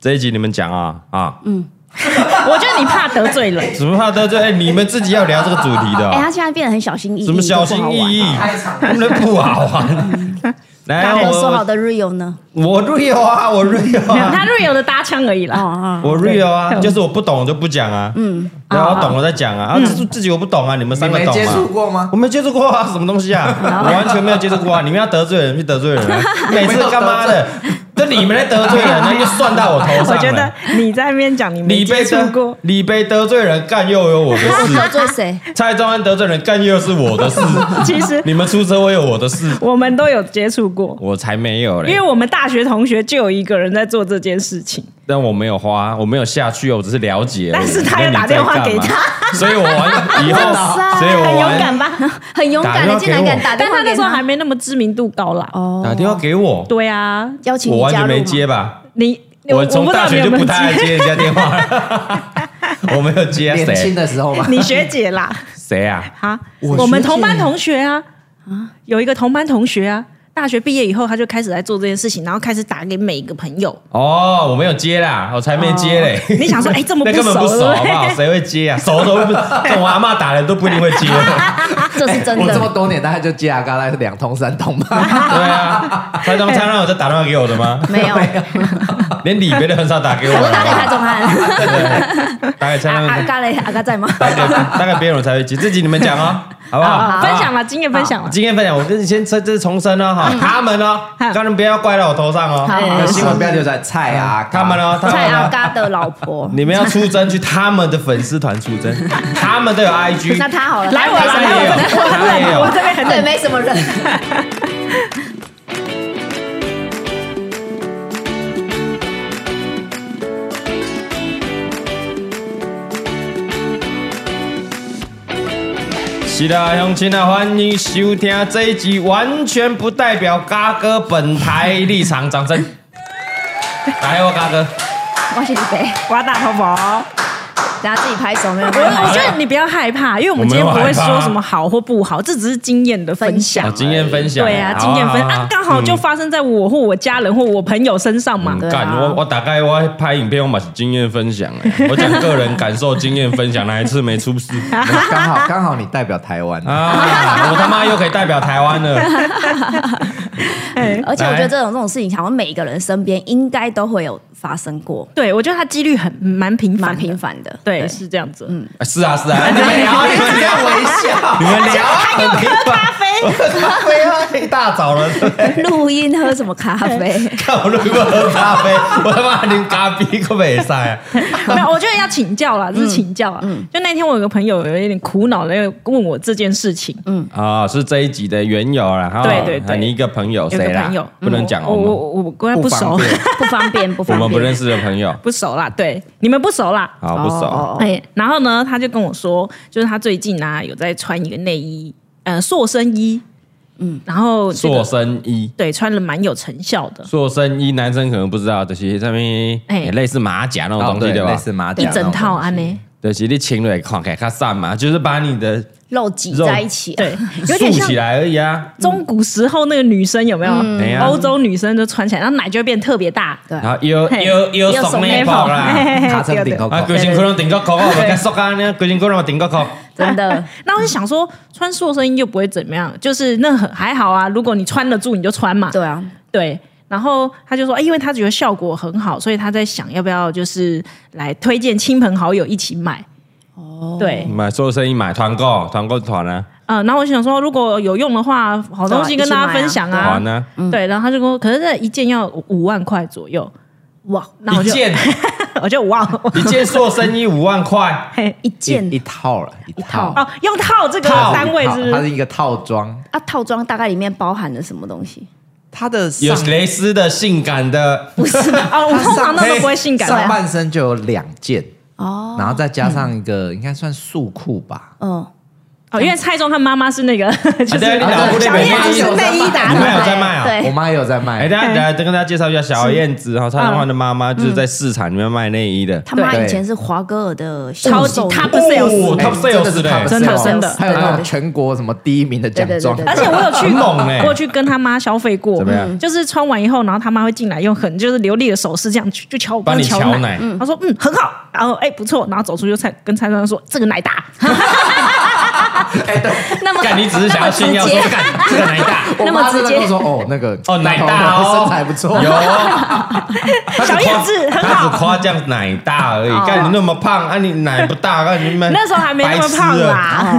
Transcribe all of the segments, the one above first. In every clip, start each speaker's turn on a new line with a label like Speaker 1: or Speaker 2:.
Speaker 1: 这一集你们讲啊啊，
Speaker 2: 我觉得你怕得罪 人。
Speaker 1: 什么怕得罪？哎，你们自己要聊这个主题的
Speaker 3: 哎、
Speaker 1: 啊，
Speaker 3: 他现在变得很小心翼翼，
Speaker 1: 什么
Speaker 2: 啊
Speaker 1: 小心
Speaker 3: 就不好玩
Speaker 1: 翼翼
Speaker 3: 了？
Speaker 4: 开场，
Speaker 1: 他们不好 玩。来，
Speaker 3: 那我说好
Speaker 1: 我
Speaker 3: 的 real 呢？
Speaker 1: 我 real 啊，我 real
Speaker 2: 没有
Speaker 1: 啊，
Speaker 2: 他 real 的搭腔而已
Speaker 3: 哦
Speaker 2: 啦。
Speaker 3: 哦，
Speaker 1: 我 real 啊，
Speaker 2: 对
Speaker 1: 就是我不懂我就不讲啊，嗯，然后我懂了再讲
Speaker 2: 嗯
Speaker 1: 啊，啊，自自己我不懂啊，你们
Speaker 4: 你
Speaker 1: 三个
Speaker 4: 没
Speaker 1: 懂
Speaker 4: 接触
Speaker 1: 吗？
Speaker 4: 过吗？
Speaker 1: 我没接触过啊，什么东西 啊？我完全没有接触过啊！你们要得罪人就得罪人啊，每次干嘛的？这你们来得罪人，那就算到我头上了。
Speaker 2: 我觉得你在那边讲你没
Speaker 1: 李
Speaker 2: 接
Speaker 1: 贝
Speaker 2: 触过
Speaker 1: 得，李贝得罪人，干又有我的
Speaker 3: 他
Speaker 1: 事；
Speaker 3: 得罪谁？
Speaker 1: 蔡宗安得罪人，干又是我的事。
Speaker 2: 其实
Speaker 1: 你们出车祸有我的事，
Speaker 2: 我们都有接触过，
Speaker 1: 我才没有
Speaker 2: 因
Speaker 1: 嘞
Speaker 2: 为。我们大学同学就有一个人在做这件事情。
Speaker 1: 但我没有花，我没有下去哦，我只是了解而已。
Speaker 2: 但是他又打电话给他哦
Speaker 1: 那你在干嘛，所以我 完以后
Speaker 3: 哇 塞，
Speaker 1: 所以我
Speaker 2: 哎很勇
Speaker 1: 完
Speaker 2: 敢吧？
Speaker 3: 很勇敢
Speaker 1: 打电话
Speaker 3: 的，竟然
Speaker 1: 给我
Speaker 3: 敢打
Speaker 2: 但
Speaker 3: 电
Speaker 2: 他
Speaker 3: 话
Speaker 2: 那
Speaker 3: 给
Speaker 2: 时候还
Speaker 3: 他，
Speaker 2: 没那么知名度高啦。哦，
Speaker 1: 打电话给我，
Speaker 2: 对啊，
Speaker 3: 邀请
Speaker 1: 我
Speaker 3: 你
Speaker 1: 完
Speaker 3: 加
Speaker 1: 全
Speaker 3: 入
Speaker 1: 没
Speaker 3: 吗？
Speaker 1: 接吧。
Speaker 2: 你
Speaker 1: 我
Speaker 2: 我
Speaker 1: 从
Speaker 2: 不知
Speaker 1: 大
Speaker 2: 道你
Speaker 1: 学
Speaker 2: 有
Speaker 1: 就
Speaker 2: 没
Speaker 1: 不
Speaker 2: 有
Speaker 1: 太爱
Speaker 2: 接。
Speaker 1: 接人家电话了， 我没有接
Speaker 4: 年轻
Speaker 1: 谁
Speaker 4: 的时候嘛，
Speaker 2: 你学姐啦，
Speaker 1: 谁啊？
Speaker 2: 哈，
Speaker 4: 我
Speaker 2: 我们
Speaker 4: 学姐
Speaker 2: 同班同学啊，啊，有一个同班同学啊，大学毕业以后他就开始在做这件事情，然后开始打给每一个朋 友。
Speaker 1: 哦，我没有接啦，我才没接嘞。
Speaker 2: 你想说，哎，这么
Speaker 1: 那根本不
Speaker 2: 熟，
Speaker 1: 熟，好不好？谁会接啊？熟都不，这种阿嬷打人都不一定会接。啊
Speaker 3: 这是真
Speaker 4: 我这么
Speaker 3: 的。
Speaker 4: 多年大概就接啊，刚才两通三通 吧。
Speaker 1: 对啊，蔡宗昌让我再打电话给我的吗？
Speaker 3: 没有，
Speaker 1: 连李别都很少打给我
Speaker 3: 我打给蔡
Speaker 1: 了。
Speaker 3: 宗汉，
Speaker 1: 对，大概蔡
Speaker 3: 阿
Speaker 1: 宗
Speaker 3: 阿
Speaker 1: 汉，
Speaker 3: 嘎嘞，阿嘎在吗？
Speaker 1: 大概大概别人才会接，自己你们讲哦，好不好？
Speaker 2: 分享了，经验分享了。
Speaker 1: 今天分享，我跟你先再再重申哦，哈，他们哦，
Speaker 2: 嗯
Speaker 1: 当然不要怪到我头上哦，
Speaker 3: 好
Speaker 1: 那
Speaker 4: 新
Speaker 1: 新
Speaker 4: 闻
Speaker 1: 闻
Speaker 4: 标题就在菜啊，
Speaker 1: 他们哦，他
Speaker 3: 蔡
Speaker 1: 们
Speaker 3: 阿
Speaker 1: 哦。
Speaker 3: 嘎的老婆，
Speaker 1: 你们要出征去他们的粉丝团出征，他们都有 IG，
Speaker 3: 那他好了，
Speaker 2: 来我
Speaker 3: 他
Speaker 1: 他
Speaker 2: 来
Speaker 1: 们也有，他们也有
Speaker 2: 我。这边很
Speaker 3: 对，没什么人。
Speaker 1: 是啦，乡亲啊，欢迎收听这一集，完全不代表嘎哥本台立场，掌声。来，我嘎哥，
Speaker 3: 我是李飞，
Speaker 2: 我要大头佛。
Speaker 3: 等下自己拍手没有？
Speaker 2: 我我觉得你不要害怕，因为我们今天不会说什么好或不好，这只是经验的分享
Speaker 1: 好，。哦经验分享。
Speaker 2: 对啊，
Speaker 1: 好
Speaker 2: 经验分
Speaker 1: 好好
Speaker 2: 啊，刚好就发生在我或我家人或我朋友身上嘛
Speaker 1: 嗯。
Speaker 3: 对啊
Speaker 1: 干我我打开我拍影片，我嘛是经验分享 哎，我讲个人感受，经验分享哪一次没出事
Speaker 4: 刚好刚好你代表台湾，
Speaker 1: 啊？我他妈又可以代表台湾了。啊
Speaker 3: 而且我觉
Speaker 1: 来
Speaker 3: 得这种这种事情，好像每一个人身边应该都会有发生过，
Speaker 2: 对，我觉得它几率很蛮频繁，
Speaker 3: 蛮频。繁的。
Speaker 2: 对，是这样子。嗯，
Speaker 1: 啊是啊是 啊，你们聊你们聊，
Speaker 4: 微笑，
Speaker 1: 你们聊
Speaker 2: 啊
Speaker 1: 啊很频繁。
Speaker 4: 咖啡啊，一大早了，
Speaker 3: 录音喝什么 咖啡？
Speaker 1: 看我如果喝咖啡，我他妈连咖啡都没晒。啊
Speaker 2: 没有，我觉得要请教啦，这是请教啊。就那天我有个朋友有一点苦恼，的问我这件事情。
Speaker 1: 啊，是这一集的缘由啦。哈
Speaker 2: 嗯对对对
Speaker 1: 啊你一个朋友
Speaker 2: 有
Speaker 1: 谁
Speaker 2: 个
Speaker 1: 啦
Speaker 2: 朋友？嗯
Speaker 1: 不能讲
Speaker 2: 我
Speaker 1: 我
Speaker 2: 我
Speaker 1: 们
Speaker 2: 我我跟他不熟
Speaker 4: 不方，便
Speaker 3: 不
Speaker 1: 我
Speaker 3: 方便，不方
Speaker 1: 们
Speaker 3: 便。
Speaker 1: 不认识的朋友，
Speaker 2: 不熟啦。对，你们不熟啦。
Speaker 1: 好不熟。
Speaker 3: 哦。哦哦
Speaker 2: 哎、然后呢，他就跟我说，就是他最近啊有在穿一个内衣，呃，塑身衣，嗯，然后、这
Speaker 1: 塑
Speaker 2: 个、
Speaker 1: 身衣，
Speaker 2: 对穿了蛮有成效的，
Speaker 1: 塑身衣，男生可能不知道，就是上面
Speaker 2: 哎
Speaker 1: 类似马甲 那种东西，对
Speaker 4: 哦类
Speaker 1: 吧？
Speaker 4: 似马甲
Speaker 2: 一整套啊 安呢，
Speaker 1: 就是你情侣看起来较散嘛，就是把你的
Speaker 3: 肉挤在一起，啊
Speaker 2: 对，有
Speaker 1: 竖
Speaker 2: 点像
Speaker 1: 起来而已啊。
Speaker 2: 中古时候那个女生有没有？
Speaker 1: 哎呀
Speaker 2: 欧洲女生就穿起来，然后奶就会变特别大，
Speaker 3: 对
Speaker 1: 然后腰
Speaker 2: 嘿
Speaker 1: 腰腰
Speaker 3: 腰
Speaker 1: 松
Speaker 3: 松
Speaker 1: 内
Speaker 3: 内
Speaker 1: 裤
Speaker 3: 跑
Speaker 1: 啦，
Speaker 2: 嘿嘿
Speaker 4: 卡
Speaker 2: 嘿哎对
Speaker 4: 成顶
Speaker 2: 对
Speaker 4: 高
Speaker 1: 啊，
Speaker 4: 高，
Speaker 1: 规身躯拢顶个壳，我甲缩啊，呢，规身躯拢顶个壳。
Speaker 3: 真的。
Speaker 2: 那我就想说，穿塑身衣又不会怎么样，就是那很还好啊。如果你穿得住，你就穿嘛。
Speaker 3: 对啊，
Speaker 2: 对，然后他就说，哎因为他觉得效果很好，所以他在想要不要就是来推荐亲朋好友一起买。哦，对，
Speaker 1: 买做生意买团购，团购团啊，
Speaker 2: 嗯、然后我想说，如果有用的话，好东西跟大家分享
Speaker 3: 对
Speaker 2: 啊。
Speaker 1: 团啊，
Speaker 2: 对，然后他就跟我，可是这一件要五五万块左右，哇！那我
Speaker 1: 一
Speaker 2: 就
Speaker 1: 件
Speaker 2: 我就哇，我
Speaker 1: 一件塑身衣五万块，
Speaker 2: 嘿
Speaker 3: 一
Speaker 4: 一
Speaker 3: 件
Speaker 4: 一套了，一套
Speaker 2: 哦，用套这个
Speaker 1: 套
Speaker 2: 单位是不
Speaker 4: 它
Speaker 2: 是？
Speaker 4: 是一个套装，
Speaker 3: 啊，套装大概里面包含了什么东西？
Speaker 4: 它的
Speaker 1: 有
Speaker 4: 上
Speaker 1: 蕾丝的性感的，
Speaker 3: 不是吧？
Speaker 2: 哦，我通常那都不会性感
Speaker 4: 上
Speaker 2: 的，
Speaker 4: 半身就有两件，
Speaker 3: 哦，
Speaker 4: 然后再加上一个应该算束裤吧，
Speaker 3: 嗯，
Speaker 2: 哦，因为蔡宗他妈妈是那个，就
Speaker 1: 对啊你
Speaker 2: 是
Speaker 1: 老婆那
Speaker 2: 小
Speaker 1: 边
Speaker 2: 燕子是内衣达
Speaker 1: 你们
Speaker 2: 人，
Speaker 1: 有在卖啊？
Speaker 3: 对
Speaker 4: 我妈也有在
Speaker 1: 哎，
Speaker 4: 卖，
Speaker 1: 大家等下跟大家介绍一下小燕子哈，蔡康永的妈妈就是在市场里面卖内衣的，
Speaker 3: 他妈
Speaker 4: 对
Speaker 3: 以前是华歌尔的
Speaker 2: 超级
Speaker 3: 销售
Speaker 2: top
Speaker 3: 对
Speaker 2: sales，
Speaker 1: 哦
Speaker 4: 哎
Speaker 1: top
Speaker 4: 真的是
Speaker 1: sales 的
Speaker 4: top
Speaker 1: 欸，
Speaker 2: 真的
Speaker 4: sales
Speaker 2: 真的
Speaker 4: 还有那
Speaker 3: 对对
Speaker 4: 种
Speaker 3: 对
Speaker 4: 全国什么第一名的奖
Speaker 3: 对对
Speaker 4: 状
Speaker 3: 对，对
Speaker 2: 而且我有去
Speaker 1: 很猛欸
Speaker 2: 过去跟他妈消费过
Speaker 1: 怎么样嗯，
Speaker 2: 就是穿完以后，然后他妈会进来用很就是流利的手势这样去就敲我
Speaker 1: 帮你瞧奶
Speaker 2: 奶，他说嗯很好，然后哎不错，然后走出去就蔡跟蔡宗说这个奶 大，
Speaker 3: 那么
Speaker 1: 干你只是想要炫耀说
Speaker 3: 那么直接
Speaker 1: 干这个奶 大。
Speaker 4: 我
Speaker 3: 那
Speaker 4: 妈
Speaker 3: 么
Speaker 4: 真
Speaker 3: 直
Speaker 4: 的
Speaker 3: 接
Speaker 4: 跟我说哦那个
Speaker 1: 哦，奶大
Speaker 4: 我
Speaker 1: 哦，
Speaker 4: 身材不错，
Speaker 1: 有，
Speaker 2: 只小燕子很好
Speaker 1: 他
Speaker 2: 哦
Speaker 1: 只夸奖奶大而已。看你那么胖，啊，你奶不 大，看你们
Speaker 2: 那时候还没那么胖啦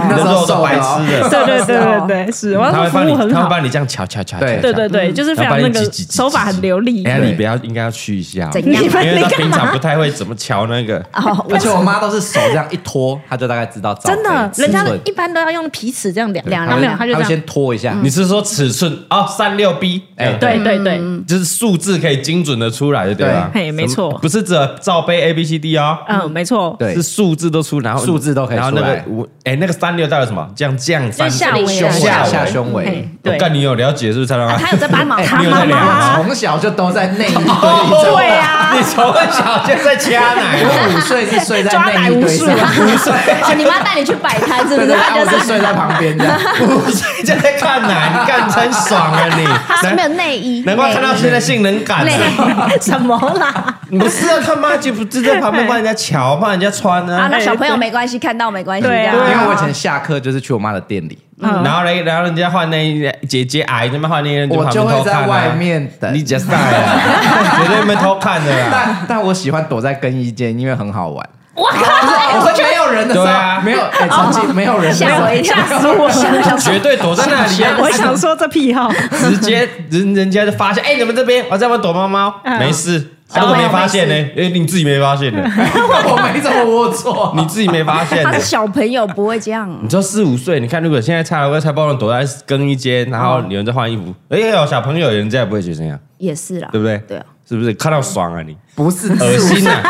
Speaker 1: 白痴了你
Speaker 4: 那
Speaker 1: 的
Speaker 4: 时候
Speaker 1: 肉都
Speaker 4: 瘦
Speaker 1: 白
Speaker 4: 的哦
Speaker 1: 痴的。
Speaker 2: 对对对对对，是， 哦我
Speaker 1: 他
Speaker 2: 要
Speaker 1: 会
Speaker 2: 说服
Speaker 1: 帮你
Speaker 2: 务，很
Speaker 1: 他
Speaker 2: 好
Speaker 1: 会，帮你这样瞧瞧瞧。
Speaker 4: 对
Speaker 1: 瞧
Speaker 2: 对对对，就是非
Speaker 1: 然后
Speaker 2: 常
Speaker 1: 帮
Speaker 2: 那
Speaker 1: 你
Speaker 2: 个
Speaker 1: 挤挤挤
Speaker 2: 手法很流利，
Speaker 1: 哎呀，
Speaker 4: 对
Speaker 1: 你不要，应该要去一下，哦
Speaker 3: 怎
Speaker 1: 因
Speaker 3: 样
Speaker 1: 为他
Speaker 2: 你干
Speaker 1: 平
Speaker 2: 嘛
Speaker 1: 常不太会怎么瞧那个。
Speaker 3: 哦，
Speaker 4: 而且我妈都是手这样一拖，她就大概知道罩杯
Speaker 2: 真的，
Speaker 4: 尺
Speaker 2: 人家
Speaker 4: 寸
Speaker 2: 一般都要用皮尺这样量
Speaker 4: 对
Speaker 2: 量，
Speaker 4: 她
Speaker 2: 他
Speaker 4: 会
Speaker 2: 没有，他就这样，
Speaker 4: 她会
Speaker 2: 嗯
Speaker 4: 先拖一下，
Speaker 1: 你是说尺寸哦，三六 B？
Speaker 4: 哎
Speaker 1: 哎，
Speaker 2: 对对对，
Speaker 1: 就是数字可以精准的出来的，对吧？
Speaker 2: 对嘿没错
Speaker 1: 什么不是只有罩杯 A B C D 哦，
Speaker 2: 嗯，没错，
Speaker 4: 对
Speaker 1: 是数字都出，然后
Speaker 4: 数字都可以
Speaker 1: 然后那
Speaker 4: 出
Speaker 1: 个
Speaker 4: 来
Speaker 1: 我哎，那个三六代表什么？这样这样三
Speaker 2: 下
Speaker 1: 六
Speaker 2: 围
Speaker 4: 胸围
Speaker 1: 下围
Speaker 4: 下胸围
Speaker 2: 嘿。
Speaker 1: 我
Speaker 2: 对，
Speaker 1: 看你有了解是不是？蔡老
Speaker 3: 啊
Speaker 1: 板？
Speaker 3: 他有在帮忙
Speaker 4: 哎
Speaker 3: 他
Speaker 1: 你有在
Speaker 3: 妈
Speaker 1: 聊
Speaker 2: 嗯
Speaker 3: 妈
Speaker 4: 我从小就都在内衣堆里长
Speaker 2: 哦
Speaker 1: 对
Speaker 4: 大，
Speaker 1: 呀，你从小就在掐奶，
Speaker 4: 我五岁是睡
Speaker 2: 抓
Speaker 4: 在
Speaker 2: 奶
Speaker 4: 内衣
Speaker 2: 无
Speaker 4: 堆
Speaker 2: 数
Speaker 4: 上，
Speaker 2: 啊
Speaker 4: 五岁，
Speaker 3: 哦，你妈带你去摆摊是 不是？
Speaker 4: 对对，
Speaker 1: 啊
Speaker 3: 他
Speaker 4: 我
Speaker 3: 就是
Speaker 4: 睡在旁边的，
Speaker 1: 五岁就在看奶，你干真爽啊你！
Speaker 3: 他是没有
Speaker 1: 难
Speaker 3: 内衣，
Speaker 1: 难怪看到现在性能感
Speaker 3: 内
Speaker 1: 啊，
Speaker 3: 内 什么 啦？
Speaker 1: 不是啊，他妈就不就在旁边帮人家瞧，帮人家穿
Speaker 3: 啊，
Speaker 1: 啊。
Speaker 3: 那小朋友没关系，看到没关系，
Speaker 2: 对啊
Speaker 4: 因
Speaker 3: 这样
Speaker 4: 为我以前下课就是去我妈的店里，
Speaker 2: 嗯
Speaker 1: 然后嘞，然后人家换内衣，姐姐阿姨那边换内衣，
Speaker 4: 我就
Speaker 1: 就旁边
Speaker 4: 会
Speaker 1: 偷看
Speaker 4: 在
Speaker 1: 啊
Speaker 4: 外，面等
Speaker 1: 你。姐晒啊，绝对啊没偷看的 啦。
Speaker 4: 但但我喜欢躲在更衣间，因为很好玩。啊
Speaker 3: 我
Speaker 4: 不是，
Speaker 3: 靠！
Speaker 4: 我说没有人的时
Speaker 1: 对啊
Speaker 4: 候，没有，哎，曾经没有人的时
Speaker 3: 吓
Speaker 4: 候
Speaker 3: 我，一跳，
Speaker 2: 吓死我了！
Speaker 1: 绝对躲在那里啊！
Speaker 2: 我想说这癖好，
Speaker 1: 直接人人家就发现，哎、你们这边我在玩躲猫猫，
Speaker 2: 嗯
Speaker 1: 没事。
Speaker 3: 小
Speaker 1: 如
Speaker 3: 朋
Speaker 1: 果
Speaker 3: 友
Speaker 1: 没发现呢？哎、你自己没发现呢？
Speaker 4: 嗯 我没怎么龌龊。啊
Speaker 1: 你自己没发现呢
Speaker 3: 他？是小朋友不会这样，
Speaker 1: 你知道四五岁，你看如果现在蔡老哥、蔡包容躲在更衣间，然后有人在换衣服，哎、呦，小朋友人家也不会觉得怎样，
Speaker 3: 也是啦，
Speaker 1: 对不对？
Speaker 3: 嗯对啊，
Speaker 1: 是不是看到爽啊你？
Speaker 4: 不是
Speaker 1: 恶心啊！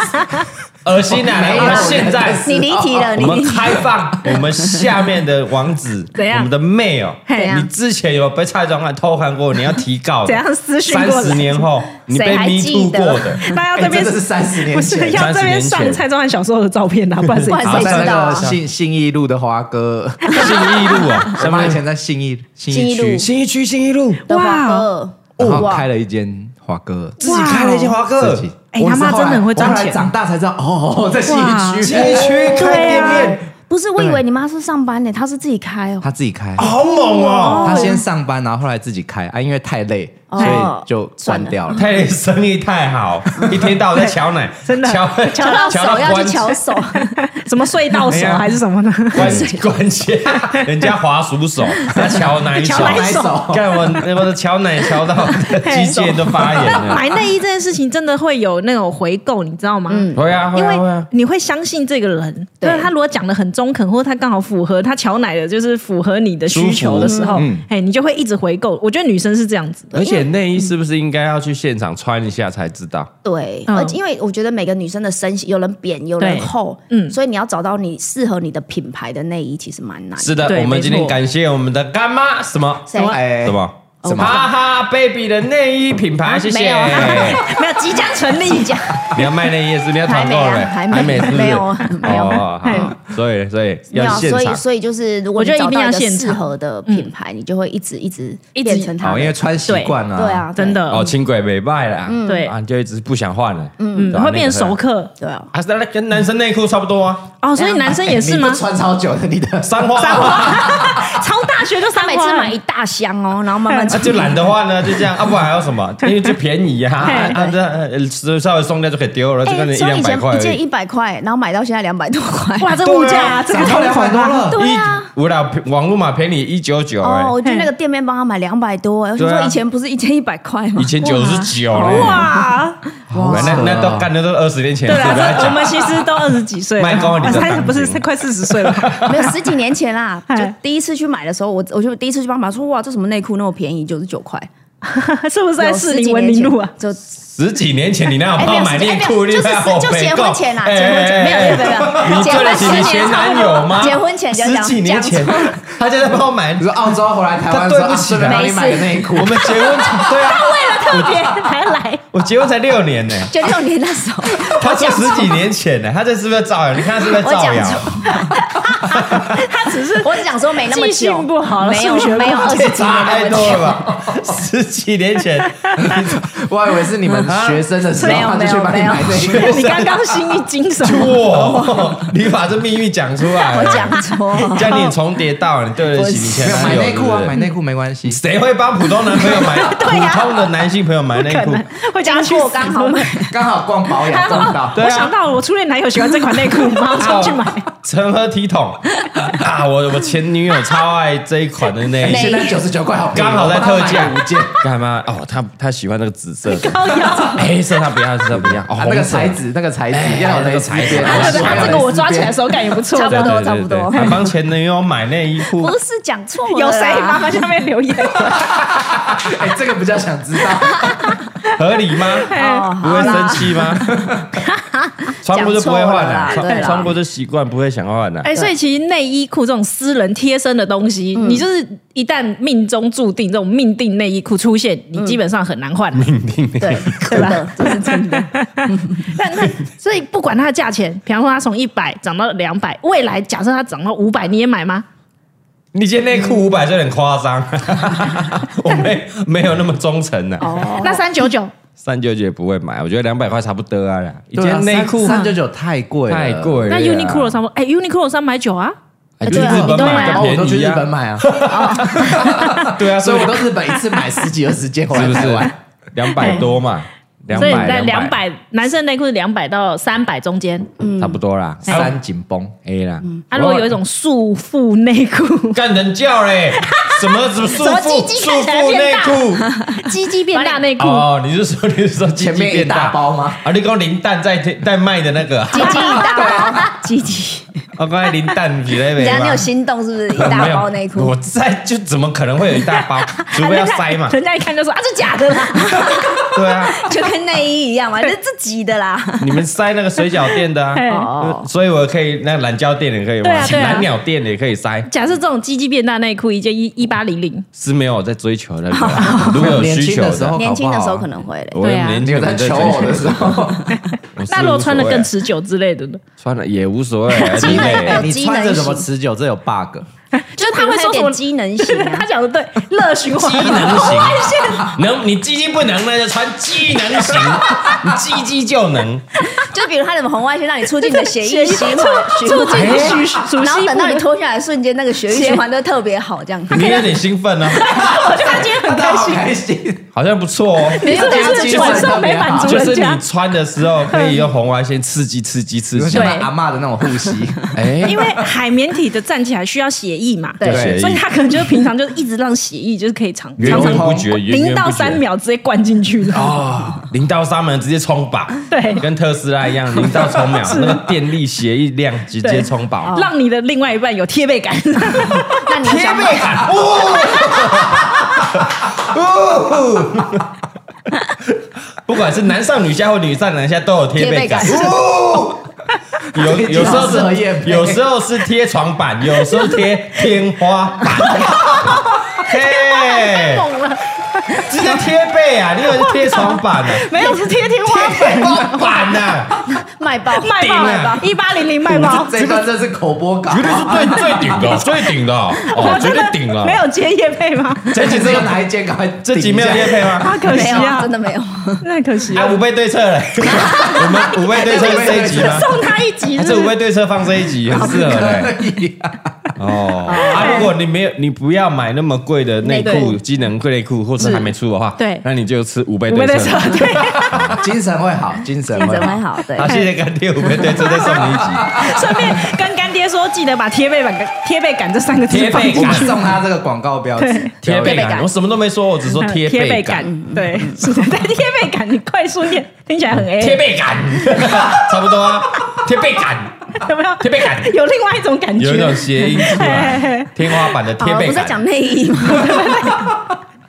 Speaker 1: 恶心啊！
Speaker 4: 没
Speaker 1: 我
Speaker 4: 有
Speaker 1: 们现在
Speaker 3: 哦
Speaker 1: 哦
Speaker 3: 你离题了，
Speaker 1: 我
Speaker 3: 你
Speaker 1: 们
Speaker 3: 离题
Speaker 1: 开放我们下面的网址，
Speaker 2: 怎样
Speaker 1: 我们的 mail，
Speaker 2: 嘿
Speaker 1: 你之前有被蔡庄汉偷看过，你要提告的。
Speaker 2: 怎样私讯
Speaker 1: 三
Speaker 2: 过来
Speaker 1: 十年后你被
Speaker 3: 谁还
Speaker 1: me
Speaker 3: 记
Speaker 1: too
Speaker 3: 得
Speaker 1: 过的，
Speaker 2: 大家这
Speaker 4: 哎，真
Speaker 2: 边
Speaker 4: 的是三十年
Speaker 2: 不是
Speaker 4: 前。
Speaker 2: 要这边上蔡宗翰小时候的照片啊，不然谁
Speaker 3: 不然
Speaker 4: 然后
Speaker 3: 谁
Speaker 4: 在
Speaker 3: 知道
Speaker 4: 那
Speaker 3: 啊
Speaker 4: 个信信义路的华哥，
Speaker 1: 信义路 啊，
Speaker 4: 我
Speaker 1: 什
Speaker 4: 妈
Speaker 1: 么
Speaker 4: 以前在信义信
Speaker 3: 信
Speaker 4: 义
Speaker 3: 义路
Speaker 4: 区，
Speaker 1: 新一区新一路，
Speaker 3: 的华
Speaker 2: 哇
Speaker 3: 哥，
Speaker 4: 然后
Speaker 3: 哇
Speaker 4: 开了一间华哥，
Speaker 1: 自己开了一间华哥
Speaker 4: 自，己。
Speaker 2: 哎
Speaker 4: 我
Speaker 2: 他妈
Speaker 4: 是后来
Speaker 2: 真的很会
Speaker 4: 我后
Speaker 2: 赚
Speaker 4: 来
Speaker 2: 钱
Speaker 4: 长大才知道哦，在信义
Speaker 1: 新
Speaker 4: 区，
Speaker 1: 一区开店
Speaker 2: 对
Speaker 1: 面，
Speaker 3: 不是，我以
Speaker 4: 对
Speaker 3: 为你妈是上班呢，她是自己开哦。
Speaker 4: 他自己开。
Speaker 1: 好猛哦！
Speaker 4: 他先上班，然后后来自己开啊，因为太累，
Speaker 3: 哦
Speaker 4: 所以就关掉了。
Speaker 1: 太生意太好，一天到晚在瞧奶，
Speaker 2: 真的
Speaker 1: 瞧
Speaker 3: 瞧到手要
Speaker 1: 关
Speaker 3: 去 瞧手，
Speaker 2: 什么隧道手
Speaker 1: 哎呀
Speaker 2: 还是什么呢？
Speaker 1: 关关键，人家滑鼠手，他瞧奶手
Speaker 2: 瞧奶
Speaker 4: 手
Speaker 1: 看我我的瞧奶瞧到肌腱都发炎
Speaker 2: 那
Speaker 1: 了。
Speaker 2: 买内衣这件事情真的会有那种回购，你知道吗？
Speaker 3: 嗯
Speaker 1: 会啊，会
Speaker 2: 因
Speaker 1: 啊，会
Speaker 2: 为
Speaker 1: 啊。
Speaker 2: 你会相信这个人，
Speaker 3: 对
Speaker 2: 对他如果讲的很中肯，或者他刚好符合他乔奶的，就是符合你的需求的时候，哎，你就会一直回购。我觉得女生是这样子的，
Speaker 1: 而且内衣是不是应该要去现场穿一下才知道？
Speaker 3: 对，
Speaker 2: 嗯
Speaker 3: 而且因为我觉得每个女生的身形，有人扁，有人
Speaker 2: 对
Speaker 3: 厚，
Speaker 2: 嗯
Speaker 3: 嗯，所以你要找到你适合你的品牌的内衣，其实蛮难。
Speaker 1: 是的，
Speaker 2: 对
Speaker 1: 我们今天
Speaker 2: 没错
Speaker 1: 感谢我们的干妈什么
Speaker 3: 谁？
Speaker 4: 哎
Speaker 1: 什么
Speaker 4: 什么
Speaker 1: 哈哈 baby 的内衣品牌，啊谢
Speaker 3: 哦啊没
Speaker 1: 谢
Speaker 3: 有。
Speaker 2: 没有即将成立，
Speaker 3: 讲
Speaker 1: 你要卖内衣是？你要团购
Speaker 3: 还没
Speaker 1: 了？
Speaker 3: 啊还没
Speaker 1: 是不是
Speaker 3: 没有啊没有
Speaker 1: 哦，好 所以所以
Speaker 3: 没有
Speaker 1: 要
Speaker 3: 啊，
Speaker 1: 现
Speaker 3: 所以
Speaker 1: 场。
Speaker 3: 所以就是，如果
Speaker 2: 我觉得
Speaker 3: 你找
Speaker 2: 一定
Speaker 3: 到
Speaker 2: 要
Speaker 3: 一个
Speaker 2: 现场嗯
Speaker 3: 适合的品牌，你就会一直一直变成它
Speaker 4: 好，
Speaker 3: 的。
Speaker 4: 因为穿习惯了。
Speaker 3: 对啊，对
Speaker 2: 真，的
Speaker 1: 哦，轻轨没卖啦，
Speaker 3: 嗯
Speaker 2: 对
Speaker 1: 啊，你就一直不想换了，嗯
Speaker 2: 嗯会变熟客
Speaker 3: 对啊，
Speaker 1: 还是那跟男生内裤差不多啊，
Speaker 2: 哦，所以男生也是
Speaker 4: 哎你
Speaker 2: 吗
Speaker 4: 不？穿超久的，你的
Speaker 1: 三花啊，
Speaker 2: 超大学就
Speaker 3: 他
Speaker 2: 三
Speaker 3: 哎每次买一大箱哦，然后 慢慢
Speaker 1: 啊
Speaker 3: 穿
Speaker 1: 就懒得换呢，就这样啊，不然还有什么？因为就便宜啊，
Speaker 2: 嘿
Speaker 1: 啊这呃稍微松掉就可以丢了，这个
Speaker 3: 哎，
Speaker 1: 一两
Speaker 3: 从以
Speaker 1: 百
Speaker 3: 前
Speaker 1: 块
Speaker 3: 一
Speaker 1: 而
Speaker 3: 件
Speaker 1: 已。
Speaker 3: 一百块，然后买到现在两百多块。
Speaker 2: 哇，这物价啊，这
Speaker 4: 对
Speaker 2: 个
Speaker 4: 啊涨到
Speaker 2: 疯狂
Speaker 4: 200多
Speaker 2: 啊
Speaker 4: 了
Speaker 3: 对啊
Speaker 1: 一我俩网络嘛便宜一九九哎
Speaker 3: 哦，，我去那个店面帮他买两百多，哎我想
Speaker 1: 对啊
Speaker 3: 说以前不是一件一百块吗
Speaker 1: 以？前哎九十九嘞，
Speaker 2: 哇！
Speaker 1: 哇那那都干的都二十年前
Speaker 2: 对
Speaker 1: 的事，
Speaker 2: 啦，
Speaker 3: 啊
Speaker 1: 不要
Speaker 2: 这我
Speaker 1: 讲。
Speaker 2: 们其实都二十几岁了，
Speaker 1: 麦高你的
Speaker 2: 他不是
Speaker 1: 感情
Speaker 2: 快四十岁了，
Speaker 3: 没有十几年前啦，
Speaker 2: 哎
Speaker 3: 就第一次去买的时候，我我就第一次去帮忙说，哇，这什么内裤那么便宜，九十九块，
Speaker 2: 是不是在
Speaker 3: 有
Speaker 2: 士
Speaker 3: 十几
Speaker 2: 林
Speaker 3: 年
Speaker 2: 文林路啊
Speaker 3: 前？就
Speaker 1: 十几年前你那样
Speaker 3: 哎，没
Speaker 1: 帮我
Speaker 3: 有
Speaker 1: 买
Speaker 3: 时间，
Speaker 1: 内
Speaker 3: 哎，
Speaker 1: 裤，
Speaker 3: 没有，
Speaker 1: 你
Speaker 3: 就是
Speaker 1: 还好
Speaker 3: 就
Speaker 1: 没
Speaker 3: 结
Speaker 1: 够
Speaker 3: 婚前啦，
Speaker 1: 哎
Speaker 3: 结婚前没有没有没有没有，
Speaker 1: 你
Speaker 3: 结
Speaker 1: 对得
Speaker 3: 婚
Speaker 1: 起你
Speaker 3: 前
Speaker 1: 前男友吗？
Speaker 3: 结婚前就
Speaker 1: 十
Speaker 3: 讲
Speaker 1: 几年前
Speaker 3: 讲错，
Speaker 1: 他就在帮我买
Speaker 4: 你说澳洲回来台湾的时
Speaker 1: 他对
Speaker 4: 候，
Speaker 1: 不起
Speaker 4: 啊顺便帮你买个
Speaker 3: 没事
Speaker 4: 内裤
Speaker 1: 我。们结婚对啊，
Speaker 2: 特别还来，
Speaker 1: 我结婚才六年呢、
Speaker 3: 就六年那时候，
Speaker 1: 他说十几年前呢、他这是不是在造谣？你看他是不是在造
Speaker 3: 我
Speaker 1: 谣
Speaker 3: 讲？错我只想说没那么
Speaker 2: 记
Speaker 3: 久，
Speaker 2: 性不好了
Speaker 3: 没有
Speaker 2: 数学不好
Speaker 3: 没有二十
Speaker 1: 这
Speaker 3: 几
Speaker 1: 差
Speaker 3: 年那
Speaker 1: 太
Speaker 3: 么
Speaker 1: 多了
Speaker 3: 久，
Speaker 1: 吧？十几年前，
Speaker 4: 我还以为是你们学生的时候，
Speaker 3: 没有
Speaker 4: 他就去帮你买内
Speaker 1: 没
Speaker 4: 裤
Speaker 1: 有。
Speaker 2: 你刚刚心一惊什么？
Speaker 1: 哇！你把这秘密讲出来了，
Speaker 3: 我讲 错，
Speaker 1: 叫你重叠到，你对得起你前
Speaker 4: 没有
Speaker 1: 男
Speaker 4: 买
Speaker 1: 友
Speaker 4: 内裤啊，买
Speaker 1: 裤。
Speaker 4: 内裤没关系。
Speaker 1: 谁会帮普通男朋友买普通的男性朋友买内
Speaker 2: 可
Speaker 1: 裤
Speaker 2: 能？会讲去
Speaker 3: 经过刚好
Speaker 2: 买。
Speaker 4: 刚好逛保养逛到，
Speaker 1: 对啊
Speaker 2: 我想到了我初恋男友喜欢这款内裤，马上去买。
Speaker 1: 成何啊体统啊！我我前女友超爱这一款的内
Speaker 4: 现
Speaker 1: 衣，
Speaker 4: 在九十九块好便宜，
Speaker 1: 刚好在特价
Speaker 4: 我帮他买五件。
Speaker 1: 干嘛？哦，她她喜欢那个紫色的，
Speaker 2: 高腰，
Speaker 1: 黑色她不要，紫色不要，哦
Speaker 4: 啊，，那个
Speaker 1: 红色
Speaker 4: 材质，那个材质要有
Speaker 1: 那个
Speaker 4: 蕾丝
Speaker 1: 材质
Speaker 4: 边，
Speaker 1: 啊
Speaker 2: 对对，
Speaker 1: 他
Speaker 2: 他这个我抓起来手感也不 错。
Speaker 3: 差不
Speaker 1: 对
Speaker 3: 多
Speaker 1: 对
Speaker 3: 差
Speaker 1: 对
Speaker 3: 不
Speaker 1: 对，
Speaker 3: 多
Speaker 1: 还帮前女友买内衣裤
Speaker 3: 不，是讲错了啦，
Speaker 2: 有谁？麻烦下面留言。
Speaker 4: 哎，这个比较想知道。
Speaker 1: 合理吗？
Speaker 3: 哦
Speaker 1: 不会
Speaker 3: 好啦
Speaker 1: 生气吗？ 穿过就不会换啊啦，
Speaker 3: 讲错了啦对
Speaker 1: 穿
Speaker 3: 啦
Speaker 1: 穿过就习惯，不会想要换啊啦。
Speaker 2: 哎，所以其实内衣裤这种私人贴身的东西，你就是一旦命中注定这种命定内衣裤出现，你基本上很难换。
Speaker 3: 对对吧？这是真的，
Speaker 2: 但 那所以不管它的价钱，比方说它从一百涨到两百，未来假设它涨到五百，你也买吗？
Speaker 1: 你今天内裤五百就有点夸张，啊我没没有那么忠诚
Speaker 3: 哦
Speaker 1: 呢。
Speaker 2: 那三 九九，
Speaker 1: 三九九不会买，啊我觉得两百块差不多啊啦。一
Speaker 4: 对啊
Speaker 1: 件内裤
Speaker 4: 三三九九太贵了，
Speaker 1: 太贵了
Speaker 2: 那
Speaker 1: 啊。
Speaker 2: Uniqlo 三哎，Uniqlo 三百九啊，
Speaker 1: 哎去日
Speaker 3: 对啊
Speaker 1: 本
Speaker 2: 对
Speaker 1: 买
Speaker 2: 啊
Speaker 4: 然
Speaker 1: 更
Speaker 4: 后我都
Speaker 1: 便
Speaker 4: 去
Speaker 1: 宜
Speaker 4: 日本
Speaker 1: 啊。
Speaker 4: 买啊，
Speaker 1: 对啊，
Speaker 4: 所
Speaker 1: 所
Speaker 4: 以
Speaker 1: 以
Speaker 4: 我
Speaker 1: 我
Speaker 4: 都日本一次买十几二十件回
Speaker 1: 是
Speaker 4: 来
Speaker 1: 不
Speaker 4: 台
Speaker 1: 是
Speaker 4: 湾。
Speaker 1: 两百多嘛？两
Speaker 2: 所以
Speaker 1: 百
Speaker 2: 在两，百，男生内裤是两百到三百中间。
Speaker 1: 差不多啦。
Speaker 4: 三紧绷，
Speaker 1: A 啦，
Speaker 2: 啊，如果有一种束缚内 裤，
Speaker 1: 干人叫嘞，什么什么束
Speaker 3: 什么鸡
Speaker 1: 缚
Speaker 3: 鸡
Speaker 1: 束
Speaker 3: 看起来
Speaker 1: 缚内裤？
Speaker 3: 鸡鸡变
Speaker 2: 变大
Speaker 3: 大那
Speaker 2: 内裤，
Speaker 1: 哦，你是说你是说鸡
Speaker 4: 前
Speaker 1: 鸡
Speaker 4: 面一
Speaker 1: 变
Speaker 4: 大包吗？
Speaker 1: 啊，你讲林蛋在在卖的那个啊，
Speaker 3: 鸡鸡一大包，
Speaker 2: 鸡鸡
Speaker 1: 我刚才林蛋你那
Speaker 3: 人
Speaker 1: 边
Speaker 3: 家
Speaker 1: 吗
Speaker 3: 你有心动是不是？一大包内
Speaker 1: 没有
Speaker 3: 裤
Speaker 1: 我，在就怎么可能会有一大 包？除哦非要塞嘛，
Speaker 2: 人家一看就说啊，这假的啦，
Speaker 1: 对啊，
Speaker 3: 就跟内衣一样嘛，是自己的啦。
Speaker 1: 你们塞那个水饺店的 啊，
Speaker 2: 嘿
Speaker 3: 哦，
Speaker 1: 所以我可以那个懒胶店也可以吗
Speaker 2: 对啊？对啊
Speaker 1: 蓝鸟店也可以塞，
Speaker 2: 假设这种鸡鸡变大内裤一件一一八零零，
Speaker 1: 是没有我在追求 的，如果有需求
Speaker 4: 年轻的时候
Speaker 3: 年轻的时候可能会嘞，
Speaker 1: 我
Speaker 2: 对啊
Speaker 1: 年
Speaker 4: 你
Speaker 1: 轻
Speaker 4: 有
Speaker 1: 人
Speaker 4: 在
Speaker 1: 在追
Speaker 4: 求
Speaker 1: 求
Speaker 4: 我的 时候，
Speaker 1: 我是
Speaker 2: 那如果
Speaker 1: 无所
Speaker 2: 穿的
Speaker 1: 谓啊
Speaker 2: 更持久之类的呢？
Speaker 1: 穿了也无所谓，
Speaker 3: 机能
Speaker 1: 你
Speaker 4: 哎
Speaker 1: 嘞
Speaker 4: 你
Speaker 3: 机
Speaker 4: 穿着
Speaker 3: 能
Speaker 4: 怎么
Speaker 3: 型
Speaker 4: 持久？这有 bug。
Speaker 2: 就是他会说什
Speaker 3: 点
Speaker 2: 么？
Speaker 3: 机能型 啊
Speaker 2: 他，讲的对，热循环，
Speaker 1: 机能型， 能你鸡鸡不能，那就穿机能型，你鸡鸡就能。
Speaker 3: 就比如他的红外线让你促进你的血
Speaker 2: 血
Speaker 3: 液
Speaker 2: 液
Speaker 3: 循 环，
Speaker 2: 促
Speaker 3: 循
Speaker 2: 促
Speaker 3: 环
Speaker 1: 哎
Speaker 3: 哎
Speaker 2: 进你循属
Speaker 3: 然后
Speaker 2: 吸
Speaker 3: 等到你
Speaker 2: 部的。
Speaker 3: 脱下来的瞬间，那个血液循环都特别好，这样子。
Speaker 1: 你有点兴奋哦，
Speaker 2: 我觉得他今天 很开
Speaker 4: 大家 好
Speaker 2: 心，
Speaker 4: 开心，
Speaker 1: 好像不错哦。
Speaker 2: 你是
Speaker 4: 大家
Speaker 2: 不
Speaker 4: 精
Speaker 2: 是
Speaker 4: 神
Speaker 2: 晚上没满足
Speaker 1: 啊就是
Speaker 2: 人家
Speaker 1: 你？穿的时候可以用红外线刺激刺激刺
Speaker 4: 有
Speaker 1: 激
Speaker 4: 像，阿嬷的那种护膝，
Speaker 1: 哎，
Speaker 2: 因为海绵体的站起来需要血液嘛，
Speaker 3: 对
Speaker 1: 对
Speaker 2: 所以他可能就是平常就是一直让血液就是可以常
Speaker 1: 源
Speaker 2: 常
Speaker 1: 源
Speaker 2: 常
Speaker 1: 不绝，源源
Speaker 2: 零
Speaker 1: 不
Speaker 2: 到
Speaker 1: 绝
Speaker 2: 三秒直接灌进去的。
Speaker 1: 哦，零到三秒直接冲饱，
Speaker 2: 对
Speaker 1: 跟特斯拉一 样，零到三秒那个电力协议量直接冲饱。
Speaker 2: 让你的另外一半有贴背感，
Speaker 3: 那你有想法？
Speaker 1: 感，哦，哦不管是男上女下或女上男下，都有贴背感。
Speaker 3: 贴背
Speaker 1: 哦有有时候
Speaker 4: 这个好适合夜
Speaker 1: 是
Speaker 4: 配
Speaker 1: 有时候是贴床板，有时候贴天花板。嘿，
Speaker 2: 懂了，
Speaker 1: 这个贴背啊，你以为是贴床板呢、
Speaker 2: 没有是贴天花
Speaker 1: 啊？
Speaker 2: 板
Speaker 1: 天花板呢、啊？
Speaker 3: 卖爆，
Speaker 2: 卖
Speaker 1: 顶
Speaker 2: 爆卖
Speaker 1: 啊
Speaker 2: 爆，一八零零卖爆，
Speaker 4: 这一段真是口播稿
Speaker 1: 绝。 对是最最顶的，最顶的哦
Speaker 2: 我，
Speaker 1: 绝
Speaker 2: 真
Speaker 1: 对
Speaker 2: 的
Speaker 1: 顶了。
Speaker 2: 没有接夜配吗？
Speaker 1: 这集
Speaker 4: 这
Speaker 1: 这
Speaker 4: 有
Speaker 1: 个
Speaker 4: 哪一件？赶快顶一下
Speaker 1: 这集没有贴配吗？
Speaker 2: 啊，可惜
Speaker 3: 没有啊，
Speaker 2: 啊
Speaker 3: 真，的没有。
Speaker 2: 那可惜
Speaker 1: 啊，
Speaker 2: 啊，
Speaker 1: 五倍对策了，我们五倍对策是这一集吗？
Speaker 2: 送他一集
Speaker 1: 啊、
Speaker 2: 是
Speaker 1: 这五
Speaker 2: 不
Speaker 1: 倍
Speaker 2: 是？
Speaker 1: 对策放这一集 很适合的、
Speaker 4: 可以啊
Speaker 1: 哦。啊，如果你没有，你不要买那么贵的内
Speaker 2: 内
Speaker 1: 裤、
Speaker 2: 裤
Speaker 1: 机能内裤，或是还没出的话，
Speaker 2: 对
Speaker 1: 那你就吃五倍
Speaker 2: 五倍
Speaker 1: 对
Speaker 2: 对
Speaker 1: 策
Speaker 2: 策。，对，
Speaker 4: 精神会好，精神
Speaker 3: 精
Speaker 4: 会
Speaker 3: 神
Speaker 4: 好
Speaker 3: 会。好，对
Speaker 1: 好，，谢谢干爹，五倍对策再送你一集。
Speaker 2: 顺便跟干爹说，记得把贴背感、贴背感这三个字
Speaker 1: 贴背
Speaker 2: 放进
Speaker 1: 感
Speaker 2: 去
Speaker 4: 我们送他这个广告标志
Speaker 2: 对，
Speaker 1: 贴背
Speaker 3: 贴背
Speaker 1: 感，
Speaker 3: 感
Speaker 1: 我什么都没说，我 只说贴
Speaker 2: 嗯贴
Speaker 1: 背
Speaker 2: 背
Speaker 1: 感，嗯
Speaker 2: 感，对，是的，但贴背感你快速念，听起来很 A，
Speaker 1: 贴背感，差不多啊，贴背感，
Speaker 2: 有没有？
Speaker 1: 贴背感
Speaker 2: 有另外一种感觉，
Speaker 1: 啊
Speaker 3: 哦
Speaker 1: 有一种谐音出来，天花板的贴
Speaker 3: 好，
Speaker 1: 背
Speaker 3: 不是
Speaker 1: 感
Speaker 3: 在。讲内衣吗？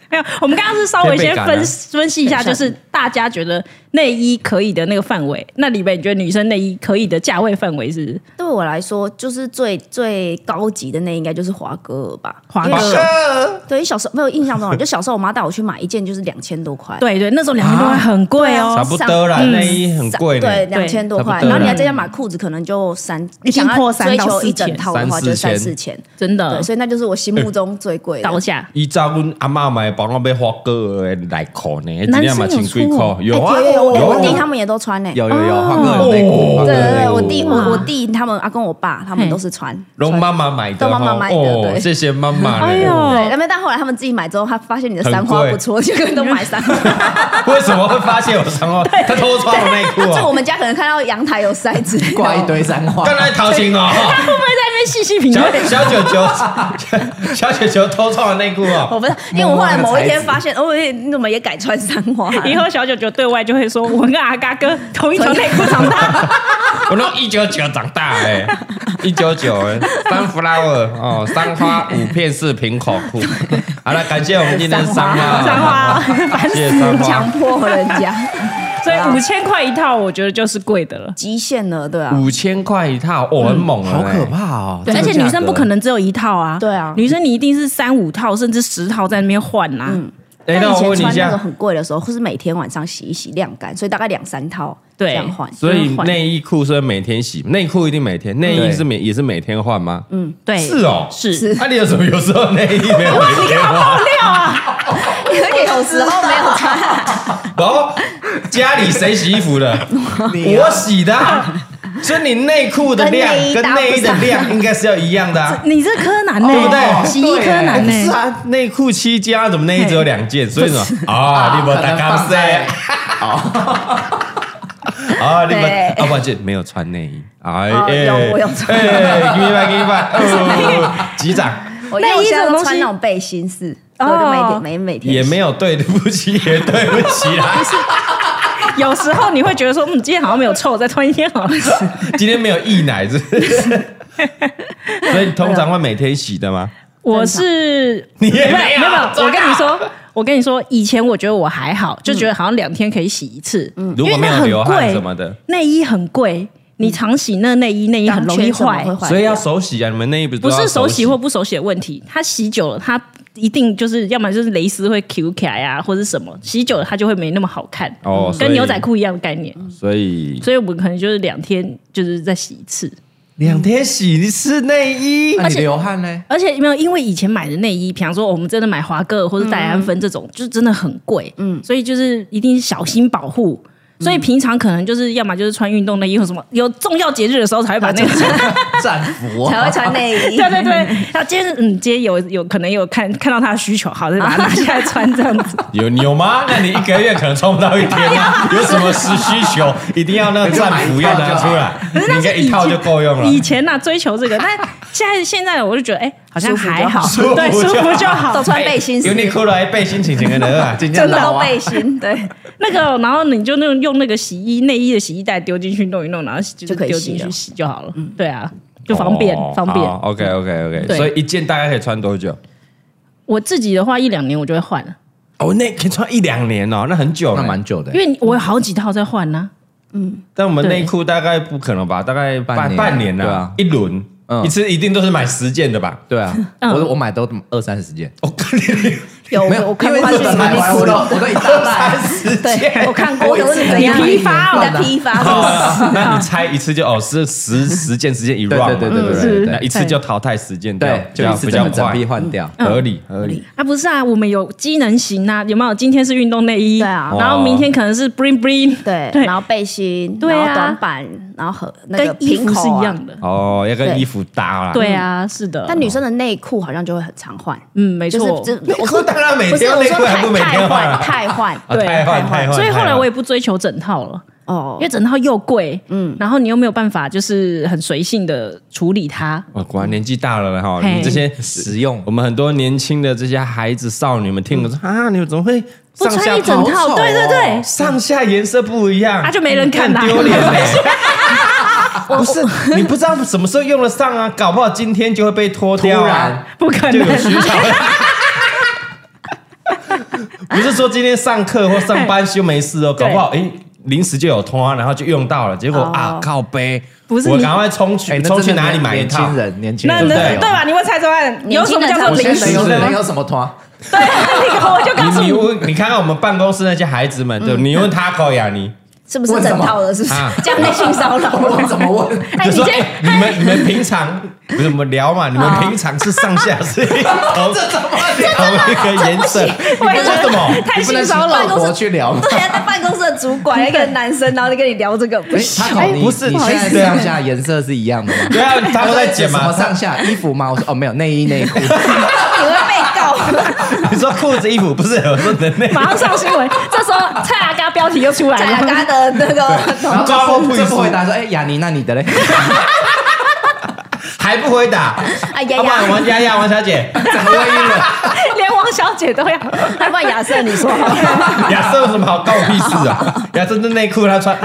Speaker 2: 没有，我们刚刚是稍
Speaker 1: 先
Speaker 2: 微
Speaker 1: 被
Speaker 2: 先
Speaker 1: 赶
Speaker 2: 分
Speaker 1: 了
Speaker 2: 分析一下，就是大家觉得内衣可以的那个范围，那里面你觉得女生内衣可以的价位范围是
Speaker 3: 对我来说，就是最最高级的那应该就是华歌尔吧。
Speaker 2: 华
Speaker 3: 因为
Speaker 2: 歌尔
Speaker 3: 小对，小时候没有印象中啊，就小时候我妈带我去买一件，就是两千多块。
Speaker 2: 对对，那时候两千
Speaker 1: 啊
Speaker 2: 多块很贵哦，
Speaker 1: 差不多啦，
Speaker 2: 嗯
Speaker 1: 内衣很贵呢，
Speaker 3: 对，两千多块，
Speaker 1: 差不多
Speaker 3: 然
Speaker 1: 啦
Speaker 3: 后你还再加买裤子，可能就三，
Speaker 2: 已经
Speaker 3: 想要
Speaker 2: 破三
Speaker 3: 追
Speaker 2: 到
Speaker 3: 求
Speaker 2: 四
Speaker 3: 一整
Speaker 2: 千嗯
Speaker 3: 套的
Speaker 1: 三
Speaker 3: 话，
Speaker 1: 四
Speaker 3: 就是三
Speaker 1: 千
Speaker 3: 四千。
Speaker 2: 真的
Speaker 3: 对，所以那就是我心目中最贵的。
Speaker 2: 高价。
Speaker 1: 依照阮阿嬷买帮我买花哥的内裤呢，一
Speaker 2: 男
Speaker 1: 件
Speaker 2: 生
Speaker 1: 嘛
Speaker 2: 有
Speaker 1: 千几
Speaker 2: 出哦
Speaker 1: 块，有啊
Speaker 3: 哎，有
Speaker 1: 有
Speaker 3: 我我弟
Speaker 1: 啊
Speaker 3: 他们也都穿呢。
Speaker 4: 有有有，华哥有内裤，
Speaker 1: 哦
Speaker 4: 华
Speaker 3: 对
Speaker 4: 哥有
Speaker 3: 对
Speaker 4: 内
Speaker 3: 对，
Speaker 4: 裤
Speaker 3: 我弟我
Speaker 2: 哇
Speaker 3: 我弟他们阿公我爸他们都是穿。
Speaker 1: 龙妈妈买的
Speaker 3: 龙妈妈
Speaker 1: 哈，
Speaker 3: 买的
Speaker 1: 哦，
Speaker 3: 对
Speaker 1: 谢谢妈妈
Speaker 2: 哎
Speaker 1: 呢。
Speaker 2: 呦，
Speaker 3: 对，那边但后来他们自己买之后，他发现你的
Speaker 1: 很
Speaker 3: 三花
Speaker 1: 贵
Speaker 3: 不错，就跟都买三花。
Speaker 1: 为什么会发现我 伤花？他偷穿我内裤
Speaker 3: 就我
Speaker 1: 啊！
Speaker 3: 们家可能看到阳台有塞子，
Speaker 4: 挂一堆三花，
Speaker 1: 刚才掏心哦，
Speaker 2: 会不会在那边细细品
Speaker 1: 小
Speaker 2: 味？
Speaker 1: 小九九， 小九九偷穿我内裤哦。
Speaker 3: 我不是，因为我后来某一天发现，哦，哎你怎么也改穿三 花？
Speaker 2: 以后小九九对外就会说，我跟阿嘎哥同一条内 裤长 大。
Speaker 1: 我弄一九九长大哎、一九九哎，sunflower 哦，三花五片式平口裤。好了，感谢我们今天的三花，
Speaker 2: 三 花烦
Speaker 1: 谢谢三
Speaker 3: 强
Speaker 1: 花。
Speaker 3: 迫人 家
Speaker 2: 所
Speaker 1: 啊
Speaker 2: 以五千块一套，我觉得就是贵的了。
Speaker 3: 极限了，对啊，
Speaker 1: 五千块一套，哦，很猛啊、
Speaker 4: 好可！怕哦！
Speaker 2: 对，
Speaker 4: 这
Speaker 2: 而
Speaker 4: 个
Speaker 2: 且女生
Speaker 4: 价格
Speaker 2: 不可能只有一套啊。
Speaker 3: 对啊
Speaker 2: 女生你一定是三五套甚至十套在那边换啊。
Speaker 3: 嗯
Speaker 1: 哎、
Speaker 3: 但
Speaker 1: 那
Speaker 3: 以
Speaker 1: 我
Speaker 3: 前
Speaker 1: 问你一
Speaker 3: 穿那种
Speaker 1: 下，
Speaker 3: 很贵的时候，或是每天晚上洗一洗晾干，所以大概两三套
Speaker 2: 对
Speaker 3: 这样换。
Speaker 1: 所以内衣裤是每天洗，内裤一定每天，内衣是每也是每天换吗？嗯，
Speaker 2: 对，
Speaker 1: 是哦，
Speaker 2: 是
Speaker 3: 是
Speaker 1: 那、你有什么有时候内衣没有 每天换？
Speaker 2: 啊
Speaker 3: 而且有时候没有穿，
Speaker 1: 然后哦家里谁洗衣服的？
Speaker 4: 你
Speaker 1: 我洗的 啊、所以你内裤的量跟
Speaker 3: 跟
Speaker 1: 内
Speaker 3: 内
Speaker 1: 衣
Speaker 3: 衣
Speaker 1: 的
Speaker 3: 搭不上
Speaker 1: 量应该是要一样的、啊。
Speaker 2: 你这柯南呢、
Speaker 1: 对不
Speaker 3: 哦
Speaker 1: 对
Speaker 2: 洗衣柯南
Speaker 1: 不
Speaker 2: 呢、
Speaker 1: 是啊，内裤七加，怎么内衣只有两件？所以 呢，啊，你们大刚 塞，啊，你们
Speaker 3: 对
Speaker 1: 啊，抱歉，没有穿内衣。哎，
Speaker 3: 哦
Speaker 1: 哎
Speaker 3: 有我有穿
Speaker 1: 哎，给你吧，给你吧， 哦击掌
Speaker 3: 我因为我现
Speaker 2: 内衣这种
Speaker 3: 在都
Speaker 2: 东西
Speaker 3: 穿那种背心式，
Speaker 2: 哦
Speaker 3: 所以我就每天每每天
Speaker 1: 也没
Speaker 3: 有。
Speaker 1: 有对，对不起，也对不起 啊，
Speaker 2: 有时候你会觉得说，嗯，今天好像没有臭，我再穿一天 好了。
Speaker 1: 今天没有溢奶，是不是？所以通常会每天洗的吗？
Speaker 2: 我是
Speaker 1: 你也
Speaker 2: 没
Speaker 1: 没有
Speaker 2: 有，
Speaker 1: 真的
Speaker 2: 我跟你说，我跟你说，以前我觉得我还好，就觉得好像两天可以洗一次，嗯，
Speaker 1: 如果没有流汗什么的，
Speaker 2: 内衣很贵，你常洗那内衣，内衣很容易
Speaker 3: 当圈
Speaker 2: 坏
Speaker 3: 什么会，坏
Speaker 1: 所以要手洗啊！你们内衣不是
Speaker 2: 不
Speaker 1: 都要
Speaker 2: 是手洗
Speaker 1: 洗
Speaker 2: 或不手洗的问题，它洗久了，它一定就是要么就是蕾丝会 Q 起来啊，或者什么，洗久了它就会没那么好看，
Speaker 1: 哦所以
Speaker 2: 跟牛仔裤一样的概念，
Speaker 1: 所以
Speaker 2: 所以我们可能就是两天就是再洗一次。
Speaker 1: 两天洗一次内衣，
Speaker 4: 啊那你流汗呢？
Speaker 2: 而且没有，因为以前买的内衣，比方说我们真的买华歌尔或者戴安芬这种，就是真的很贵，嗯，所以就是一定小心保护。所以平常可能就是要么就是穿运动内衣，或什么有重啊要节日的时候才会把那个穿。
Speaker 4: 战服啊
Speaker 3: 才会穿内 衣，
Speaker 2: 对对对，然后今天嗯，今天有有可能有看看到他的需求，好再把它拿下来穿这样子。
Speaker 1: 有你有吗？那你一个月可能穿不到一
Speaker 2: 哎
Speaker 1: 天啊！有什么实需求，一定要
Speaker 4: 哎
Speaker 1: 那个战服要拿出来，你应该一套就够用了。
Speaker 2: 以前呐、追求这个，但现在现在我就觉得，哎、好像
Speaker 3: 舒服就
Speaker 2: 还好，
Speaker 1: 好 舒服
Speaker 2: 对，
Speaker 1: 就
Speaker 2: 舒服就好
Speaker 3: 都。穿背心式，
Speaker 1: 有你裤来背心情情的人啊，
Speaker 4: 真
Speaker 3: 真的都背心，对，
Speaker 2: 那个，然后你就那种用那个洗衣内衣的洗衣袋丢进去弄一弄，然后就
Speaker 3: 就可以
Speaker 2: 丢
Speaker 3: 洗
Speaker 2: 进去
Speaker 3: 了嗯
Speaker 2: 洗就好了。对啊， 就方便、方便。
Speaker 1: 哦 OK OK OK，
Speaker 2: 对
Speaker 1: 所以一件大概可以穿多久？
Speaker 2: 我自己的话，一两年我就会换了，
Speaker 1: 哦，那可以穿一两年哦，那很久
Speaker 4: 那
Speaker 1: 了。
Speaker 4: 蛮久的
Speaker 2: 因，为我有好几套在换呢、
Speaker 1: 但我们内裤大概不可能吧？大概
Speaker 4: 半
Speaker 1: 半
Speaker 4: 年
Speaker 1: 半年
Speaker 4: 对
Speaker 1: 啊
Speaker 4: 啊，
Speaker 1: 一轮
Speaker 4: 嗯
Speaker 1: 一次一定都是买十件的吧？
Speaker 4: 对啊，
Speaker 2: 嗯
Speaker 4: 我我买都二三十件，
Speaker 1: 我跟你
Speaker 3: 有
Speaker 4: 没有
Speaker 3: 我看
Speaker 4: 因为
Speaker 3: 过
Speaker 4: 日本买完我都我都一大袋，
Speaker 1: 三十件
Speaker 3: 对，我看过，有怎样？
Speaker 2: 你批发哦
Speaker 3: 你在批发是不是？
Speaker 1: 哦 那你猜一次就哦，是十十件十件一 round，嘛
Speaker 4: 对对对对对
Speaker 1: 不
Speaker 4: 是
Speaker 1: 那一次就淘汰十件掉，
Speaker 4: 对，
Speaker 1: 比
Speaker 4: 就嗯
Speaker 1: 较
Speaker 4: 一次
Speaker 1: 比较
Speaker 4: 整整
Speaker 1: 快
Speaker 4: 批，换掉。
Speaker 1: 合理合理。
Speaker 2: 啊，不是啊，我们有机能型啊，有没有？今天是运动内衣，
Speaker 3: 对啊
Speaker 2: 然后明天可能是 bling bling，
Speaker 3: 对，
Speaker 2: 对
Speaker 3: 然后背心，
Speaker 2: 对啊
Speaker 3: 然后短版，然后和那个
Speaker 2: 跟衣
Speaker 3: 平
Speaker 2: 服是
Speaker 3: 口
Speaker 2: 一
Speaker 3: 啊
Speaker 2: 样。的。
Speaker 1: 哦，要跟
Speaker 3: 对
Speaker 1: 衣服搭啦。，
Speaker 2: 对啊，是的。
Speaker 3: 但女生的内裤好像就会很常换，
Speaker 2: 嗯，没
Speaker 3: 就
Speaker 2: 错。
Speaker 3: 是这
Speaker 1: 我说当然每
Speaker 3: 不是
Speaker 1: 天
Speaker 3: 我
Speaker 1: 内
Speaker 3: 说
Speaker 1: 裤还
Speaker 3: 太
Speaker 1: 不每
Speaker 3: 太
Speaker 1: 天换
Speaker 3: 换
Speaker 1: 啊，
Speaker 3: 太换
Speaker 1: 啊太换太换。
Speaker 2: 所以后来我也
Speaker 1: 也
Speaker 2: 不追求整套了，
Speaker 3: 哦
Speaker 2: 因为整套又贵，嗯，然后你又没有办法就是很随性的处理它。
Speaker 1: 我哦果然年纪大了哈，
Speaker 2: 嘿
Speaker 1: 你这些
Speaker 4: 实用
Speaker 1: 我们很多年轻的这些孩子少女们听了说啊，你们怎么会
Speaker 2: 嗯不
Speaker 1: 上下
Speaker 2: 穿一整套，
Speaker 4: 好丑哦
Speaker 2: 对对对，
Speaker 1: 上下颜色不一样，
Speaker 2: 啊就没人看啦
Speaker 1: 很丢脸 嘞。不是你不知道什么时候用得上啊，搞不好今天就会被脱掉
Speaker 4: 突
Speaker 1: 啊
Speaker 4: 然，
Speaker 2: 不可
Speaker 1: 就有需
Speaker 2: 能。
Speaker 1: 求了。不是说今天上课或上班就没事哦，搞
Speaker 2: 对
Speaker 1: 不好哎临时就有通啊，然后就用到了，结果
Speaker 3: 哦
Speaker 1: 啊靠背，
Speaker 2: 不是
Speaker 1: 我
Speaker 2: 你
Speaker 1: 赶快冲
Speaker 4: 哎
Speaker 1: 去，
Speaker 4: 那
Speaker 1: 冲去
Speaker 4: 真的
Speaker 1: 哪里
Speaker 4: 年
Speaker 1: 买一
Speaker 4: 年
Speaker 1: 套
Speaker 4: 轻？人，年 轻
Speaker 2: 那
Speaker 4: 人
Speaker 1: 对
Speaker 2: 那
Speaker 1: 不对
Speaker 2: 对吧？你会猜出来有什么叫做
Speaker 4: 我
Speaker 2: 零
Speaker 4: 现
Speaker 2: 食
Speaker 4: 在有
Speaker 1: 零食
Speaker 4: 能有什么团？
Speaker 2: 对， 那个我就告诉
Speaker 1: 你你，
Speaker 2: 你
Speaker 1: 问，你看看我们办公室那些孩子们，对吧，你问他口呀，你
Speaker 3: 是不是整套的？是不是
Speaker 1: 啊
Speaker 3: 这样被性骚 扰？
Speaker 4: 我怎么问？
Speaker 2: 哎，哦
Speaker 1: 就
Speaker 2: 你
Speaker 1: 说
Speaker 2: 先
Speaker 1: 哎你们你们平常不是我们聊嘛？你们平常是上 下是同同一个颜色，你
Speaker 2: 我也
Speaker 1: 们
Speaker 2: 觉
Speaker 1: 说
Speaker 2: 得
Speaker 1: 什么？
Speaker 2: 太
Speaker 4: 不
Speaker 2: 性
Speaker 4: 能请
Speaker 2: 骚扰
Speaker 4: 老
Speaker 2: 了。
Speaker 4: 婆去聊吗？
Speaker 3: 对啊，在办公室的主管一个男生，然后就跟你聊这个，不
Speaker 4: 哎
Speaker 3: 行。
Speaker 4: 他搞你，
Speaker 1: 不是
Speaker 4: 你
Speaker 1: 不好意思
Speaker 4: 现在上下颜色是一样的吗？
Speaker 1: 对啊， 他们在剪
Speaker 4: 什么
Speaker 1: 嘛？
Speaker 4: 上下衣服吗？我说哦，没有内衣内裤。
Speaker 3: 你会被告。
Speaker 1: 你说裤子、衣服不是？我说人类
Speaker 2: 马上上新闻，这时候蔡阿嘎标题就出来
Speaker 3: 蔡雅
Speaker 2: 了。
Speaker 3: 嘎的那个，
Speaker 4: 然后
Speaker 1: 抓包不
Speaker 4: 这不
Speaker 1: 一
Speaker 4: 这
Speaker 1: 致
Speaker 4: 不回答说，哎，雅尼，那你的嘞？
Speaker 1: 还不回答，
Speaker 3: 哎
Speaker 1: 要
Speaker 3: 呀
Speaker 1: 不然
Speaker 3: 呀，
Speaker 1: 王佳雅、王小姐、
Speaker 4: 怎么会晕了？
Speaker 2: 连王小姐都要，
Speaker 3: 还 不然亚瑟，你说
Speaker 1: 亚瑟有什么好告我屁事啊？亚瑟这内裤他穿，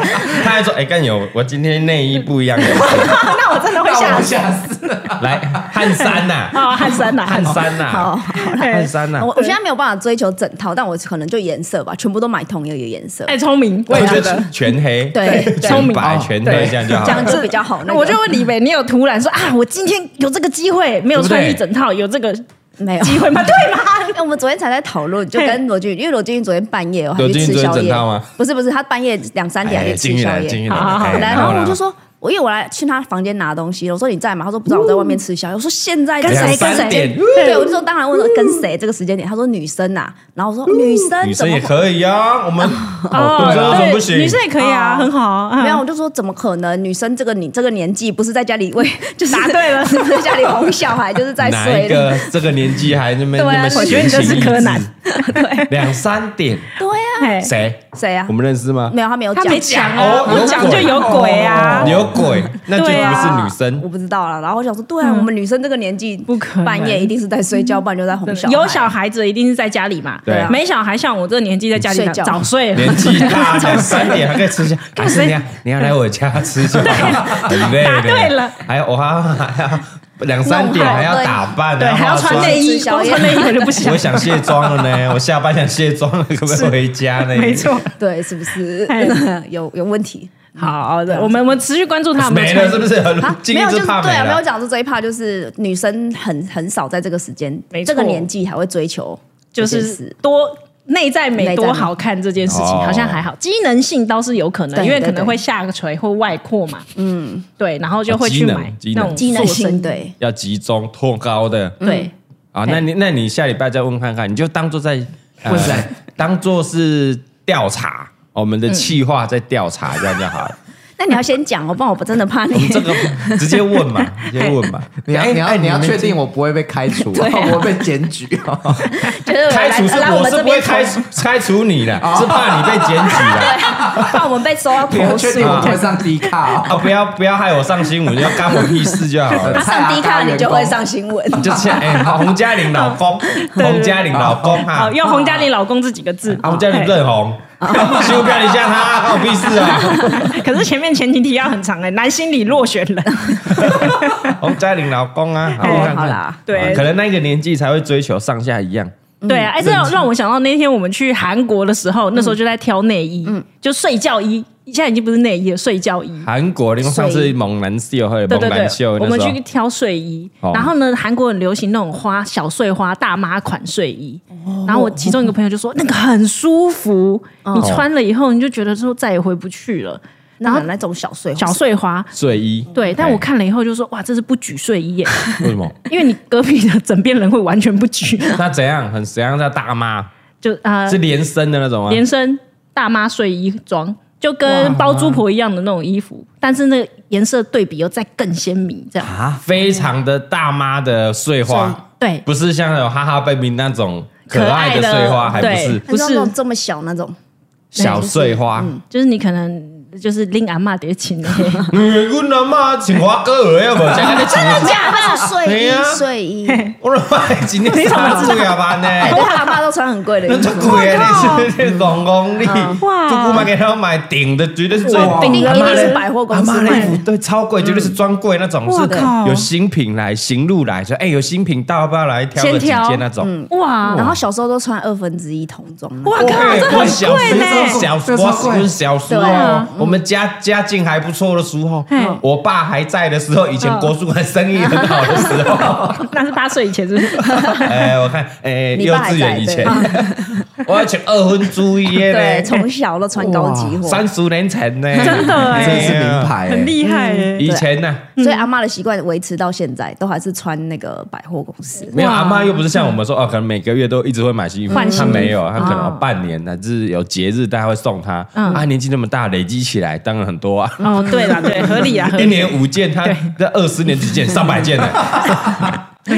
Speaker 1: 他还说：“哎，干友，我今天内衣不一样，
Speaker 2: 那我真的会
Speaker 4: 那
Speaker 2: 吓
Speaker 4: 我
Speaker 2: 死。
Speaker 4: 吓死了。
Speaker 1: 来汗衫呐，
Speaker 2: 哦，汉 三呐，
Speaker 1: 汗衫呐，
Speaker 3: 好？
Speaker 1: 汗衫呐。”
Speaker 3: 我我现在没有办法追求整套，但我可能就颜色吧，全部都买同一个颜色，
Speaker 2: 哎，聪明，
Speaker 1: 我
Speaker 2: 也
Speaker 1: 觉得全黑，
Speaker 3: 对对
Speaker 1: 全白
Speaker 4: 哦
Speaker 1: 全黑
Speaker 4: 对
Speaker 1: 这样就好
Speaker 3: 这样
Speaker 1: 了。
Speaker 3: 就比较好。那个
Speaker 2: 我就问李北，你有突然说啊，我今天有这个机会，没有穿一整套，有这个
Speaker 3: 没 有。
Speaker 2: 机会吗？对吗？
Speaker 3: 哎我们昨天才在讨论，就跟罗俊，因为罗俊昨天半夜我还
Speaker 1: 罗
Speaker 3: 去
Speaker 1: 俊
Speaker 3: 吃
Speaker 1: 昨天
Speaker 3: 宵夜
Speaker 1: 整套吗，
Speaker 3: 不是不是，他半夜两三点还去吃宵夜。
Speaker 2: 好好好
Speaker 1: 哎
Speaker 3: 然后我就
Speaker 1: 呢
Speaker 3: 说，我因为我来去他房间拿东西，我说你在吗？他说不在，我在外面吃宵夜。我说现在
Speaker 2: 跟
Speaker 1: 谁
Speaker 3: 两三
Speaker 1: 跟谁
Speaker 3: 点
Speaker 2: 嗯
Speaker 3: 对，我就说当然问说跟谁这个时间点，他说女生呐，然后我说女生
Speaker 1: 嗯女
Speaker 3: 怎
Speaker 1: 生
Speaker 3: 么
Speaker 1: 也
Speaker 3: 可
Speaker 1: 可以啊，我们哦，对啊，为什么不行？
Speaker 2: 女生也可以啊，
Speaker 3: 哦
Speaker 2: 很好啊。
Speaker 3: 没有，我就说怎么可能？女生这个你这个年纪，不是在家里喂， 就是
Speaker 2: 答对了
Speaker 3: 不是在家里哄小孩，就是在
Speaker 1: 哪
Speaker 3: 睡
Speaker 1: 一
Speaker 3: 了。
Speaker 1: 个这个年纪还那么
Speaker 3: 对啊
Speaker 1: 那么
Speaker 2: 我觉得你这
Speaker 1: 闲
Speaker 2: 是
Speaker 1: 情
Speaker 2: 柯南
Speaker 1: 逸，致两三点，
Speaker 3: 对啊，
Speaker 2: 哎，
Speaker 1: 谁？
Speaker 3: 谁啊
Speaker 1: 我？们认识吗？
Speaker 3: 没有，他没有
Speaker 2: 他
Speaker 3: 讲，
Speaker 2: 没讲
Speaker 1: 哦
Speaker 2: 啊，不讲就有鬼啊
Speaker 4: 哦。
Speaker 1: 有鬼，那就不
Speaker 2: 对啊
Speaker 1: 是女
Speaker 3: 我
Speaker 1: 生。
Speaker 3: 不知道了。然后我想说，对啊，
Speaker 2: 嗯
Speaker 3: 我们女生这个年纪，
Speaker 2: 不可能
Speaker 3: 半夜一定是在睡觉，不然就在哄小孩。
Speaker 2: 有小孩子一定是在家里嘛，
Speaker 1: 对啊
Speaker 2: 没小孩像我这个年纪在家里
Speaker 3: 睡觉
Speaker 2: 早睡了，
Speaker 1: 年纪 大，两三点还可以吃宵，还是
Speaker 2: 谁
Speaker 1: 你要你要来我家吃 宵，很累
Speaker 2: 啊答
Speaker 1: 的。
Speaker 2: 对了，
Speaker 1: 还有我还要两三点
Speaker 3: 弄好
Speaker 1: 还要
Speaker 3: 对
Speaker 1: 打扮，
Speaker 2: 对，还要
Speaker 1: 化
Speaker 2: 穿
Speaker 1: 妆
Speaker 2: 内衣，
Speaker 3: 吃宵
Speaker 2: 光
Speaker 3: 夜
Speaker 2: 穿内衣我就不行
Speaker 1: 我。想卸妆了 呢，我下班想卸妆了，可不可以回家呢？
Speaker 2: 没 错，
Speaker 3: 对，是不是
Speaker 2: 哎
Speaker 3: 有有问 题？
Speaker 2: 好
Speaker 3: 啊
Speaker 2: 的，我们我们持续关注他有没
Speaker 1: 没
Speaker 2: 有
Speaker 1: 了
Speaker 2: 穿
Speaker 1: 是不是？今
Speaker 3: 没
Speaker 1: 天
Speaker 3: 有，就是
Speaker 1: 怕
Speaker 3: 对啊，没有
Speaker 1: 了。
Speaker 3: 讲是这一怕，就是女生很很少在这个时间
Speaker 2: 没、错
Speaker 3: 这个年纪还会追求
Speaker 2: 就
Speaker 3: 这件事，
Speaker 2: 是多内在美
Speaker 3: 内在美
Speaker 2: 多好看这件事情，
Speaker 1: 哦
Speaker 2: 好像还好，机能性倒是有可能，
Speaker 3: 对
Speaker 2: 因为可
Speaker 3: 对
Speaker 2: 能
Speaker 3: 对
Speaker 2: 会下垂或外扩嘛，嗯，对，然后就会
Speaker 1: 哦
Speaker 2: 去
Speaker 1: 机能
Speaker 2: 买
Speaker 1: 机
Speaker 2: 那
Speaker 1: 能
Speaker 2: 种
Speaker 3: 机能
Speaker 2: 塑身嗯
Speaker 3: 性，对
Speaker 1: 要集中托高的
Speaker 2: 对，
Speaker 1: 啊，那你那你下礼拜再问看看，你就当做在呃
Speaker 4: 问谁，
Speaker 1: 当做是调查我们的气话在调查，这样就好了。
Speaker 3: 那你要先讲哦，不然我真的怕你。
Speaker 1: 这个直接问 嘛，直接问嘛。
Speaker 4: 嗯你要
Speaker 1: 哎
Speaker 4: 你要
Speaker 1: 哎
Speaker 4: 你要
Speaker 1: 们
Speaker 4: 确定我不会被开除， 我会被检举哦。
Speaker 3: 就是
Speaker 1: 开除是
Speaker 3: 来来我
Speaker 1: 我
Speaker 3: 们
Speaker 1: 是
Speaker 3: 这
Speaker 1: 不会
Speaker 3: 边
Speaker 1: 开除开除你的，
Speaker 4: 哦
Speaker 1: 是怕你被检举 的。
Speaker 3: 怕我们被收到
Speaker 4: 你要
Speaker 3: 投
Speaker 4: 确
Speaker 3: 诉
Speaker 4: 定。哦啊我不会上 D 卡哦？
Speaker 1: 啊，不要不要害我上新闻，要干我屁事就好
Speaker 4: 呃
Speaker 1: 了。
Speaker 3: 他上 D 卡，你就会上新闻。
Speaker 1: 就像哎、好洪嘉玲老 公，洪嘉玲老公哈
Speaker 2: 好，，
Speaker 3: 哦
Speaker 2: 用洪嘉玲老公这几个字，
Speaker 1: 啊洪嘉
Speaker 3: 哎
Speaker 1: 玲
Speaker 2: 对，
Speaker 1: 正红，
Speaker 3: 哦
Speaker 1: 修改一下他，关我屁事啊！
Speaker 2: 可是前面前提提要很长哎，男心理落选人，
Speaker 1: 洪嘉玲老公啊，好
Speaker 2: 哎
Speaker 1: 我看看
Speaker 3: 好啦
Speaker 2: 对
Speaker 1: 可能那个年纪才会追求上下一样，
Speaker 2: 对啊，哎，这让让我想到那天我们去韩国的时候，那时候就在挑内衣，就睡觉衣，现在已经不是内衣了，睡觉衣，
Speaker 1: 韩国，你看上次猛男秀或者
Speaker 2: 对
Speaker 1: 猛
Speaker 2: 对
Speaker 1: 男
Speaker 2: 对，
Speaker 1: 秀
Speaker 2: 我
Speaker 1: 那
Speaker 2: 们
Speaker 1: 时候
Speaker 2: 去，挑睡衣，
Speaker 1: 哦
Speaker 2: 然后呢，韩国很流行那种花小碎花大妈款睡衣，然后我其中一个朋友就说那个很舒服，你穿了以后你就觉得说再也回不去了，
Speaker 3: 然后 那种小碎花
Speaker 2: 小碎花。
Speaker 1: 睡 衣，
Speaker 2: 对，但
Speaker 1: 哎
Speaker 2: 我看了以后就说哇，这是不举睡衣耶，
Speaker 1: 为什么？
Speaker 2: 因为你隔壁的枕边人会完全不举，
Speaker 1: 那怎样？很怎样叫大妈？
Speaker 2: 就啊、呃
Speaker 1: 是连身的那种吗？
Speaker 2: 连身大妈睡衣装，就跟包租婆一样的那种衣服，但是那个颜色对比又再更鲜明，这样
Speaker 1: 非常的大妈的碎花，
Speaker 2: 对，
Speaker 1: 不是像有哈哈 baby 那种可
Speaker 2: 可
Speaker 1: 爱
Speaker 2: 爱
Speaker 1: 的
Speaker 2: 的
Speaker 1: 碎花，还不
Speaker 2: 对
Speaker 1: 是
Speaker 3: 不是那种这么小那种，
Speaker 2: 嗯
Speaker 1: 小碎花。
Speaker 2: 就是你可能就是拎阿嬷叠请的，
Speaker 1: 嗯， 阮阿妈穿华哥的，要无 真个穿。
Speaker 3: 假的哎睡
Speaker 1: 对
Speaker 3: 衣
Speaker 1: 啊
Speaker 3: 睡衣，
Speaker 1: 我的妈，今天啥贵啊班
Speaker 3: 哎
Speaker 1: 呢？
Speaker 3: 对他爸都穿很贵的
Speaker 1: 那
Speaker 3: 衣
Speaker 1: 这
Speaker 3: 服，
Speaker 1: 贵啊！你是公公你，
Speaker 2: 哇
Speaker 1: 这姑妈给他买顶的，绝对是最
Speaker 4: 哇
Speaker 3: 一
Speaker 1: 顶
Speaker 3: 定
Speaker 1: 的。
Speaker 3: 一定是百货
Speaker 1: 阿
Speaker 3: 公司
Speaker 1: 妈那
Speaker 3: 买
Speaker 1: 服对超贵，绝对是专柜那种，
Speaker 2: 哇
Speaker 1: 是
Speaker 2: 靠
Speaker 1: 有新品来行路来，说哎有新品到，要不要来挑个
Speaker 2: 先
Speaker 1: 几
Speaker 2: 挑
Speaker 1: 件那种？
Speaker 2: 哇，
Speaker 3: 啊然后小时候都穿二分之一童装啊的，
Speaker 2: 哇靠，这
Speaker 1: 哦哎我
Speaker 2: 很
Speaker 1: 小
Speaker 2: 贵
Speaker 1: 时候
Speaker 2: 呢，
Speaker 1: 小
Speaker 4: 这超
Speaker 1: 我
Speaker 4: 贵
Speaker 1: 是小时
Speaker 3: 对
Speaker 1: 候
Speaker 3: 啊，
Speaker 1: 我们家家境还不错的时候
Speaker 2: 嘿，
Speaker 1: 我爸还在的时候，以前
Speaker 2: 嗯
Speaker 1: 国术馆生意很好的时候，
Speaker 2: 那是八岁以前是不是？
Speaker 1: 哎，我看，哎，
Speaker 3: 你
Speaker 1: 幼
Speaker 3: 爸还
Speaker 1: 稚
Speaker 3: 在
Speaker 1: 园以
Speaker 3: 对
Speaker 1: 前，我要请二婚租一耶
Speaker 3: 对，
Speaker 1: 嘞，
Speaker 3: 从小都穿高级货，
Speaker 1: 三十年前 呢，
Speaker 2: 真的哎
Speaker 4: 真是名牌、
Speaker 2: 很
Speaker 4: 欸。
Speaker 2: 厉害耶！
Speaker 1: 以前呢，
Speaker 3: 所以阿妈的习惯维持到现在，都还是穿那个百货公司。
Speaker 1: 没有
Speaker 2: 哇
Speaker 1: 阿妈又不是像我们说哦，可能每个月都一直会买新衣服，
Speaker 2: 换新
Speaker 1: 她
Speaker 2: 衣服
Speaker 1: 没有，她可能有半年乃至有节日，大家会送她。
Speaker 3: 嗯
Speaker 1: 啊，年纪那么大，累积起来当然很多啊。
Speaker 2: 哦，对啦，对，合理啊，合
Speaker 1: 一
Speaker 2: 理。
Speaker 1: 年五件，她在二十年几件，上百件呢。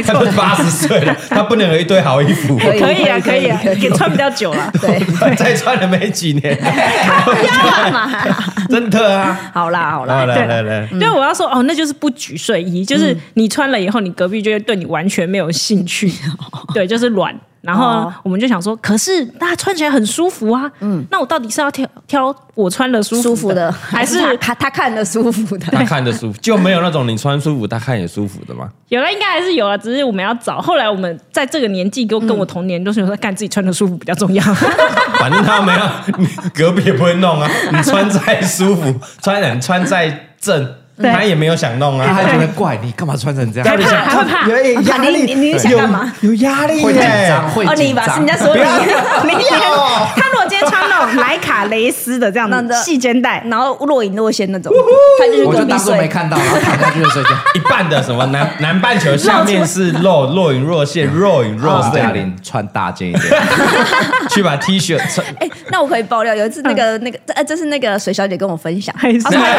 Speaker 1: 她都八十岁了，她不能有一堆好衣服，
Speaker 3: 可
Speaker 2: 可以啊，可
Speaker 3: 可以
Speaker 2: 以啊，
Speaker 3: 可以
Speaker 2: 给穿比较久了。
Speaker 3: 对，
Speaker 1: 再穿了没几年，
Speaker 3: 干嘛？
Speaker 1: 真的啊。
Speaker 3: 好啦好啦，
Speaker 1: 来来
Speaker 2: 对
Speaker 1: 来来，
Speaker 3: 嗯
Speaker 2: 对，我要说哦，那就是不举睡衣，就是你穿了以后，你隔壁就会对你完全没有兴 趣，对，就是软。然后
Speaker 3: 哦
Speaker 2: 我们就想说，可是大家穿起来很舒服啊，嗯，那我到底是要挑挑我穿的舒服
Speaker 3: 舒服的
Speaker 2: 还 是
Speaker 3: 他他他看的舒服的？
Speaker 1: 她看着舒服，就没有那种你穿舒服，她看也舒服的嘛。
Speaker 2: 有了，应该还是有了，啊只是我们要找。后来我们在这个年纪，跟跟我同年，都是说干自己穿的舒服比较重 要。
Speaker 1: 反正他没有，你隔壁也不会弄啊。你穿再舒服，穿得很穿再正，
Speaker 2: 对
Speaker 1: 他也没有想弄
Speaker 4: 他
Speaker 1: 啊。
Speaker 4: 还觉得怪你干嘛穿成这
Speaker 1: 到
Speaker 4: 样
Speaker 1: 底？想
Speaker 2: 害怕害怕
Speaker 1: 有点压力，
Speaker 3: 你你你想啊哦干嘛
Speaker 1: 有？有压力
Speaker 4: 会紧
Speaker 1: 耶。
Speaker 4: 张，会
Speaker 3: 哦，你
Speaker 4: 紧
Speaker 3: 把是
Speaker 4: 张
Speaker 3: 人家。说你，
Speaker 2: 你今天他如果今天穿那种莱卡蕾丝的这样
Speaker 3: 哦那
Speaker 2: 的
Speaker 3: 的
Speaker 2: 细肩带，
Speaker 3: 然后若隐若现那种，他就是
Speaker 4: 我
Speaker 3: 隔
Speaker 4: 就
Speaker 3: 壁
Speaker 4: 当做没
Speaker 3: 睡。
Speaker 4: 看到，然后躺下去就 睡觉。
Speaker 1: 一半的什么南南半球下面是肉，若隐若现，若隐若
Speaker 4: 哦对啊，
Speaker 1: 现。
Speaker 4: 林穿大件一点，
Speaker 1: 去把 T 恤 穿。
Speaker 3: 哎，那我可以爆料，有一次那个那个，哎，这是那个水小姐跟我分享，
Speaker 2: 嗯哎还是哎
Speaker 3: 她说她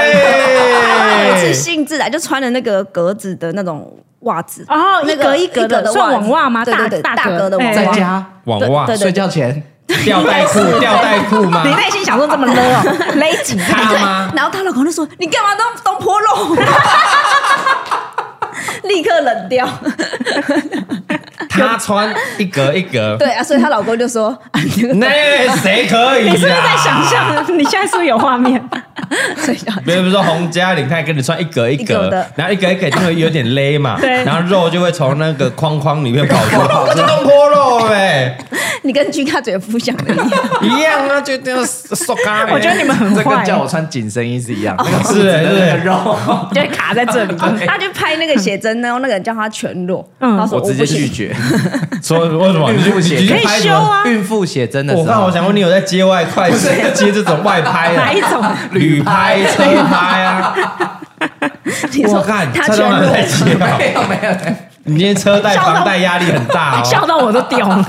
Speaker 1: 哎
Speaker 3: 有一次兴致来啊就穿了那个格子的那种袜子，
Speaker 2: 哦一
Speaker 3: 那
Speaker 2: 格一格的
Speaker 3: 的
Speaker 2: 算
Speaker 3: 袜子
Speaker 2: 网袜吗
Speaker 3: 对对
Speaker 2: 大
Speaker 3: 对，
Speaker 2: 大
Speaker 3: 大
Speaker 2: 格
Speaker 3: 格的网
Speaker 2: 哎
Speaker 4: 在
Speaker 3: 袜，
Speaker 4: 家
Speaker 1: 网袜、
Speaker 3: 对对
Speaker 4: 睡觉前
Speaker 1: 吊带裤、吊带裤吗
Speaker 2: 你？内心想说这 么勒哦，勒紧
Speaker 1: 他吗？
Speaker 3: 然后她老公就说：“你干嘛当东坡肉？” 立刻冷掉。
Speaker 1: 他穿一格一格，
Speaker 3: 对啊，所以她老公就说：“ 啊，那个
Speaker 1: 那谁可以？
Speaker 2: 你是不是在想？象？你啊现在是不是有画 面？
Speaker 3: 水小
Speaker 1: 比如说洪嘉玲，她也跟你穿一格一
Speaker 3: 一
Speaker 1: 格
Speaker 3: 格的，
Speaker 1: 然后一格一格就会有点勒嘛，
Speaker 2: 对
Speaker 1: 然后肉就会从那个框框里面跑出来，
Speaker 4: 跑
Speaker 1: 我就弄破肉呗，
Speaker 3: 你跟居卡嘴夫想的一样。
Speaker 1: 一样啊，就这样缩咖。
Speaker 2: 我觉得你们很
Speaker 4: 这
Speaker 2: 坏
Speaker 4: 跟，叫我穿紧身衣是一
Speaker 3: 哦
Speaker 4: 样，那
Speaker 1: 是
Speaker 4: 个肚子的
Speaker 1: 是
Speaker 4: 那个肉，
Speaker 2: 就会卡在这里。
Speaker 3: 他就拍那个写真，然后那个人叫他全裸，
Speaker 2: 嗯
Speaker 3: 他说
Speaker 4: 我
Speaker 3: 不
Speaker 4: 直接拒
Speaker 3: 行，
Speaker 4: 绝。
Speaker 1: 说为什么你
Speaker 4: 孕
Speaker 1: 就
Speaker 4: 妇写
Speaker 1: 你就
Speaker 2: 可以
Speaker 1: 拍什
Speaker 2: 修
Speaker 1: 么？
Speaker 2: 啊
Speaker 4: 孕妇写真的时
Speaker 1: 我
Speaker 4: 候，
Speaker 1: 刚好想问你有在接外快， 是接这种外拍
Speaker 2: 哪一
Speaker 1: 啊？
Speaker 2: 种？
Speaker 1: 旅拍、车拍啊！
Speaker 3: 你
Speaker 1: 我
Speaker 3: 说
Speaker 1: 看
Speaker 3: 他
Speaker 1: 车
Speaker 3: 全
Speaker 1: 都还在接
Speaker 3: 裸，
Speaker 1: 啊！
Speaker 4: 没有没 有没有，
Speaker 1: 你今天车贷、房贷压力很 大
Speaker 2: 笑
Speaker 1: 哦。
Speaker 2: 到我都屌了，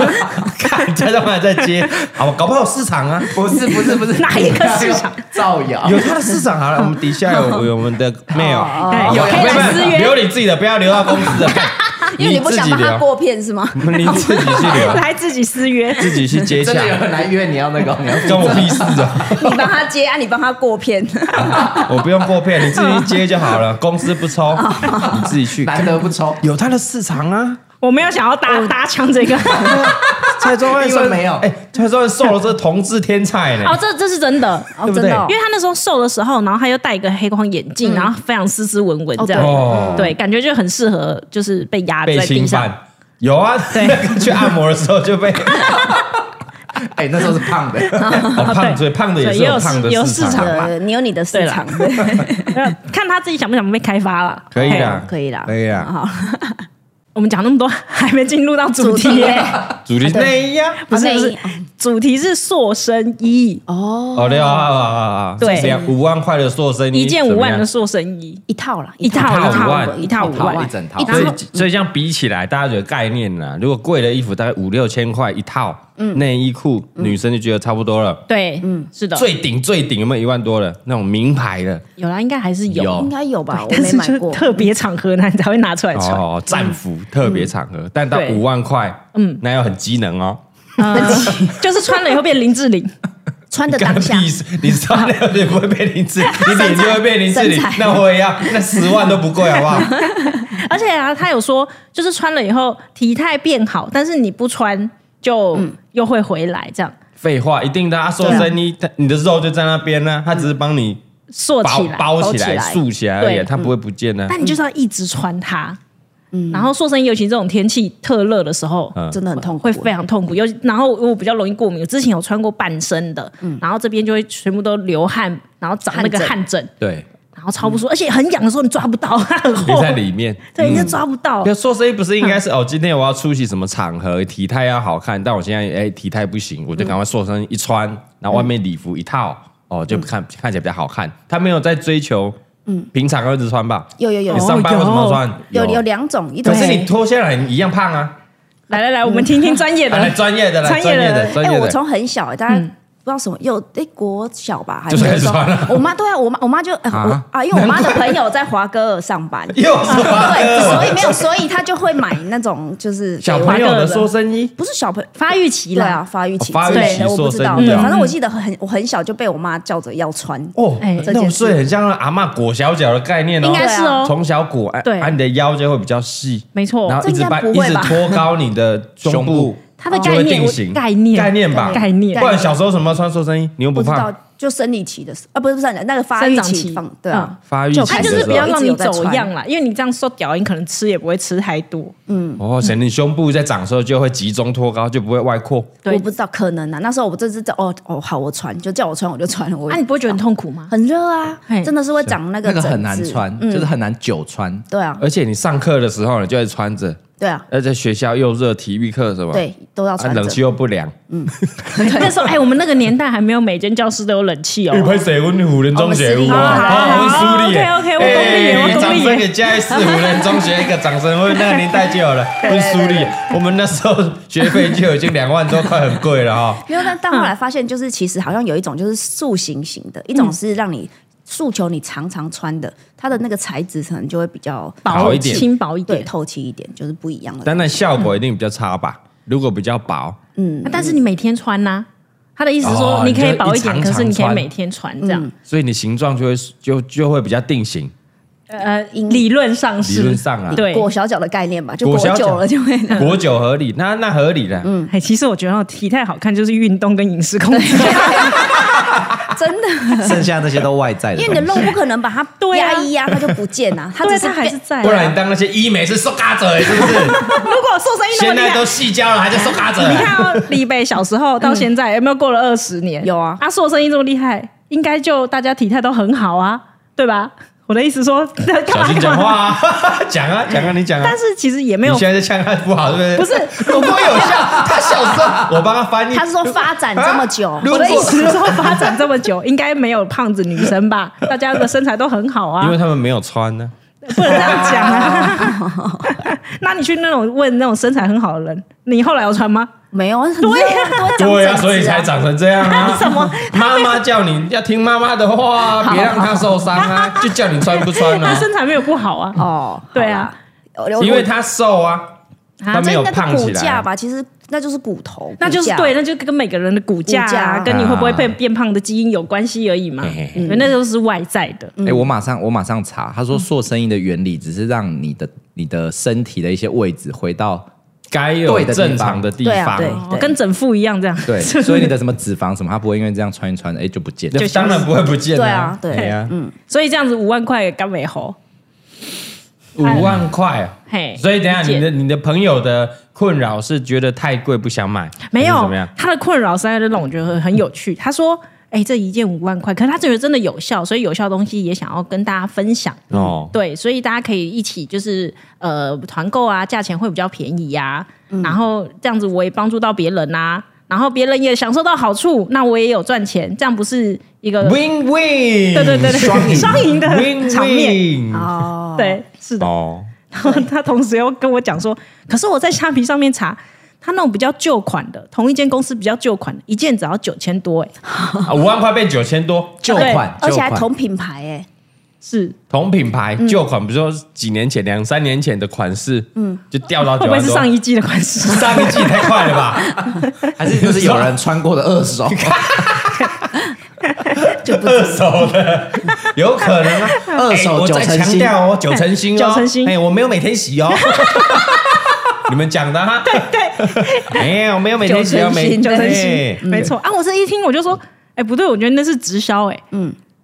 Speaker 1: 看车都还在接，好，搞不好有市场啊。
Speaker 4: 不是不是不是，
Speaker 2: 哪一个市场？
Speaker 4: 造谣
Speaker 1: 有他的市场好了，我们底下有有我们 的 mail，
Speaker 4: 哦
Speaker 2: 哎
Speaker 1: 有
Speaker 2: 有可以来私约
Speaker 1: 留你自己的，不要留到公 司的，
Speaker 3: 因为你不
Speaker 1: 自
Speaker 3: 想
Speaker 1: 己
Speaker 3: 帮他
Speaker 1: 留，
Speaker 3: 过片是吗？
Speaker 1: 你自己去留，
Speaker 2: 来自己私约。
Speaker 1: 自己去接洽
Speaker 4: 真，的有人来约你要那个，你 要
Speaker 1: 跟我屁事啊！
Speaker 3: 你帮他接啊，你帮他 过片，
Speaker 1: 我不用过片，你自己去接就好了， 公司不抽，你自己去。
Speaker 4: 难得不抽，
Speaker 1: 有他的市场 啊，
Speaker 2: 我没有想要搭搭腔这个，哦，
Speaker 1: 蔡宗汉
Speaker 4: 因
Speaker 1: 说
Speaker 4: 为没有
Speaker 1: 哎，蔡宗汉受了这同志天才 呢，
Speaker 2: 这这是真的，
Speaker 3: 哦
Speaker 1: 对不
Speaker 3: 真
Speaker 1: 对
Speaker 3: 的哦
Speaker 2: 因为他那时候瘦的时候，然后他又戴一个黑框眼镜，然后非常斯斯文文这样，
Speaker 1: 哦
Speaker 2: 嗯对，感觉就很适合就是被压在
Speaker 1: 被
Speaker 2: 地
Speaker 1: 侵
Speaker 2: 上。
Speaker 1: 犯。有啊，那个去按摩的时候就被
Speaker 4: 哎，那时候是胖的，
Speaker 1: 哦胖，
Speaker 2: 对
Speaker 1: 所以胖的也是
Speaker 2: 对也有
Speaker 1: 胖的
Speaker 2: 有
Speaker 1: 市
Speaker 2: 市场嘛
Speaker 3: 呃你有你的市场，
Speaker 2: 呃看他自己想不想被开发了。
Speaker 1: 可以的
Speaker 2: OK，
Speaker 3: 可以啦，
Speaker 1: 可以啦
Speaker 3: 好，
Speaker 2: 我们讲那么多， 还没进入 到主
Speaker 3: 主
Speaker 2: 题哦
Speaker 3: 题
Speaker 2: 耶、
Speaker 3: 嘞
Speaker 1: 主题内衣啊，
Speaker 2: 不是
Speaker 3: 好
Speaker 2: 不
Speaker 3: 内
Speaker 2: 是
Speaker 3: 衣，
Speaker 2: 主题是塑身衣，
Speaker 3: 哦，
Speaker 1: 哦，对啊啊啊啊！
Speaker 2: 对
Speaker 1: 这样五万块的塑身衣，
Speaker 2: 一件
Speaker 1: 怎
Speaker 2: 五
Speaker 1: 么
Speaker 2: 万
Speaker 1: 样
Speaker 2: 的塑身衣，
Speaker 3: 一套啦，
Speaker 2: 一套
Speaker 1: 一套
Speaker 2: 套
Speaker 1: 一
Speaker 2: 套五万
Speaker 4: 一整套
Speaker 3: 一，
Speaker 1: 所
Speaker 3: 套
Speaker 1: 以所以这样比起来，大家有概念啦。如果贵的衣服大概五六千块一套，内衣裤女生就觉得差不多了。
Speaker 2: 对，嗯，是的，
Speaker 1: 最顶最顶有没有一万多的那种名牌的？
Speaker 2: 有啦，应该还是有，
Speaker 1: 有
Speaker 3: 应该有吧，我
Speaker 2: 但
Speaker 3: 没
Speaker 2: 是
Speaker 3: 买
Speaker 2: 就
Speaker 3: 过，
Speaker 2: 特别场合呢，你才会拿出来穿。
Speaker 1: 哦，战服特别场合，但到
Speaker 2: 对
Speaker 1: 五万块，嗯，那要很机能哦。
Speaker 2: 嗯就是穿了以后变林志玲，
Speaker 3: 穿的
Speaker 1: 干
Speaker 3: 当下
Speaker 1: 屁，事！你穿那个也不会被林志，你脸就会被林志玲
Speaker 3: 身材，
Speaker 1: 那我也要，那十万都不贵，好不好？
Speaker 2: 而且啊，他有说，就是穿了以后体态变好，但是你不穿就
Speaker 3: 嗯
Speaker 2: 又会回来，这样
Speaker 1: 废话，一定的啊！瘦身衣，它你的肉就在那边呢，它只是帮你
Speaker 2: 塑
Speaker 1: 包
Speaker 2: 起来。
Speaker 1: 包
Speaker 3: 嗯包
Speaker 1: 起
Speaker 3: 起
Speaker 1: 来、嗯
Speaker 3: 来嗯
Speaker 1: 束起来而已，啊
Speaker 2: 对
Speaker 1: 它不会不见呢。
Speaker 2: 但你就是要一直穿它。然后塑身衣，尤其这种天气特热的时候，
Speaker 1: 嗯
Speaker 3: 真的很痛苦，
Speaker 2: 会非常痛苦。尤其然后我比较容易过敏，我之前有穿过半身的，然后这边就会全部都流汗，然后长那个
Speaker 3: 嗯汗疹
Speaker 2: 汗疹，
Speaker 1: 对，
Speaker 2: 然后超不舒服，而且很痒的时候你抓不到， 它很
Speaker 1: 嗯你
Speaker 2: 厚，
Speaker 1: 在里嗯面。
Speaker 2: 对，你就抓不到
Speaker 3: 哦
Speaker 1: 那。塑身衣不是应该是
Speaker 3: 嗯
Speaker 1: 哦？今天我要出席什么场合，体态要好看，但我现在哎体态不行，我就赶快塑身一穿，然后外面礼服一套，哦
Speaker 3: 嗯
Speaker 1: 就看看起来比较好看。他没有在追求，嗯，平常儿子穿吧。
Speaker 3: 有有有
Speaker 1: 你上班为什么要穿？
Speaker 3: 有有两种，一种
Speaker 1: 可是你脱下来你一样胖啊！
Speaker 2: 来来来，我们听听专业
Speaker 3: 呃
Speaker 1: 啊来
Speaker 2: 的，
Speaker 1: 专业的，来专
Speaker 2: 专
Speaker 1: 业
Speaker 2: 业的
Speaker 1: 的，专
Speaker 3: 哎、
Speaker 1: 业
Speaker 3: 我
Speaker 1: 的。
Speaker 3: 从很小、大概不知道什么幼哎、国小吧，还
Speaker 1: 就开
Speaker 3: 是
Speaker 1: 始
Speaker 3: 什
Speaker 1: 穿了
Speaker 3: 么？我妈对啊，我妈我妈就、哎
Speaker 1: 啊
Speaker 3: 我啊，因为我妈的朋友在华歌尔上班，
Speaker 1: 又是华
Speaker 3: 对，
Speaker 1: 哥，
Speaker 3: 所以没有，所以她就会买那种就是
Speaker 1: 小朋友的塑身衣，
Speaker 3: 不是小朋友。
Speaker 2: 发育期
Speaker 3: 对
Speaker 2: 了，
Speaker 3: 啊，发育期
Speaker 1: 发育
Speaker 3: 之类
Speaker 1: 期
Speaker 3: 的，我不知道。
Speaker 1: 塑身
Speaker 3: 对，
Speaker 1: 料
Speaker 3: 反正我记得很，我很小就被我妈叫着要穿。
Speaker 1: 哦
Speaker 2: 哎，
Speaker 1: 那种睡很像阿嬷裹小脚的概念哦，
Speaker 2: 应该是哦
Speaker 1: 从小裹，哎
Speaker 2: 对
Speaker 1: 啊，你的腰就会比较细，
Speaker 2: 没错
Speaker 1: 然后一直把
Speaker 3: 这应
Speaker 1: 一
Speaker 3: 该
Speaker 1: 直
Speaker 3: 不会吧
Speaker 1: 拖高你的胸
Speaker 4: 胸
Speaker 1: 部
Speaker 4: 部，
Speaker 2: 它的
Speaker 1: 就
Speaker 2: 概
Speaker 1: 会
Speaker 2: 念
Speaker 1: 定
Speaker 2: 我
Speaker 1: 型
Speaker 2: 概念
Speaker 1: 概念吧，
Speaker 2: 概念
Speaker 1: 不然小时候什么穿塑身衣，你又
Speaker 3: 不
Speaker 1: 不
Speaker 3: 知道
Speaker 1: 胖，，
Speaker 3: 就生理期的时候啊，不是不是那个发育
Speaker 2: 生长期
Speaker 3: 放，对啊，
Speaker 1: 发育期
Speaker 2: 它
Speaker 1: 的
Speaker 2: 就
Speaker 1: 时
Speaker 2: 是
Speaker 1: 候
Speaker 2: 不要让你走样啦，因为你这样瘦屌，你可能吃也不会吃太多。
Speaker 1: 哦，显得你胸部在长的时候就会集中拖高，就不会外扩。
Speaker 2: 对
Speaker 3: 我不知道，可能啊，那时候我这只叫哦哦好，我穿就叫我穿我就穿了，我
Speaker 2: 啊那你不会觉得很痛苦吗？
Speaker 3: 很热啊
Speaker 2: 嘿，
Speaker 3: 真的是会长那个
Speaker 4: 那个
Speaker 3: 疹
Speaker 4: 很难
Speaker 3: 子嗯
Speaker 4: 穿，就是很难久穿。
Speaker 3: 对啊，
Speaker 1: 而且你上课的时候，你就会穿着，呃
Speaker 3: 对啊，
Speaker 1: 而在学校又热，体育课什么，
Speaker 3: 对，都要
Speaker 1: 啊，
Speaker 3: 穿着
Speaker 1: 冷气又不凉。
Speaker 2: 那时候哎，我们那个年代还没有每间教室都有冷气哦。
Speaker 1: 拍谁？我们湖人中学有
Speaker 2: 哦
Speaker 1: 啊，好，
Speaker 2: 好
Speaker 1: 我
Speaker 2: 好
Speaker 1: 们
Speaker 2: 好
Speaker 1: 苏里耶。
Speaker 2: OK，OK，我懂你
Speaker 1: 哎
Speaker 2: 我懂你
Speaker 1: 掌声给嘉义市湖人中学一个掌声，我们那个年代就 有了，我们苏里耶，我们那时候学费就已经两万多块，很贵了哈。
Speaker 3: 没有，但但后
Speaker 2: 嗯
Speaker 3: 来发现，就是其实好像有一种就是塑形型的，一种是让你诉求你常常穿的，它的那个材质可能就会比较
Speaker 1: 好
Speaker 2: 薄
Speaker 1: 一点
Speaker 2: 轻薄一
Speaker 3: 对
Speaker 2: 点。
Speaker 3: 透气一点，就是不一样 的。
Speaker 1: 但那效果一定比较差吧？如果比较薄，
Speaker 2: 啊但是你每天穿呐、他的意思是
Speaker 1: 哦
Speaker 2: 说你可以薄一
Speaker 1: 你
Speaker 2: 点，
Speaker 1: 就一
Speaker 2: 可是你可
Speaker 1: 长
Speaker 2: 以
Speaker 1: 长
Speaker 2: 每天穿这样。
Speaker 1: 所以你形状就会就就会比较定 型。
Speaker 2: 呃，理论上是
Speaker 1: 理论上啊
Speaker 2: 对。
Speaker 3: 裹小脚的概念吧，就
Speaker 1: 裹
Speaker 3: 裹
Speaker 1: 小脚
Speaker 3: 久了就会。
Speaker 1: 果酒合理，那那合理的。
Speaker 2: 嗯哎，其实我觉得体态好看就是运动跟饮食控制。
Speaker 3: 真的，
Speaker 4: 剩下那些都外在 的
Speaker 3: 因
Speaker 4: 东
Speaker 3: 为
Speaker 4: 西，
Speaker 3: 你的肉不可能把它
Speaker 2: 对啊
Speaker 3: 压一压，它就不见啊，它
Speaker 2: 对
Speaker 3: 只
Speaker 2: 它
Speaker 3: 是
Speaker 2: 还
Speaker 3: 变
Speaker 2: 是在啊、
Speaker 1: 不然你当那些医美是瘦嘎者，是 不是？
Speaker 2: 如果瘦身运动
Speaker 1: 现
Speaker 2: 你
Speaker 1: 在
Speaker 2: 看
Speaker 1: 都细胶了，还在瘦嘎者。
Speaker 2: 你看哦，李北小时候到现在有没有过了二十年？
Speaker 3: 有啊
Speaker 2: 他瘦身运动厉害，应该就大家体态都很好啊，对吧？我的意思说，
Speaker 1: 小
Speaker 2: 小
Speaker 1: 心讲话。啊！ 讲啊讲啊，你讲啊
Speaker 2: 但。是其实也没有
Speaker 1: 你现在在呛他不好，对不对？
Speaker 2: 不
Speaker 1: 是，有播有效。他小时 候，我帮他翻译。
Speaker 3: 它 是说发展这么久，
Speaker 1: 如
Speaker 2: 我
Speaker 1: 果
Speaker 2: 的意 思啊是说，发展这么久，应该没有胖子女生吧？大家的身材都很好啊
Speaker 1: 因为，他们没有穿呢。
Speaker 2: 不能这样讲啊。 那你去那种问那种身材很好的人，你后来有穿吗？
Speaker 3: 没有，对呀，
Speaker 1: 对
Speaker 3: 呀，
Speaker 1: 啊，所以才长成这样啊。
Speaker 2: 什么？
Speaker 1: 妈妈叫你要听妈妈的话啊，别让她受伤啊，就叫你穿不穿
Speaker 2: 他
Speaker 1: 啊，
Speaker 2: 身材没有不好啊，
Speaker 3: 哦，
Speaker 2: 对啊，
Speaker 3: 好啦，
Speaker 1: 因为她瘦啊，她
Speaker 3: 我
Speaker 1: 没有
Speaker 3: 我这应该
Speaker 1: 胖
Speaker 3: 是
Speaker 1: 起
Speaker 3: 骨
Speaker 1: 来
Speaker 3: 架
Speaker 1: 啊。
Speaker 3: 吧，其实那就是骨头，
Speaker 2: 那就是
Speaker 3: 骨架
Speaker 2: 对，那就跟每个人的骨架
Speaker 3: 骨架嗯
Speaker 2: 啊，
Speaker 3: 啊
Speaker 2: 跟你会不会变变胖的基因有关系而已嘛
Speaker 1: 嘿嘿。
Speaker 2: 对那都是外在的。
Speaker 4: 哎、我马上我马上查，他说塑身衣的原理只是让你的你的身体的一些位置回到
Speaker 1: 该有正常的地
Speaker 3: 对啊
Speaker 1: 方。
Speaker 3: 对
Speaker 2: 哦，跟整副一样这样。
Speaker 4: 对，
Speaker 2: 是不是
Speaker 4: 所以你的什么脂肪什么，它不会因为这样穿一穿，哎、就不见了。
Speaker 1: 那当然不会不见啊，
Speaker 3: 对啊对
Speaker 1: 啊，
Speaker 2: 所以这样子五万块干美猴，
Speaker 1: 五万块啊。
Speaker 2: 嘿，
Speaker 1: 所以等一下
Speaker 2: 哎理解
Speaker 1: 你的你的朋友的困扰是觉得太贵不想买，
Speaker 2: 没
Speaker 1: 还是
Speaker 2: 有
Speaker 1: 怎么样？，
Speaker 2: 他的困扰实在是让我觉得很有趣。他说：“哎、这一件五万块，可是他觉得真的有效，所以有效的东西也想要跟大家分享。
Speaker 1: 哦，
Speaker 2: 对，所以大家可以一起就是呃团购啊，价钱会比较便宜呀、然后这样子我也帮助到别人呐、然后别人也享受到好处，那我也有赚钱，这样不是一个
Speaker 1: win win，
Speaker 2: 对对对对
Speaker 1: 双赢
Speaker 2: 双赢的
Speaker 1: win
Speaker 2: 场面
Speaker 1: win
Speaker 3: 哦，
Speaker 2: 对是的。
Speaker 1: 哦，
Speaker 2: 然后他同时又跟我讲说，可是我在虾皮上面查，他那种比较旧款的，同一间公司比较旧款的，一件只要九千多、哎，
Speaker 1: 啊五万块变九千多，
Speaker 4: 旧款，
Speaker 3: 而且还
Speaker 4: 旧款
Speaker 3: 同品牌哎，
Speaker 2: 是
Speaker 1: 同品牌
Speaker 2: 嗯
Speaker 1: 旧款，比如说几年前、两三年前的款式，嗯，就掉到
Speaker 2: 会
Speaker 1: 九
Speaker 2: 不会
Speaker 1: 万
Speaker 2: 是
Speaker 1: 多。
Speaker 2: 上一季的款式？
Speaker 1: 上一季太快了吧？
Speaker 4: 还是就是有人穿过的二手，
Speaker 3: 就不
Speaker 1: 二手的，有可能啊。
Speaker 4: 二手
Speaker 1: 哎我
Speaker 4: 九
Speaker 1: 再
Speaker 4: 成
Speaker 1: 强
Speaker 4: 新
Speaker 1: 调哦，九成新哦，
Speaker 2: 九成新
Speaker 1: 哎，我没有每天洗 哦。你们讲的哈，对对，哎呀，我没有每天洗哦，
Speaker 3: 九成
Speaker 1: 每
Speaker 3: 新九成新
Speaker 1: 哎
Speaker 2: 没错啊，我这一听我就说，哎，不对，我觉得那是直销，哎，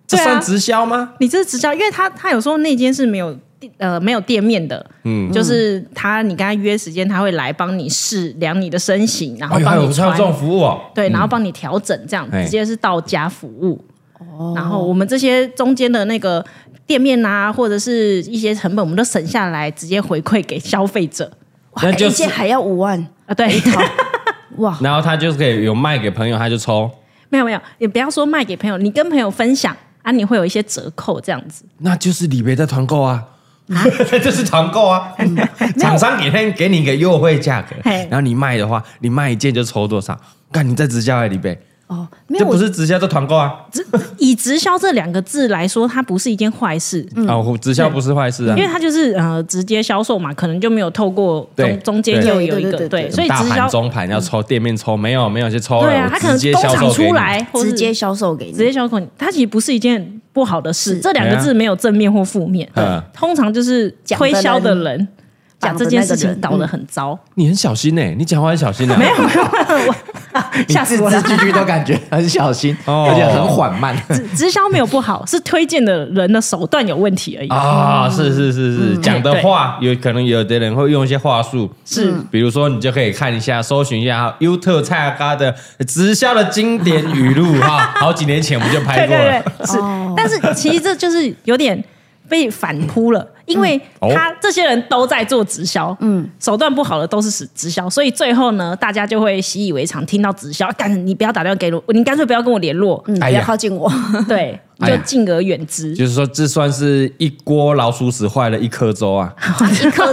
Speaker 1: 这
Speaker 2: 对啊
Speaker 1: 算直销吗？
Speaker 2: 你这是直销，因为他他有时候那间是没有地呃没有店面的，嗯，就是他你跟他约时间，他会来帮你试量你的身形，然后
Speaker 1: 哎呦，还
Speaker 2: 帮
Speaker 1: 有
Speaker 2: 你
Speaker 1: 这
Speaker 2: 穿，
Speaker 1: 种服务哦，
Speaker 2: 对，然后帮你调整，这样、
Speaker 1: 哎
Speaker 2: 直接是到家服务。然后我们这些中间的那个店面啊，或者是一些成本，我们都省下来，直接回馈给消费者
Speaker 3: 哇
Speaker 1: 那就
Speaker 3: 一
Speaker 1: 是
Speaker 3: 件还要五万，
Speaker 2: 啊。对，
Speaker 3: 哎哇！
Speaker 1: 然后他就是可以有卖给朋友，他就抽。
Speaker 2: 没有没有，也不要说卖给朋友，你跟朋友分享啊，你会有一些折扣这样子。
Speaker 1: 那就是李梅在团购啊。 这就是团购 啊！厂商给他给你一个优惠价格，
Speaker 2: 嘿
Speaker 1: 然后你卖的话，你卖一件就抽多少？看你在直销哎，李贝，
Speaker 3: 哦，没
Speaker 1: 这
Speaker 3: 有，
Speaker 1: 不
Speaker 3: 我
Speaker 1: 是直销，这团购啊！
Speaker 2: 以直销这两个字来说，它不是一件坏事，
Speaker 1: 啊，直销不是坏事啊
Speaker 2: 嗯因，为它就是呃直接销售嘛，可能就没有透过
Speaker 1: 对
Speaker 2: 中中间
Speaker 1: 对
Speaker 2: 又有一
Speaker 3: 对
Speaker 2: 个
Speaker 3: 对对
Speaker 2: 对，
Speaker 3: 对
Speaker 2: 所以
Speaker 1: 大
Speaker 2: 直销
Speaker 1: 盘中盘要抽店面抽，没有没有去抽了，
Speaker 2: 对啊，
Speaker 1: 我
Speaker 2: 它可能
Speaker 1: 直接
Speaker 2: 工
Speaker 1: 销
Speaker 2: 厂
Speaker 1: 售给
Speaker 2: 出
Speaker 1: 你。
Speaker 2: 来或是
Speaker 3: 直接销售给你，
Speaker 2: 直接销售，它其实不是一件不好的事。
Speaker 3: 是
Speaker 2: 这两个字没有正面或负面
Speaker 1: 啊嗯，
Speaker 2: 通常就是推销的人把
Speaker 3: 讲的
Speaker 2: 这
Speaker 3: 那个
Speaker 2: 件
Speaker 3: 人嗯
Speaker 2: 事情搞得很糟。
Speaker 1: 你很小心呢，欸你讲话很小心啊 的，没有
Speaker 4: 你
Speaker 2: 吓死
Speaker 4: 字
Speaker 2: 我了
Speaker 4: 字句句都感觉很小心，
Speaker 1: 哦
Speaker 4: 而且很缓 慢。
Speaker 2: 直销没有不好，是推荐的人的手段有问题而已。哦
Speaker 1: 啊？是是是是，
Speaker 2: 嗯
Speaker 1: 讲的话有可能有的人会用一些话术，
Speaker 2: 是
Speaker 1: 比如说你就可以看一下，搜寻一下优特蔡阿嘎的直销的经典语录哈， 好几年前我们就拍
Speaker 2: 对
Speaker 1: 过了
Speaker 2: 对。对，是。但是其实这就是有点被反扑了，因为
Speaker 1: 嗯哦
Speaker 2: 他这些人都在做直销，嗯，手段不好的都是直直销，所以最后呢，大家就会习以为常，听到直销，干你不要打电话给我，你干脆不要跟我联络，
Speaker 3: 嗯，不
Speaker 1: 哎呀
Speaker 3: 要靠 近我，
Speaker 2: 对，
Speaker 1: 哎
Speaker 2: 就
Speaker 1: 呀
Speaker 2: 敬而远之。
Speaker 1: 就是说，这算是一锅老鼠屎坏了一颗粥啊，
Speaker 2: 哦
Speaker 3: 一颗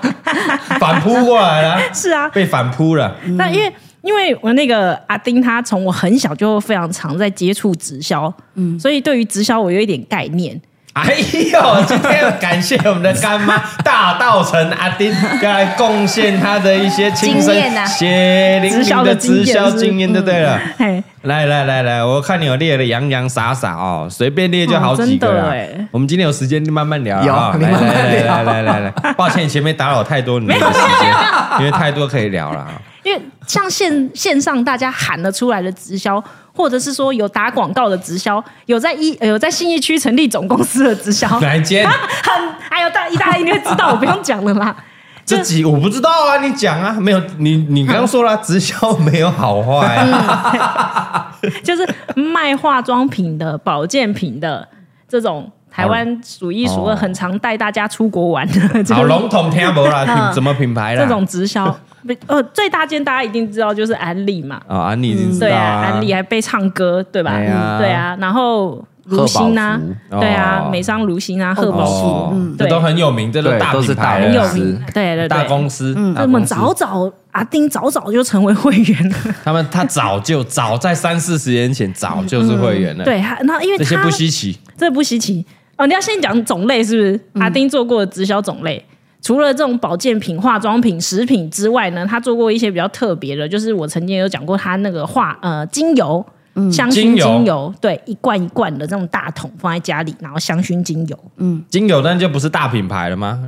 Speaker 1: 反扑过来了，
Speaker 2: 是啊，
Speaker 1: 被反扑了。
Speaker 2: 但因为因为我那个阿丁，他从我很小就非常常在接触直销，嗯，所以对于直销我有一点概念。
Speaker 1: 哎呦，今天要感谢我们的干妈大道城阿丁，要来贡献他的一些亲
Speaker 3: 经
Speaker 1: 身
Speaker 3: 验啊
Speaker 1: 血淋淋的直销经验，就对了。
Speaker 2: 嘿，
Speaker 1: 来来来来，我看你有列的洋洋洒洒哦，随便列就好几个
Speaker 2: 哦真的
Speaker 1: 了
Speaker 2: 哎。
Speaker 1: 我们今天有时间慢慢聊啊，
Speaker 4: 有
Speaker 1: 来
Speaker 4: 你慢慢
Speaker 1: 来来来
Speaker 4: 聊
Speaker 1: 来来来，抱歉前面打扰太多你们的时间，因为太多可以聊了啊。
Speaker 2: 因为像线线上大家喊得出来的直销，或者是说有打广告的直销，有在一呃有在信义区成立总公司的直销，
Speaker 1: 哪一间？
Speaker 2: 很 哎呦大一大家一定会知道，我不用讲了啦。
Speaker 1: 这集我不知道啊，你讲啊，没有你你刚说了、直销没有好坏、啊，
Speaker 2: 就是卖化妆品的、保健品的这种台湾数一数
Speaker 1: 哦
Speaker 2: 二，很常带大家出国玩的，这
Speaker 1: 好
Speaker 2: 种
Speaker 1: 笼统听不啦，品什么品牌啦？
Speaker 2: 这种直销，不呃最大间大家一定知道就是安利嘛，
Speaker 4: 哦
Speaker 1: 啊，安利已经知道
Speaker 2: 对啊，
Speaker 1: 啊，
Speaker 2: 安利还被唱歌，对吧？
Speaker 1: 哎呀
Speaker 2: 嗯对啊，然后卢鑫啊
Speaker 4: 贺宝，
Speaker 1: 福
Speaker 2: 对啊
Speaker 1: 哦，
Speaker 2: 美商卢鑫啊，贺宝福，
Speaker 1: 哦，
Speaker 2: 嗯
Speaker 1: 这都很有名，这都
Speaker 4: 对
Speaker 1: 大
Speaker 4: 都是
Speaker 1: 品牌
Speaker 4: 大
Speaker 2: 很
Speaker 1: 了
Speaker 2: 有
Speaker 1: 啊
Speaker 2: 名，对嗯对
Speaker 1: 大
Speaker 2: 对。
Speaker 1: 公司，大
Speaker 2: 那么
Speaker 1: 公司
Speaker 2: 早早阿丁早早就成为会员了，
Speaker 1: 他们他早就早在三四十年前早就是会员了，，
Speaker 2: 嗯对，他那因为
Speaker 1: 这
Speaker 2: 他
Speaker 1: 些不稀奇，
Speaker 2: 这不稀奇哦。你要先讲种类是不是？阿丁做过的直销种类，除了这种保健品、化妆品、食品之外呢，他做过一些比较特别的，就是我曾经有讲过他那个化呃精油。香薰
Speaker 1: 精
Speaker 2: 嗯精
Speaker 1: 油
Speaker 2: 油，对，一罐一罐的这种大桶放在家里，然后香薰精油，
Speaker 1: 精油但就不是大品牌了吗？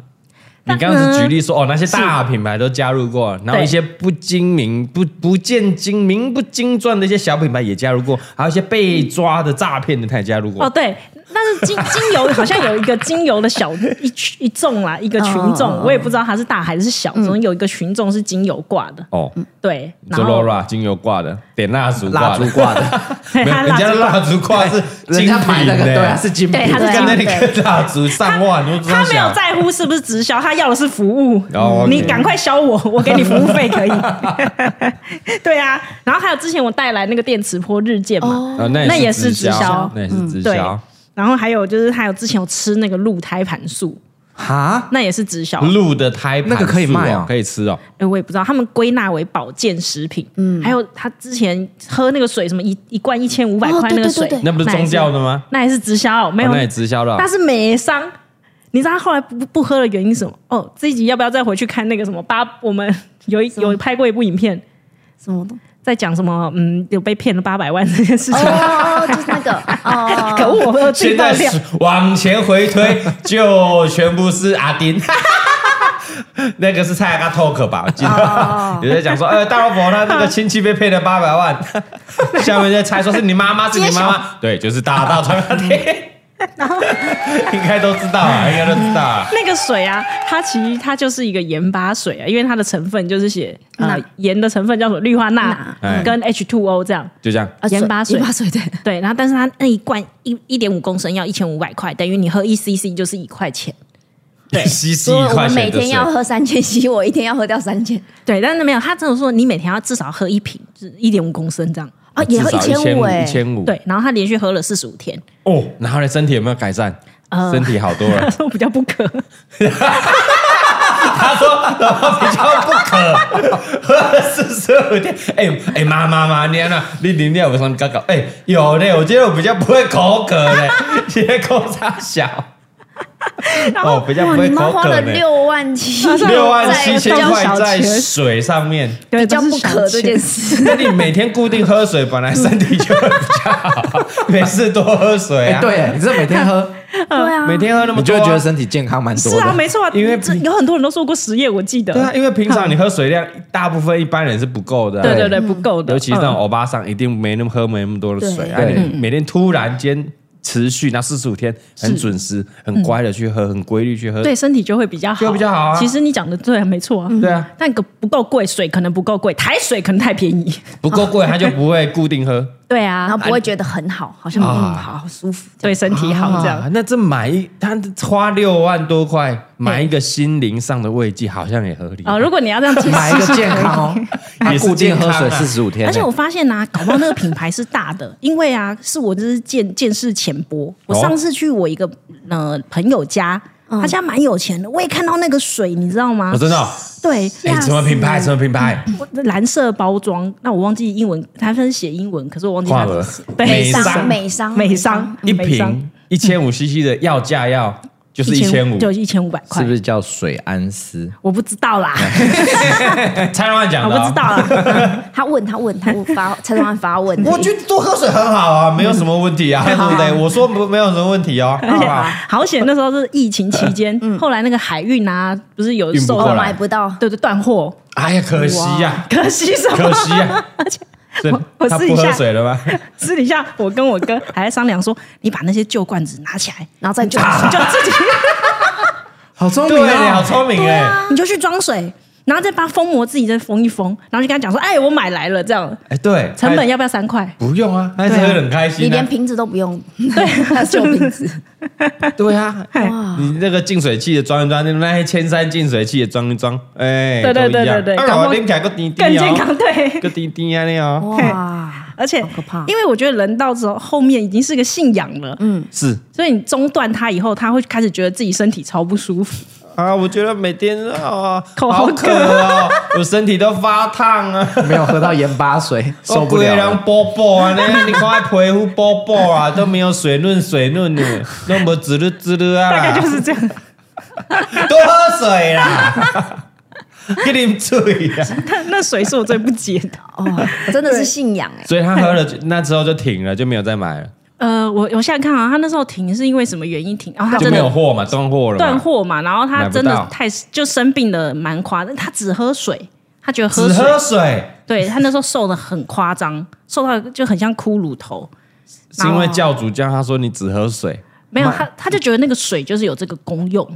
Speaker 1: 你
Speaker 2: 但
Speaker 1: 刚刚是举例说哦，那些大品牌都加入过，然后
Speaker 2: 对
Speaker 1: 一些不精明、不不见经、名不经传的一些小品牌也加入过，还有一些被抓的诈骗的他也加入过。
Speaker 2: 哦，对，但是精精油好像有一个精油的小一群一众啦，一个群众，
Speaker 1: 嗯
Speaker 3: 哦哦哦
Speaker 2: 我也不知道它是大还是小，总、有一个群众是精油挂的，
Speaker 1: 哦，
Speaker 2: 对，
Speaker 1: 你
Speaker 2: 嗯然
Speaker 1: 说
Speaker 2: 后
Speaker 1: Laura 精油挂的，点蜡烛
Speaker 4: 蜡
Speaker 1: 挂
Speaker 4: 烛
Speaker 1: 的，
Speaker 4: 挂 的，
Speaker 2: 嘿
Speaker 1: 没有
Speaker 2: 它
Speaker 1: 人
Speaker 2: 蜡
Speaker 1: 家的
Speaker 2: 烛
Speaker 1: 蜡烛挂是
Speaker 4: 人
Speaker 1: 精
Speaker 4: 家买
Speaker 1: 品
Speaker 4: 那个对啊
Speaker 1: 的，
Speaker 4: 是精品
Speaker 2: 对，哎它是
Speaker 1: 刚
Speaker 2: 精
Speaker 1: 才
Speaker 2: 品
Speaker 1: 那个蜡烛上万，我真
Speaker 2: 他没有
Speaker 1: 想。
Speaker 2: 在乎是不是直销，他要的是服务。
Speaker 1: 哦，OK
Speaker 2: 你赶快销我，我给你服务费 可以。对啊，然后还有之前我带来那个电磁波日渐嘛，
Speaker 1: 哦，那
Speaker 2: 呃那也
Speaker 1: 是
Speaker 2: 是直销嗯
Speaker 1: 那也是直
Speaker 2: 对
Speaker 1: 销。。
Speaker 2: 然后还有就是还有之前我吃那个鹿胎盘素，
Speaker 4: 哈，
Speaker 2: 那也是直销。
Speaker 1: 鹿的胎盘
Speaker 4: 那个可以
Speaker 1: 素
Speaker 4: 卖哦
Speaker 1: 可以吃哦。
Speaker 2: 哎，我也不知道他们归纳为保健食品。嗯，还有他之前喝那个水什么一一罐一千五百
Speaker 3: 哦
Speaker 2: 块
Speaker 3: 对
Speaker 2: 那个
Speaker 3: 对
Speaker 2: 水
Speaker 3: 对对，
Speaker 1: 那不是宗教的吗？
Speaker 2: 那也是直销，没
Speaker 1: 哦
Speaker 2: 有
Speaker 1: 那也直销了。
Speaker 2: 但是美商，你知道他后来不不喝的原因是什么？哦，这一集要不要再回去看那个什么八？我们有一有拍过一部影片，
Speaker 3: 什么东西？
Speaker 2: 在讲什么，嗯，有被骗了八百万这件
Speaker 1: 哎
Speaker 2: 事情。
Speaker 3: 哦，就是那个 哦，
Speaker 2: 可恶，我没有自己
Speaker 1: 现
Speaker 2: 爆
Speaker 1: 在
Speaker 2: 料。
Speaker 1: 往前回 推，就全部是阿丁。 那个是蔡阿嘎 talk 吧，我记
Speaker 2: 哦
Speaker 1: 得 有在讲说，呃，大老婆他那个亲戚被骗了八百 万，下面在猜说是你妈妈，是你妈妈，对，就是大大传 阿丁，应该都知道啊，应该都知道啊。
Speaker 2: 那个水啊，它其实它就是一个盐巴水啊，因为它的成分就是写呃
Speaker 3: 钠
Speaker 2: 盐的成分叫什么氯化钠
Speaker 1: 钠
Speaker 2: 跟 H2O 这样。
Speaker 1: 就这样，
Speaker 3: 啊
Speaker 2: 盐巴水
Speaker 3: 盐巴水对，
Speaker 2: 对，然后但是它那一罐一一点五公升要一千五百块，等于你喝一 CC 就是一块钱。
Speaker 1: 对，吸吸
Speaker 3: 所以
Speaker 1: 一
Speaker 3: 我
Speaker 1: 块
Speaker 3: 们
Speaker 1: 钱
Speaker 3: 每
Speaker 1: 的
Speaker 3: 天
Speaker 1: 水，
Speaker 3: 要喝三千吸，我一天要喝掉三 千
Speaker 2: 对，但是没有，他只有说你每天要至少喝一瓶，就是一点五公升这样。
Speaker 1: 哦
Speaker 3: 啊，也要
Speaker 1: 至少一
Speaker 3: 五
Speaker 1: 五，
Speaker 3: 哎
Speaker 1: 一，千五，
Speaker 2: 对，然后他连续喝了四十五天，
Speaker 1: 哦，然后呢，身体有没有改善？
Speaker 2: 呃
Speaker 1: 身体好多了
Speaker 2: 他。说 比较不渴，
Speaker 1: 他说我比较不可，喝了四十五天。 哎、哎、妈妈妈，你那你你你有什么搞搞？哎、有的，我觉得我比较不会口渴 嘞，因为口差小。哦，比较不
Speaker 3: 哇，
Speaker 1: 会
Speaker 3: 你们
Speaker 1: 口
Speaker 3: 花
Speaker 1: 渴
Speaker 3: 了
Speaker 1: 嘞。
Speaker 3: 六万七，
Speaker 1: 六万七千块
Speaker 2: 小
Speaker 1: 在
Speaker 2: 钱
Speaker 1: 水上面，
Speaker 2: 对，
Speaker 3: 比较
Speaker 2: 都是
Speaker 3: 不
Speaker 2: 小
Speaker 3: 可这
Speaker 2: 钱
Speaker 3: 件 事。
Speaker 1: 那你每天固定喝水，本来身体就会比较好， 没事多喝水
Speaker 4: 哎、
Speaker 1: 啊。，
Speaker 4: 对你这每天喝，
Speaker 3: 对啊，
Speaker 1: 每天喝那么多
Speaker 4: 你就
Speaker 1: 啊、
Speaker 4: 会觉得身体健康蛮多
Speaker 2: 是
Speaker 4: 的。
Speaker 2: 啊，没错啊，
Speaker 1: 因为
Speaker 2: 嗯这有很多人都做过实验，我记得。
Speaker 1: 对啊，因为平常你喝水量，大部分一般人是不够的啊、
Speaker 2: 嗯对对对，不够的，
Speaker 1: 尤其是那种
Speaker 2: 嗯
Speaker 1: 欧巴桑，一定没那么喝没那么多的水啊！
Speaker 4: 对
Speaker 1: 你每天突然间持续那四十五天，很准时、很乖的去喝，很规律去喝，
Speaker 2: 对身体就会比较好，
Speaker 1: 就比较好啊
Speaker 2: 其实你讲的对啊，没错啊。
Speaker 1: 对啊，
Speaker 2: 但个不够贵，水可能不够贵，台水可能太便宜。
Speaker 1: 不够贵他就不会固定 喝。
Speaker 2: 对
Speaker 3: 然
Speaker 2: 啊
Speaker 3: 后，不会觉得很好，好像嗯
Speaker 1: 啊
Speaker 3: 好好舒服。
Speaker 2: 对身体好嗯这样
Speaker 1: 啊。那这买一他花六万多块买一个心灵上的慰藉，好像也合理。
Speaker 2: 啊，如果你要这样解释
Speaker 4: 买一个健康哦，它
Speaker 1: 也是
Speaker 4: 固定喝
Speaker 1: 健
Speaker 4: 水
Speaker 1: 康啊
Speaker 4: 四十五天呢，
Speaker 2: 而且我发现啊，搞不好那个品牌是 大的，因为啊，是我就是见见识浅薄。我上次去我一个呃朋友家，他家蛮有钱的，我也看到那个水，你知道吗
Speaker 1: 我？真的哦，
Speaker 2: 对，
Speaker 1: 哎，什么品牌？什么品 牌？
Speaker 2: 我蓝色包装，那我忘记英文，他是写英文，可是我忘记
Speaker 1: 化
Speaker 2: 他
Speaker 1: 了
Speaker 2: 对
Speaker 1: 美商
Speaker 3: 美商
Speaker 2: 美商嗯
Speaker 1: 一
Speaker 2: 美商
Speaker 1: 瓶一千五 CC 的要价要就是一千
Speaker 2: 1500
Speaker 1: 五，
Speaker 2: 就一千五百块，
Speaker 4: 是不是叫水安斯？
Speaker 2: 我不知道 啦，
Speaker 1: 蔡老板讲
Speaker 2: 啊我
Speaker 1: 的哦，
Speaker 2: 不知道 啦。
Speaker 3: 他问他问他问发蔡老板发问，
Speaker 1: 我觉得多喝水很好啊， 没有什么问题啊，对不对？我说没没有什么问题哦，好不好？
Speaker 2: 好险，那时候是疫情期间，后来那个海运啊，不是有
Speaker 1: 嗯运不
Speaker 2: 受
Speaker 1: 过来
Speaker 3: 我
Speaker 2: 到，
Speaker 3: 哦买不到，
Speaker 2: 对对，断货，
Speaker 1: 哎呀，可惜呀、
Speaker 2: 可惜什么？
Speaker 1: 可惜呀、所以
Speaker 2: 我
Speaker 1: 他
Speaker 2: 试一
Speaker 1: 不
Speaker 2: 下
Speaker 1: 喝水了吗？
Speaker 2: 私底下我跟我哥还在商量说，你把那些旧罐子拿起来，
Speaker 3: 然后再 就
Speaker 1: 啊
Speaker 2: 你就自己
Speaker 4: 好聪啊
Speaker 1: 对，你好！聪明哦哎、
Speaker 2: 你就去装水，然后再把封膜自己再封一封，然后就跟他讲说，哎，我买来了这样，
Speaker 1: 哎，对，
Speaker 2: 成本
Speaker 1: 要
Speaker 2: 要不要三块？
Speaker 1: 不用啊，他是喝得很开
Speaker 3: 你
Speaker 1: 心、
Speaker 3: 连
Speaker 1: 啊。
Speaker 3: 瓶子都不用， 对，旧瓶子，
Speaker 1: 对啊，
Speaker 3: 哇，
Speaker 1: 你那个净水器的装一装，那些千山净水器也装一装，哎，
Speaker 2: 对对
Speaker 1: 都一样
Speaker 2: 对对对
Speaker 1: 啊
Speaker 2: 搞不好
Speaker 1: 我拎起来个滴滴
Speaker 2: 更
Speaker 1: 哦，
Speaker 2: 健康，对。
Speaker 1: 个滴滴啊那 哦，
Speaker 3: 哇，
Speaker 2: 而且，
Speaker 3: 好可怕
Speaker 2: 因为我觉得人到时候后面已经是个信仰了，
Speaker 1: 是
Speaker 2: 所以你中断它以后，他会开始觉得自己身体超不舒服。
Speaker 1: 啊，我觉得每天啊，
Speaker 2: 口
Speaker 1: 好
Speaker 2: 好
Speaker 1: 渴哦，我身体都发烫啊。
Speaker 4: 没有喝到盐巴水，
Speaker 1: 哦
Speaker 4: 受不了
Speaker 1: 人
Speaker 4: 了。
Speaker 1: 波波啊，那你看皮肤波波啊，都没有水润水润的，那么滋噜滋噜啊啦，
Speaker 2: 大概就是这样。
Speaker 1: 多喝水啦， 给你们注意啊。
Speaker 2: 但那水是我最不解的。
Speaker 3: 哦，真的是信仰
Speaker 2: 欸
Speaker 3: 哎，
Speaker 1: 所以他喝了那之后就停了，就没有再买了，
Speaker 2: 呃，我我现在看啊，他那时候停是因为什么原因停？然、后他
Speaker 1: 就
Speaker 2: 真
Speaker 1: 没有
Speaker 2: 的
Speaker 1: 货嘛，断货了嘛。
Speaker 2: 断货嘛，然后
Speaker 1: 买
Speaker 2: 他
Speaker 1: 不
Speaker 2: 真的
Speaker 1: 到
Speaker 2: 太就生病的蛮夸张，他只喝水，他觉得喝
Speaker 1: 只
Speaker 2: 水，
Speaker 1: 喝水
Speaker 2: 对他那时候瘦的很夸张，瘦到就很像骷髅头。
Speaker 1: 是因为教主叫他说你只喝水，
Speaker 2: 没有他，他就觉得那个水就是有这个功用，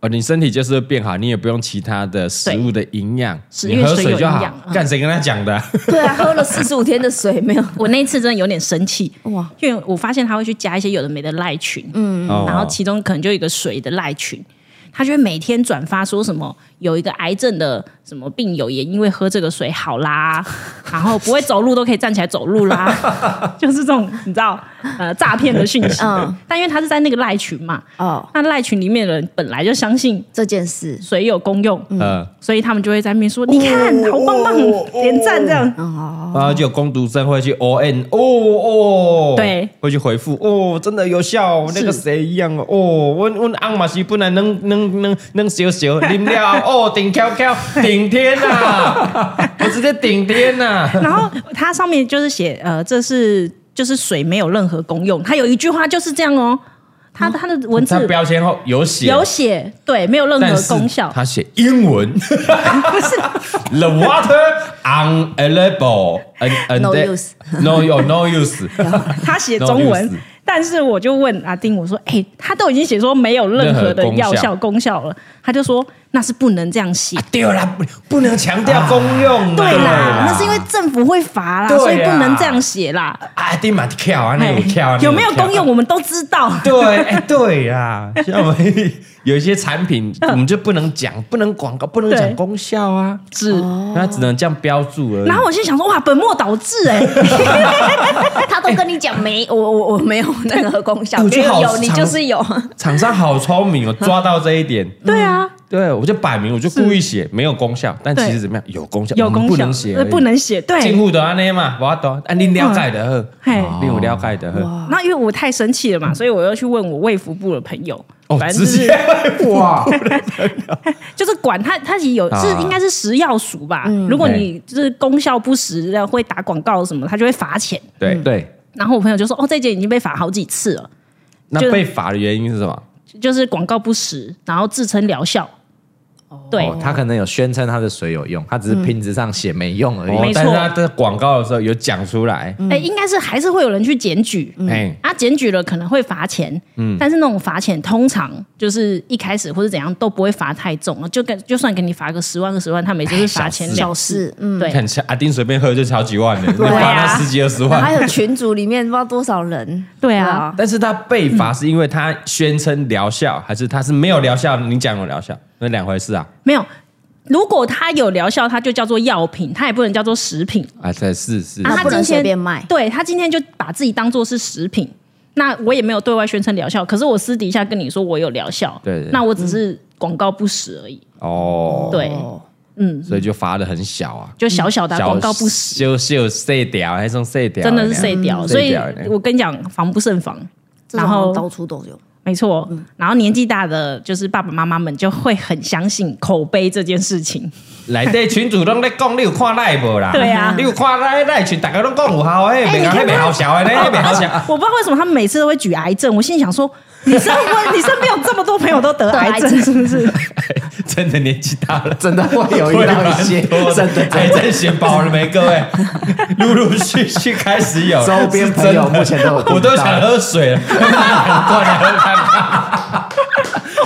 Speaker 1: 哦，你身体就是会变好，你也不用其他的食物的营养，
Speaker 2: 是因
Speaker 1: 你
Speaker 2: 为
Speaker 1: 喝
Speaker 2: 水有
Speaker 1: 就
Speaker 2: 营
Speaker 1: 好
Speaker 2: 养。嗯
Speaker 1: 干谁跟他讲的啊？
Speaker 3: 对啊，喝了四十五天的水没有，
Speaker 2: 我那一次真的有点生气，
Speaker 3: 哇，
Speaker 2: 因为我发现他会去加一些有的没的赖群，嗯，
Speaker 1: 哦
Speaker 2: 然后其中可能就有一个水的赖群，他就会每天转发说什么有一个癌症的什么病友也因为喝这个水 好啦，然后不会走路都可以站起来走路 啦，就是这种你知道呃诈骗的讯息，
Speaker 3: 嗯
Speaker 2: 但因为他是在那个赖群嘛，
Speaker 3: 哦，
Speaker 2: 那赖群里面的人本来就相信
Speaker 3: 这 件事，
Speaker 2: 水有功用，
Speaker 1: 嗯，哦
Speaker 2: 所以他们就会在那边说你看好棒棒，点赞这样，
Speaker 1: 嗯然后就有工读生会去 O N 哦哦，
Speaker 2: 对，
Speaker 1: 会去回复哦，真的有效哦，那个谁一样哦，哦，我我昂马西本来能能弄弄弄小小，啉了哦，顶翘翘，顶天呐、我直接顶天啊呐、
Speaker 2: 然后它上面就是写，呃，这是就是水没有任何功用，它有一句话就是这样哦，
Speaker 1: 嗯
Speaker 2: 它它的文
Speaker 1: 它
Speaker 2: 字
Speaker 1: 标签后有写，
Speaker 2: 有写，对，没有任
Speaker 1: 但
Speaker 2: 何
Speaker 1: 是
Speaker 2: 功效，
Speaker 1: 他写英文，不是 the water unavailable and and
Speaker 3: No
Speaker 1: that-
Speaker 3: use.
Speaker 1: no no no use，
Speaker 2: 他写
Speaker 1: No
Speaker 2: 中
Speaker 1: use
Speaker 2: 文，但是我就问阿丁，我说：“哎、他都已经写说没有任何的
Speaker 1: 任何功效
Speaker 2: 药效功效了。”他就说：“那是不能这样写。
Speaker 1: 对啦，不不能强调功用啊，
Speaker 2: 对
Speaker 1: 对
Speaker 2: 啦，那是因为政府会罚啦，
Speaker 1: 对啦
Speaker 2: 所以不能这样写啦。
Speaker 1: 啊，对嘛跳啊，那
Speaker 2: 哎
Speaker 1: 有跳啊，
Speaker 2: 有没有功用，
Speaker 1: 那
Speaker 2: 我们都知道。
Speaker 1: 有跳啊？对，哎，对啦，像我 们有一些产品，我们就不能讲，不能广告，不能
Speaker 2: 嗯对
Speaker 1: 讲功效啊，
Speaker 2: 是，
Speaker 1: 那只能这样标注而已。
Speaker 2: 然后我心想说：“哇，本末倒置哎、
Speaker 1: 嗯
Speaker 3: 他都跟你讲没，我我我没有任何功效，
Speaker 1: 我觉
Speaker 3: 没
Speaker 1: 得好
Speaker 3: 有有你
Speaker 1: 长
Speaker 3: 就是有，
Speaker 1: 厂商好聪明哦，抓到这一点。
Speaker 2: 对啊，
Speaker 1: 对，我就摆明，我就故意写没有功效，但
Speaker 2: 对
Speaker 1: 其实怎么样有功效，
Speaker 2: 有
Speaker 1: 我们
Speaker 2: 功
Speaker 1: 哦不
Speaker 2: 效，
Speaker 1: 能写而哎
Speaker 2: 呃
Speaker 1: 已，
Speaker 2: 不能写。对，
Speaker 1: 进户的安尼嘛，我懂，啊，你了解的呵，
Speaker 2: 嘿
Speaker 1: 你有了解的呵，
Speaker 2: 那因为我太生气了嘛，所以我又去问我卫福部的朋友，
Speaker 1: 哦
Speaker 2: 反，正就
Speaker 1: 直
Speaker 2: 是
Speaker 1: 接 哇，
Speaker 2: 就是管他，他也有
Speaker 1: 啊
Speaker 2: 是应该是食药署吧。如果你就是功效不实，然后会打广告什么，他就会罚钱。
Speaker 1: 对对，
Speaker 4: 对，
Speaker 2: 然后我朋友就说：“哦，这件已经被罚好几次了，
Speaker 1: 那
Speaker 2: 就
Speaker 1: 被罚的原因是什么？
Speaker 2: 就是广告不实，然后自称疗效。对，
Speaker 4: 哦，他可能有宣称他的水有用，他只
Speaker 3: 嗯
Speaker 4: 是瓶子上写没用而已。
Speaker 1: 哦
Speaker 2: 没，错
Speaker 1: 但是他在广告的时候有讲出来，
Speaker 2: 哎、应该是还是会有人去检举。
Speaker 1: 哎，
Speaker 2: 啊，检举了可能会罚钱，但是那种罚钱通常就是一开始或者怎样都不会罚太重了，就跟就算给你罚个十万个十万，他们也就是罚钱了
Speaker 3: 小
Speaker 2: 事。
Speaker 3: 事，嗯。
Speaker 2: 对，
Speaker 1: 看阿丁随便喝就好几万 呢，你
Speaker 3: 对啊
Speaker 1: 罚他十几二十
Speaker 3: 然后
Speaker 1: 万
Speaker 2: 啊
Speaker 3: 还。有群组里面不知道多少人，
Speaker 2: 对啊，
Speaker 1: 但是他被罚是因为他宣称疗效，还是他是没有疗效？你讲有疗效，那两回事啊！
Speaker 2: 没有。如果它有疗效，它就叫做药品，它也不能叫做食品。
Speaker 1: 啊，对，是是，
Speaker 2: 啊，
Speaker 3: 啊它
Speaker 2: 他
Speaker 3: 不能
Speaker 2: 今
Speaker 3: 随
Speaker 2: 天
Speaker 3: 便卖
Speaker 2: 对他今天就把自己当做是食品。那我也没有对外宣称疗效，可是我私底下跟你说我有疗效，
Speaker 1: 对对
Speaker 2: 那我只是广告不实而已，
Speaker 1: 哦，
Speaker 2: 对，
Speaker 1: 所以就罚的很小啊，
Speaker 2: 就小小的
Speaker 1: 小
Speaker 2: 广告不实，
Speaker 1: 就就碎掉，还剩碎掉，
Speaker 2: 真的是碎掉。所
Speaker 1: 嗯碎
Speaker 2: 以
Speaker 1: 掉了
Speaker 2: 我跟你讲，防不胜防。
Speaker 3: 这
Speaker 2: 然
Speaker 3: 种好像
Speaker 2: 后
Speaker 3: 到处都有。
Speaker 2: 没错，
Speaker 1: 嗯
Speaker 2: 然后年纪大的就是爸爸妈妈们就会很相信口碑这件 事情。
Speaker 1: 内底群主拢咧讲，你有看赖无啦？
Speaker 2: 对啊
Speaker 1: 你有看赖赖群，大家拢讲有效诶，
Speaker 2: 哎
Speaker 1: 袂
Speaker 2: 你
Speaker 1: 讲
Speaker 2: 看
Speaker 1: 袂
Speaker 2: 他
Speaker 1: 好笑 诶，咧袂好笑。
Speaker 2: 我不知道为什么他们每次都会举癌症，我心里想说，你身边你身边有这么多朋友都得癌症，是不是？
Speaker 1: 真的年纪大了，
Speaker 4: 真的会有遇到一些真 的
Speaker 1: 癌症险保了没？ 各位，陆陆续续开始有
Speaker 4: 周边朋
Speaker 1: 是
Speaker 4: 友
Speaker 1: 真的
Speaker 4: 目前都有听到
Speaker 1: 啊我都想喝水 了，过来喝看看。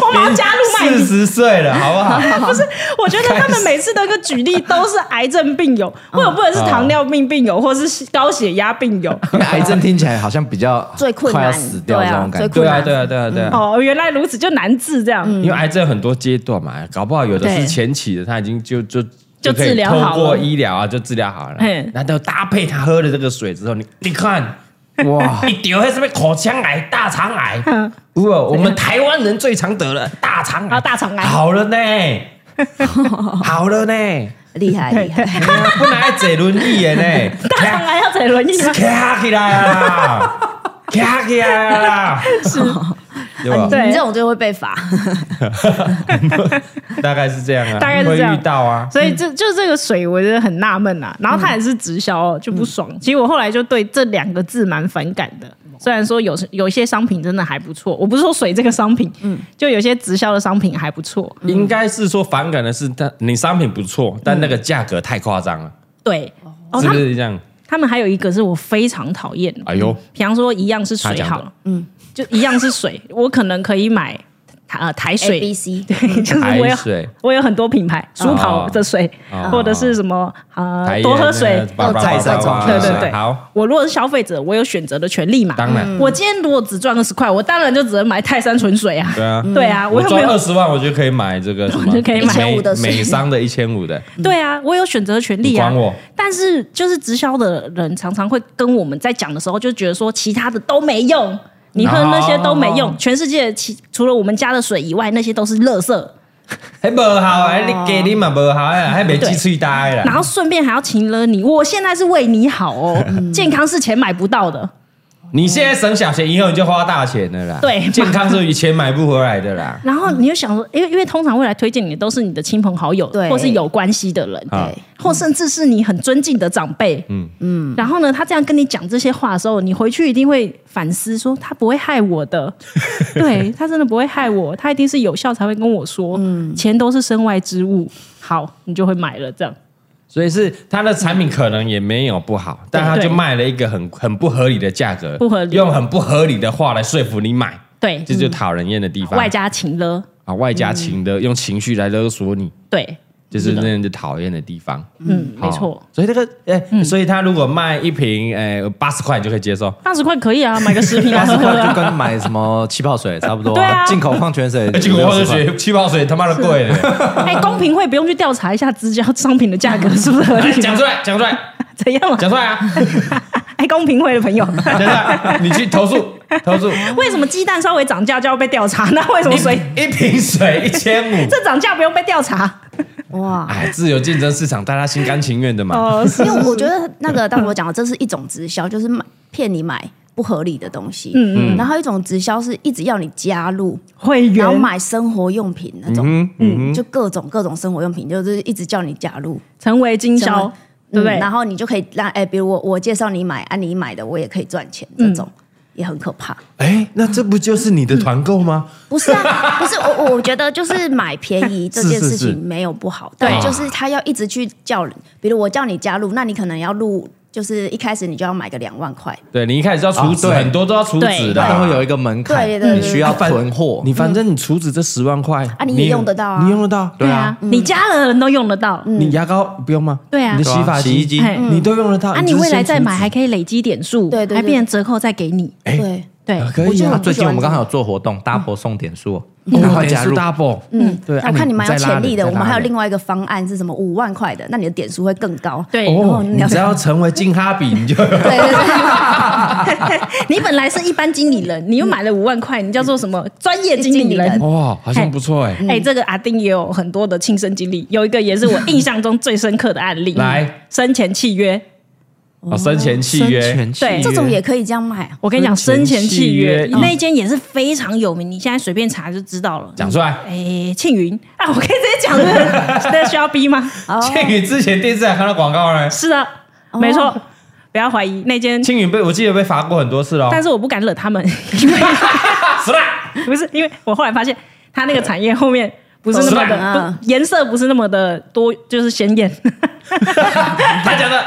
Speaker 2: 我马上加入麦
Speaker 1: 四
Speaker 2: 迪。
Speaker 1: 十岁了，好不好？
Speaker 2: 不是， 我觉得他们每次的一个举例都是癌症病友，或者不能是糖尿病病友，或是高血压病友。
Speaker 4: 癌症听起来好像比较
Speaker 3: 最困
Speaker 4: 快
Speaker 3: 难
Speaker 4: 要死掉这种感
Speaker 3: 对啊最
Speaker 4: 觉。
Speaker 1: 对啊，对啊，对啊，对啊。
Speaker 2: 哦，原来如此，就难治这样。
Speaker 1: 因为癌症很多阶段嘛，搞不好有的
Speaker 2: 嗯对
Speaker 1: 是前期的，他已经就就
Speaker 2: 就
Speaker 1: 可以
Speaker 2: 治疗
Speaker 1: 透
Speaker 2: 好
Speaker 1: 过
Speaker 2: 了
Speaker 1: 医疗啊，就治疗好了
Speaker 2: 嘿。
Speaker 1: 然后搭配他喝的这个水之后，你你看，
Speaker 2: 哦
Speaker 4: 哇，
Speaker 1: 你得那什么口腔癌、大肠癌，
Speaker 2: 嗯
Speaker 1: 哇，我们台湾人最常得了大肠癌，
Speaker 2: 啊大肠癌
Speaker 1: 好 了呢，好了呢，
Speaker 3: 厉 害厉害，
Speaker 1: 本来坐轮椅的呢，
Speaker 2: 大肠癌要整轮椅啊吗？
Speaker 1: 卡起来了啦，卡起来了 啦，是，对吧？
Speaker 2: 对
Speaker 3: 你这种就会被罚。
Speaker 1: 大概是这样啊，
Speaker 2: 大概是
Speaker 1: 会
Speaker 2: 这样
Speaker 1: 遇到啊，
Speaker 2: 所以这就这个水，我觉得很纳闷啊。然后他也是直销、哦，就不爽。其实我后来就对这两个字蛮反感的。虽然说有时有一些商品真的还不错，我不是说水这个商品，嗯，就有些直销的商品还不错。
Speaker 1: 应该是说反感的是，它你商品不错，但那个价格太夸张了，
Speaker 2: 对，哦，
Speaker 1: 是
Speaker 2: 他
Speaker 1: 不
Speaker 2: 们
Speaker 1: 是这样？
Speaker 2: 他们还有一个是我非常讨厌的，
Speaker 1: 哎呦，
Speaker 2: 比方说一样是水好了，嗯，就一样是水，我可能可以买呃台
Speaker 3: A
Speaker 2: 水
Speaker 3: B C，
Speaker 2: 对，就是我
Speaker 1: 台
Speaker 2: 有
Speaker 1: 水
Speaker 2: 我有很多品牌，舒跑的水，
Speaker 1: 哦
Speaker 2: 或者是什么
Speaker 1: 台
Speaker 2: 呃
Speaker 1: 盐
Speaker 2: 多喝水，
Speaker 1: 哎那个
Speaker 4: 菜色
Speaker 1: 叭叭叭叭叭
Speaker 2: 对对对，
Speaker 1: 好，，
Speaker 2: 我如果是消费者，我有选择的权利嘛。
Speaker 1: 当然，
Speaker 2: 我今天如果只赚二十块，我当然就只能买泰山纯水啊。
Speaker 1: 对啊。
Speaker 2: 对啊，
Speaker 1: 我
Speaker 2: 我有没
Speaker 1: 赚二
Speaker 2: 有？
Speaker 1: 十万，我就可以买这个什么
Speaker 2: 我就可以买
Speaker 1: 美
Speaker 3: 1500的水
Speaker 1: 美商的一千五的，
Speaker 2: 对啊，我有选择的权 利
Speaker 1: 你
Speaker 2: 啊
Speaker 1: 管。我？
Speaker 2: 但是就是直销的人常常会跟我们在讲的时候，就觉得说其他的都没用，你喝那些都没用，全世界其除了我们家的水以外，那些都是垃圾。
Speaker 1: 还不好哎，你给你嘛不好哎，还没鸡脆呆
Speaker 2: 哦然
Speaker 1: 啦。
Speaker 2: 后顺便还要请了你，我现在是为你好哦，健康是钱买不到的。
Speaker 1: 你现在省小钱，以后你就花大钱了啦。
Speaker 2: 对
Speaker 1: 健康是以前买不回来的啦。
Speaker 2: 然后你就想说，因为因为通常会来推荐你的都是你的亲朋好友，
Speaker 3: 对
Speaker 2: 或是有关系的人，
Speaker 1: 啊
Speaker 3: 对，
Speaker 2: 或甚至是你很尊敬的长辈，嗯嗯。然后呢，他这样跟你讲这些话的时候，你回去一定会反思说，他不会害我的，对他真的不会害我，他一定是有效才会跟我说，钱都是身外之物，好，你就会买了这样。
Speaker 1: 所以是它的产品可能也没有不好，但它就
Speaker 2: 对
Speaker 1: 卖了一个很很不合理的价格，
Speaker 2: 不合理
Speaker 1: 用很不合理的话来说服你买，
Speaker 2: 对，
Speaker 1: 这就讨人厌的地方。
Speaker 2: 外加情了，
Speaker 1: 啊，外加情的，用情绪来勒索你，
Speaker 2: 对，
Speaker 1: 就是
Speaker 2: 的
Speaker 1: 那人就讨厌的地方。
Speaker 2: 嗯，没
Speaker 1: 好
Speaker 2: 错。。嗯
Speaker 1: 所以那个，哎，所以他如果卖一瓶，哎，八十块你就可以接受。
Speaker 2: 八十块可以啊，买个十瓶来
Speaker 4: 八
Speaker 2: 喝
Speaker 4: 十 块就
Speaker 2: 啊。
Speaker 4: 跟买什么气泡水差不多、
Speaker 2: 对啊
Speaker 4: 进口矿泉水，
Speaker 1: 哎结果我就
Speaker 4: 60块
Speaker 1: 觉得气泡水他妈的贵了，
Speaker 2: 哎，公平会不用去调查一下直销商品的价格是不是合
Speaker 1: 哎
Speaker 2: 理？啊
Speaker 1: 讲出来，讲出来，
Speaker 2: 怎样啊？
Speaker 1: 讲出来啊！
Speaker 2: 哎，公平会的 朋友，
Speaker 1: 讲出来，啊 你去投诉，投诉。
Speaker 2: 为什么鸡蛋稍微涨价就要被调查？ 那为什么水
Speaker 1: 一一瓶水一千五，
Speaker 2: 这涨价不用被调查？
Speaker 3: 哇！
Speaker 1: 哎，自由竞争市场，大家心甘情愿的嘛。
Speaker 2: 哦，是
Speaker 3: 因为我觉得那个，但我讲的这是一种直销，就是买骗你买不合理的东西。嗯嗯。然后一种直销是一直要你加入，
Speaker 2: 会
Speaker 3: 然后
Speaker 2: 员
Speaker 3: 买生活用品那种，嗯，就各种各种生活用品，就是一直叫你加入，
Speaker 2: 成为经
Speaker 3: 成
Speaker 2: 销
Speaker 3: 为，
Speaker 2: 对不对
Speaker 3: 嗯？然后你就可以让哎，比如我我介绍你买，啊，你买的我也可以赚钱，
Speaker 2: 嗯
Speaker 3: 这种也很可怕。
Speaker 1: 哎，那这不就是你的团购吗？
Speaker 3: 不是啊，不是我，我觉得就是买便宜这
Speaker 1: 是
Speaker 3: 件
Speaker 1: 是
Speaker 3: 事
Speaker 1: 是
Speaker 3: 情没有不好，
Speaker 2: 对
Speaker 3: 但就是他要一直去叫人，比如我叫你加入，那你可能要入，就是一开始你就要买个两万块，
Speaker 1: 对你一开始要储值，
Speaker 4: 啊对
Speaker 1: 很多都要储值
Speaker 2: 对
Speaker 1: 的
Speaker 4: 它
Speaker 1: 啊，
Speaker 4: 会有一个门槛，
Speaker 3: 对对对
Speaker 4: 你需要囤货。
Speaker 1: 你反正你储值这十万块啊
Speaker 3: 你也用得到啊
Speaker 1: 你用得到，
Speaker 4: 对
Speaker 2: 啊
Speaker 4: 啊，，
Speaker 2: 你家的人都用得到。
Speaker 1: 你牙膏不用吗？
Speaker 2: 对啊
Speaker 1: 你的洗发
Speaker 4: 对啊洗衣机
Speaker 2: 哎
Speaker 3: 嗯
Speaker 1: 你都用得到。
Speaker 2: 啊，
Speaker 1: 只
Speaker 2: 你
Speaker 1: 是
Speaker 2: 未来
Speaker 1: 先
Speaker 2: 再
Speaker 1: 储
Speaker 2: 买
Speaker 1: 值
Speaker 2: 还可以累积点数，
Speaker 3: 对对对
Speaker 2: 还变成折扣再给你。
Speaker 3: 对，
Speaker 2: 对，
Speaker 1: 可
Speaker 3: 我
Speaker 1: 以
Speaker 3: 就
Speaker 1: 啊
Speaker 3: 很，
Speaker 4: 最近我们刚好有做活动，搭婆送点数，赶
Speaker 1: 我
Speaker 4: 快
Speaker 1: 点
Speaker 4: 加
Speaker 1: 数
Speaker 4: 入。
Speaker 1: double，
Speaker 3: 嗯，
Speaker 1: 对。啊
Speaker 3: 我看你蛮有潜力的，我们还有另
Speaker 1: 外。
Speaker 3: 外一个方案是什么五万块的，那你的点数会更高，
Speaker 2: 对
Speaker 3: 然
Speaker 1: 哦，
Speaker 3: 后你
Speaker 1: 你
Speaker 3: 要
Speaker 1: 只要成为金哈比，你 就
Speaker 3: 对对对，
Speaker 2: 你本来是一般经理人，你又买了五万块，你叫做什么专业经理
Speaker 3: 经理
Speaker 2: 人
Speaker 3: 人？
Speaker 1: 哇，好像不错哎。
Speaker 2: 哎、这个阿丁也有很多的亲身经历，有一个也是我印象中最深刻的案例。
Speaker 1: 来，
Speaker 2: 生前契约，
Speaker 1: 哦，生前契
Speaker 4: 生
Speaker 1: 约
Speaker 4: 前契约
Speaker 2: 对
Speaker 3: 这种也可以这样卖啊，
Speaker 2: 我跟你讲，生
Speaker 1: 生
Speaker 2: 前
Speaker 1: 前
Speaker 2: 契
Speaker 1: 契
Speaker 2: 约嗯
Speaker 1: 约
Speaker 2: 那一间也是非常有名，你现在随便查就知道了。
Speaker 1: 讲出来。
Speaker 2: 哎、庆云啊，我可以直接 讲了，这需要逼吗？
Speaker 3: 哦
Speaker 1: 庆宇之前电视台看到广告
Speaker 3: 嗯
Speaker 1: 呢，
Speaker 2: 是的，没错，不要怀疑那间，
Speaker 1: 庆宇被我记得被罚过很多次喽。
Speaker 2: 但是我不敢惹他们， 因为
Speaker 1: 死啦！
Speaker 2: 不是因为我后来发现他那个产业后面。不哦是那么
Speaker 1: 是
Speaker 2: 的
Speaker 3: 吧
Speaker 2: 不颜色，不是那么的多，就是显眼。
Speaker 1: 他讲的，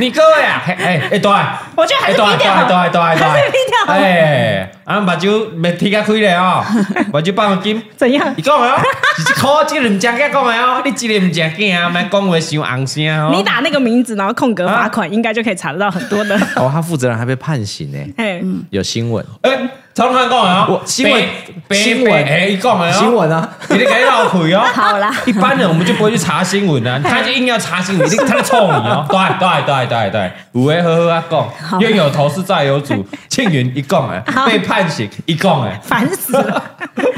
Speaker 1: 你各位啊，嘿哎哎，对，
Speaker 2: 我觉得还
Speaker 1: 哎
Speaker 2: 是
Speaker 1: 对
Speaker 2: 低
Speaker 1: 对
Speaker 2: 调好，
Speaker 1: 对对
Speaker 2: 还是低
Speaker 1: 对，
Speaker 2: 调好。
Speaker 1: 哎，俺目睭没踢开开嘞 哦，目睭放金。
Speaker 2: 怎样
Speaker 1: 你？讲的哦，是靠这个唔正经讲的哦，你这个唔正经啊，莫讲话伤红声哦。
Speaker 2: 你打那个名字，然后空格罚款，应该就可以查得到很 多的。
Speaker 4: 哦，他负责人还被判刑呢，
Speaker 2: 哎，
Speaker 4: 有新闻，
Speaker 1: 哎，曹汉讲的哦
Speaker 4: 我，新闻
Speaker 1: 白白
Speaker 4: 新闻
Speaker 1: 白哎，他讲的哦，
Speaker 4: 新闻啊，
Speaker 1: 你得给他老 腿哦。
Speaker 3: 好啦，
Speaker 1: 一般人我们就不会去查新闻啊，他就硬要查新闻，一定他在冲你 哦。对对对对对，五位呵呵啊讲，冤有头是债有 主，庆云一共哎
Speaker 2: 好
Speaker 1: 被判刑一共哎，
Speaker 2: 烦死了！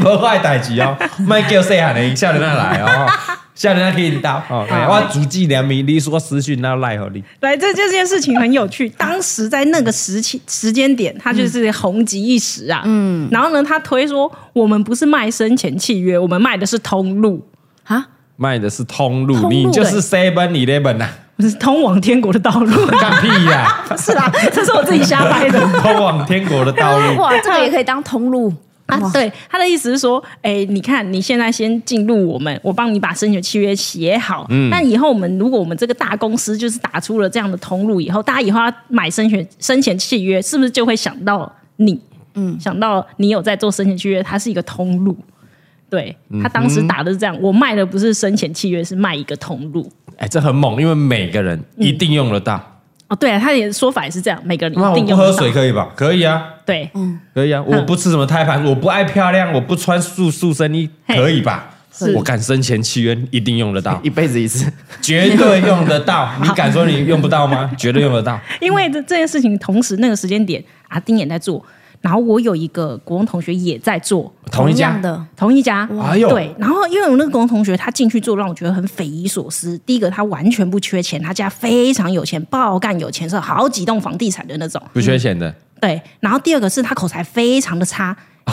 Speaker 1: 无坏代志哦，卖叫细汉的，少年仔来哦， 少年仔去引导哦，哎我足迹良民，你说私讯那赖好你。
Speaker 2: 来，这这件事情很有趣。当时在那个时期时间点，他就是红极一时啊。嗯，然后呢，他推说我们不是卖生前契约，我们卖的是通路，
Speaker 3: 啊，
Speaker 1: 卖的是通路，
Speaker 3: 通路
Speaker 1: 你就是 Seven Eleven 呐，
Speaker 2: 不是通往天国的道路。
Speaker 1: 干屁呀、
Speaker 2: 不 是啦，这是我自己瞎掰的。
Speaker 1: 通往天国的道路。
Speaker 3: 哇，这个也可以当通路
Speaker 2: 啊，对，他的意思是说，哎，你看，你现在先进入我们，我帮你把生前契约写好。嗯，但以后我们如果我们这个大公司就是打出了这样的通路以后，大家以后要买生前生前契约，是不是就会想到你？嗯，想到你有在做生前契约，它是一个通路。对
Speaker 1: 嗯
Speaker 2: 他当时打的是这样，我卖的不是生前契约，是卖一个通路。
Speaker 1: 哎、这很猛，因为每个人一定用得到。
Speaker 2: 哦，对啊，他也说法也是这样，每个人
Speaker 1: 那、
Speaker 2: 一
Speaker 1: 我
Speaker 2: 定
Speaker 1: 哦不
Speaker 2: 用得
Speaker 1: 喝
Speaker 2: 到
Speaker 1: 水可以吧？可以啊，
Speaker 2: 对，
Speaker 1: 可以啊。我不吃什么胎盘，我不爱漂亮，我不穿素塑身衣，
Speaker 2: 嘿
Speaker 1: 可以吧？
Speaker 2: 是
Speaker 1: 我敢生前契约一定用得到，
Speaker 4: 一辈子一次，
Speaker 1: 绝对用得 到。你敢说你用不到吗？绝对用得到。
Speaker 2: 因为这这件事情，同时那个时间点，阿丁也在做，然后我有一个国中同学也在做，
Speaker 1: 同一家
Speaker 3: 样，的，
Speaker 2: 同一家。
Speaker 1: 哎呦，
Speaker 2: 对，然后因为我那个国中同学，他进去做让我觉得很匪夷所思。第一个，他完全不缺钱，他家非常有钱，爆干有钱，是好几栋房地产的那种。
Speaker 1: 不缺钱的，
Speaker 2: 对，然后第二个是他口才非常的差，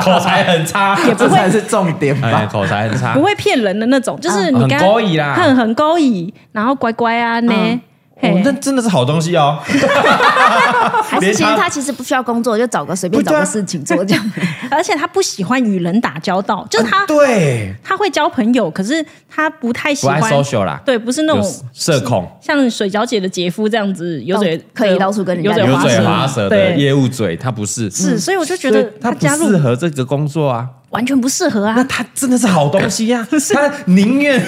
Speaker 1: 口才很差，
Speaker 2: 也不
Speaker 4: 这才
Speaker 2: 会
Speaker 4: 是重点
Speaker 1: 哎，
Speaker 4: 吧？
Speaker 1: 口才很差
Speaker 2: 不，会骗人的那种，就是你
Speaker 1: 啊很
Speaker 2: 跟他
Speaker 1: 勾引啦
Speaker 2: 很很勾引，然后乖乖啊呢
Speaker 3: 嗯，
Speaker 1: 哦
Speaker 2: 嘿，
Speaker 1: 那真的是好东西哦。
Speaker 3: 还是
Speaker 1: 连
Speaker 3: 其实
Speaker 1: 他
Speaker 3: 他其实不需要工作，就找个随便
Speaker 1: 不
Speaker 3: 找
Speaker 1: 对啊
Speaker 3: 个事情做这样。
Speaker 2: 而且他不喜欢与人打交道，就是他
Speaker 1: 对，
Speaker 2: 他会交朋友，可是他不太喜
Speaker 1: 不爱
Speaker 2: 欢
Speaker 1: social 啦，
Speaker 2: 对，不是那
Speaker 1: 有
Speaker 2: 种
Speaker 1: 社恐、
Speaker 2: 像水饺姐的姐夫这样子，有嘴
Speaker 3: 到可以到处跟人家
Speaker 2: 有嘴
Speaker 1: 油
Speaker 3: 滑舌
Speaker 1: 嘴
Speaker 2: 舌
Speaker 1: 滑舌的
Speaker 2: 对，嗯
Speaker 1: 业务嘴，他不是，
Speaker 2: 是，所以我就觉
Speaker 1: 所
Speaker 2: 得
Speaker 1: 以他不
Speaker 2: 加入
Speaker 1: 适合这个工作啊。
Speaker 2: 完全不适合啊
Speaker 1: 那。他真的是好东西呀、他宁愿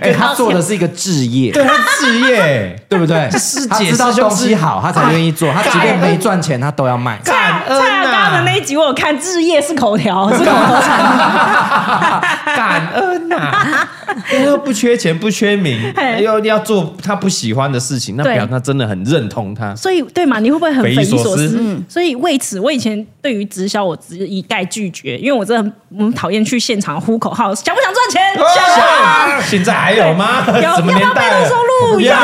Speaker 4: 哎，他做的是一个置 业，
Speaker 1: 对他置业，
Speaker 4: 对不对？
Speaker 1: 是
Speaker 4: 他
Speaker 1: 解
Speaker 4: 知道
Speaker 1: 释就
Speaker 4: 东
Speaker 1: 是
Speaker 4: 西好，他才愿意做。他即便没赚钱，他都要卖。
Speaker 1: 感恩
Speaker 2: 蔡阿刚的
Speaker 1: 呐、
Speaker 2: 那一集我有看，置业是口 条，是口头禅。
Speaker 1: 感恩啊呐、又不缺钱，不缺名
Speaker 2: 嘿，
Speaker 1: 又要做他不喜欢的事情，那
Speaker 2: 对
Speaker 1: 表示他真的很认同 他。
Speaker 2: 所以对嘛，你会不会很
Speaker 1: 匪
Speaker 2: 匪
Speaker 1: 夷
Speaker 2: 夷
Speaker 1: 所
Speaker 2: 所
Speaker 1: 思
Speaker 2: 思？嗯所以为此，我以前对于直销我只一概拒绝，因为我真的很我很讨厌去现场呼口号，想不想赚钱？
Speaker 1: 哦
Speaker 2: 想啊。
Speaker 1: 啊现在还有吗？
Speaker 2: 有 要
Speaker 1: 什
Speaker 2: 不
Speaker 1: 么
Speaker 2: 要
Speaker 1: 年代啊
Speaker 2: 被动
Speaker 1: 了？
Speaker 2: 收入？
Speaker 1: 不要，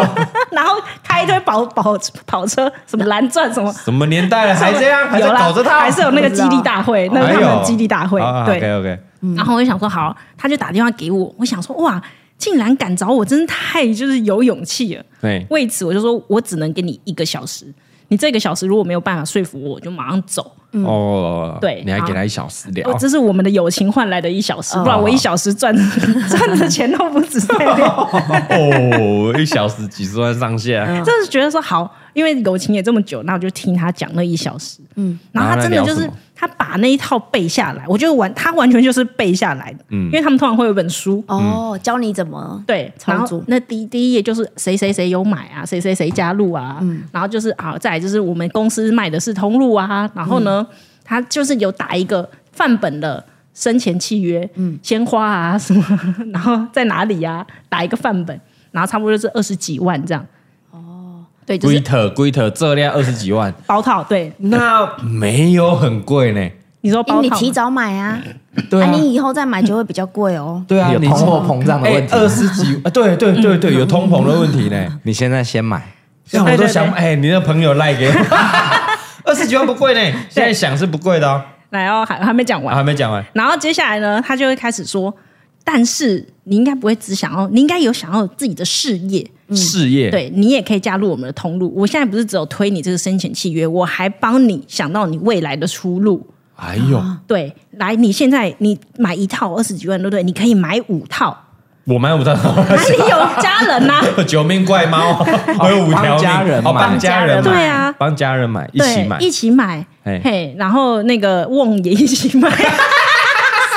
Speaker 2: 然后开一堆跑跑跑车，什么蓝钻什么，
Speaker 1: 什么年代了还这样？还在
Speaker 2: 有啦
Speaker 1: 搞这套？
Speaker 2: 还是有那个激励大会，那是他们的激励大会。对，
Speaker 1: 哎啊，OK OK，
Speaker 2: 然后我就想说，好，他就打电话给我，我想说，哇，竟然敢找我，真是太就是有勇气了。
Speaker 1: 对，
Speaker 2: 为此，我就说我只能给你一个小时，你这个小时如果没有办法说服我，我就马上走。
Speaker 1: 哦，
Speaker 2: 嗯对
Speaker 1: 你还给
Speaker 2: 好
Speaker 1: 他一小时聊
Speaker 2: 哦，，这是我们的友情换来的一小时，
Speaker 3: 哦
Speaker 2: 不然我一小时赚 赚的钱都不止在那。
Speaker 1: 哦，一小时几十万上下，
Speaker 2: 就是觉得说好，因为友情也这么久，那我就听他讲那一小时。嗯，然后他真的
Speaker 1: 然
Speaker 2: 就
Speaker 1: 后他聊什
Speaker 2: 是
Speaker 1: 么
Speaker 2: 他把那一套背下来，我觉得完他完全就是背下来的，因为他们通常会有一本书。
Speaker 3: 哦，教你怎么
Speaker 2: 对，
Speaker 3: 操
Speaker 2: 然后
Speaker 3: 作
Speaker 2: 那第第一页就是谁谁谁有买啊，谁谁谁加入啊，然后就是啊，再来就是我们公司卖的是通路啊，然后呢，他就是有打一个范本的生前契约，嗯，鲜花啊什么， 然后在哪里啊，打一个范本，然后差不多就是二十几万这样，哦，对，就是
Speaker 1: 龟特龟特这辆二十几万，
Speaker 2: 包套，对，
Speaker 1: 那没有很贵呢。
Speaker 2: 你说
Speaker 3: 因
Speaker 2: 包
Speaker 3: 为你
Speaker 2: 套
Speaker 3: 提
Speaker 2: 吗，
Speaker 3: 早买啊，
Speaker 1: 对啊
Speaker 3: 啊你以后再买就会比较贵哦。
Speaker 1: 对啊
Speaker 4: 有通货膨胀的问题
Speaker 1: 哎，二十几，啊对对对对，有通膨的问题 呢。
Speaker 4: 你现在先买，
Speaker 1: 像我
Speaker 2: 对
Speaker 1: 都
Speaker 2: 对
Speaker 1: 想，
Speaker 2: 对
Speaker 1: 哎，你的朋友赖给我， 二十几万不贵呢。现在想是不贵的哦。
Speaker 2: 然后还还没讲
Speaker 1: 啊
Speaker 2: 完，
Speaker 1: 还没讲完，
Speaker 2: 然后接下来呢，他就会开始说，但是你应该不会只想要，你应该有想要有自己的事业，
Speaker 1: 事业，
Speaker 2: 嗯对你也可以加入我们的通路。我现在不是只有推你这个生前契约，我还帮你想到你未来的出路。
Speaker 1: 哎呦，
Speaker 2: 对，来，你现在你买一套二十几万，对不对？你可以买五套，
Speaker 1: 我买五张，
Speaker 2: 啊，你有家人啊呐、
Speaker 1: 九命怪 猫，我有五条
Speaker 4: 帮家人
Speaker 1: 命，
Speaker 4: 买
Speaker 1: 哦，帮家人买，
Speaker 2: 对啊
Speaker 1: 帮家人 买，一
Speaker 2: 对，
Speaker 1: 起买，
Speaker 2: 一起买，
Speaker 1: 嘿
Speaker 2: 嘿，然后那个瓮也一起买，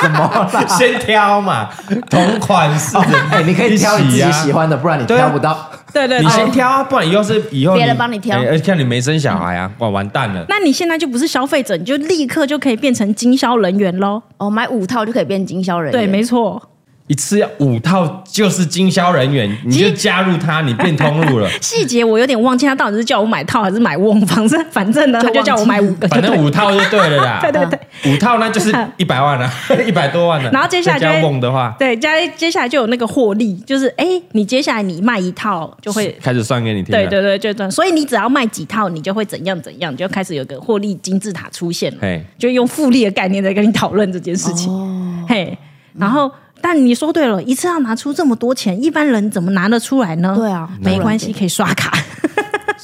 Speaker 4: 什么？
Speaker 1: 先挑嘛，同款式的，
Speaker 4: 哎，你可以挑你自
Speaker 1: 一起啊
Speaker 4: 己喜欢的，不然你
Speaker 1: 对啊
Speaker 4: 挑不到。
Speaker 2: 对对哦
Speaker 1: 你
Speaker 2: 对
Speaker 1: 先。挑啊，不然以后是以后
Speaker 3: 别人帮你挑
Speaker 1: 哎而且看你没生小孩啊，哇，完蛋了。
Speaker 2: 嗯那你现在就不是消费者，你就立刻就可以变成经销人员喽。
Speaker 3: 哦，买五套就可以变经销人员。
Speaker 2: 对，没错，
Speaker 1: 一次要五套就是经销人员，你就加入他，你变通路 了。
Speaker 2: 细节我有点忘记他到底是叫我买套还是买瓮，反正反正呢，
Speaker 3: 就
Speaker 2: 他
Speaker 3: 忘
Speaker 2: 就叫我买五个，
Speaker 1: 反正
Speaker 2: 对
Speaker 1: 五套就对了啦，
Speaker 2: 对对对。嗯
Speaker 1: 五套那就是一百万了， 一百多万了。啊
Speaker 2: 然后接下来就会
Speaker 1: 再加梦的话，
Speaker 2: 对，加接下来就有那个获利，就是哎、你接下来你卖一套就会，
Speaker 1: 开始算给你听啊了。
Speaker 2: 对对对，就这样。所以你只要卖几套，你就会怎样怎样，就开始有个获利金字塔出现了
Speaker 1: 嘿，
Speaker 2: 就用复利的概念在跟你讨论这件事情。
Speaker 3: 哦，
Speaker 2: 嘿，然后、但你说对了，一次要拿出这么多钱，一般人怎么拿得出来呢？
Speaker 3: 对啊
Speaker 2: 没关系，可以刷卡，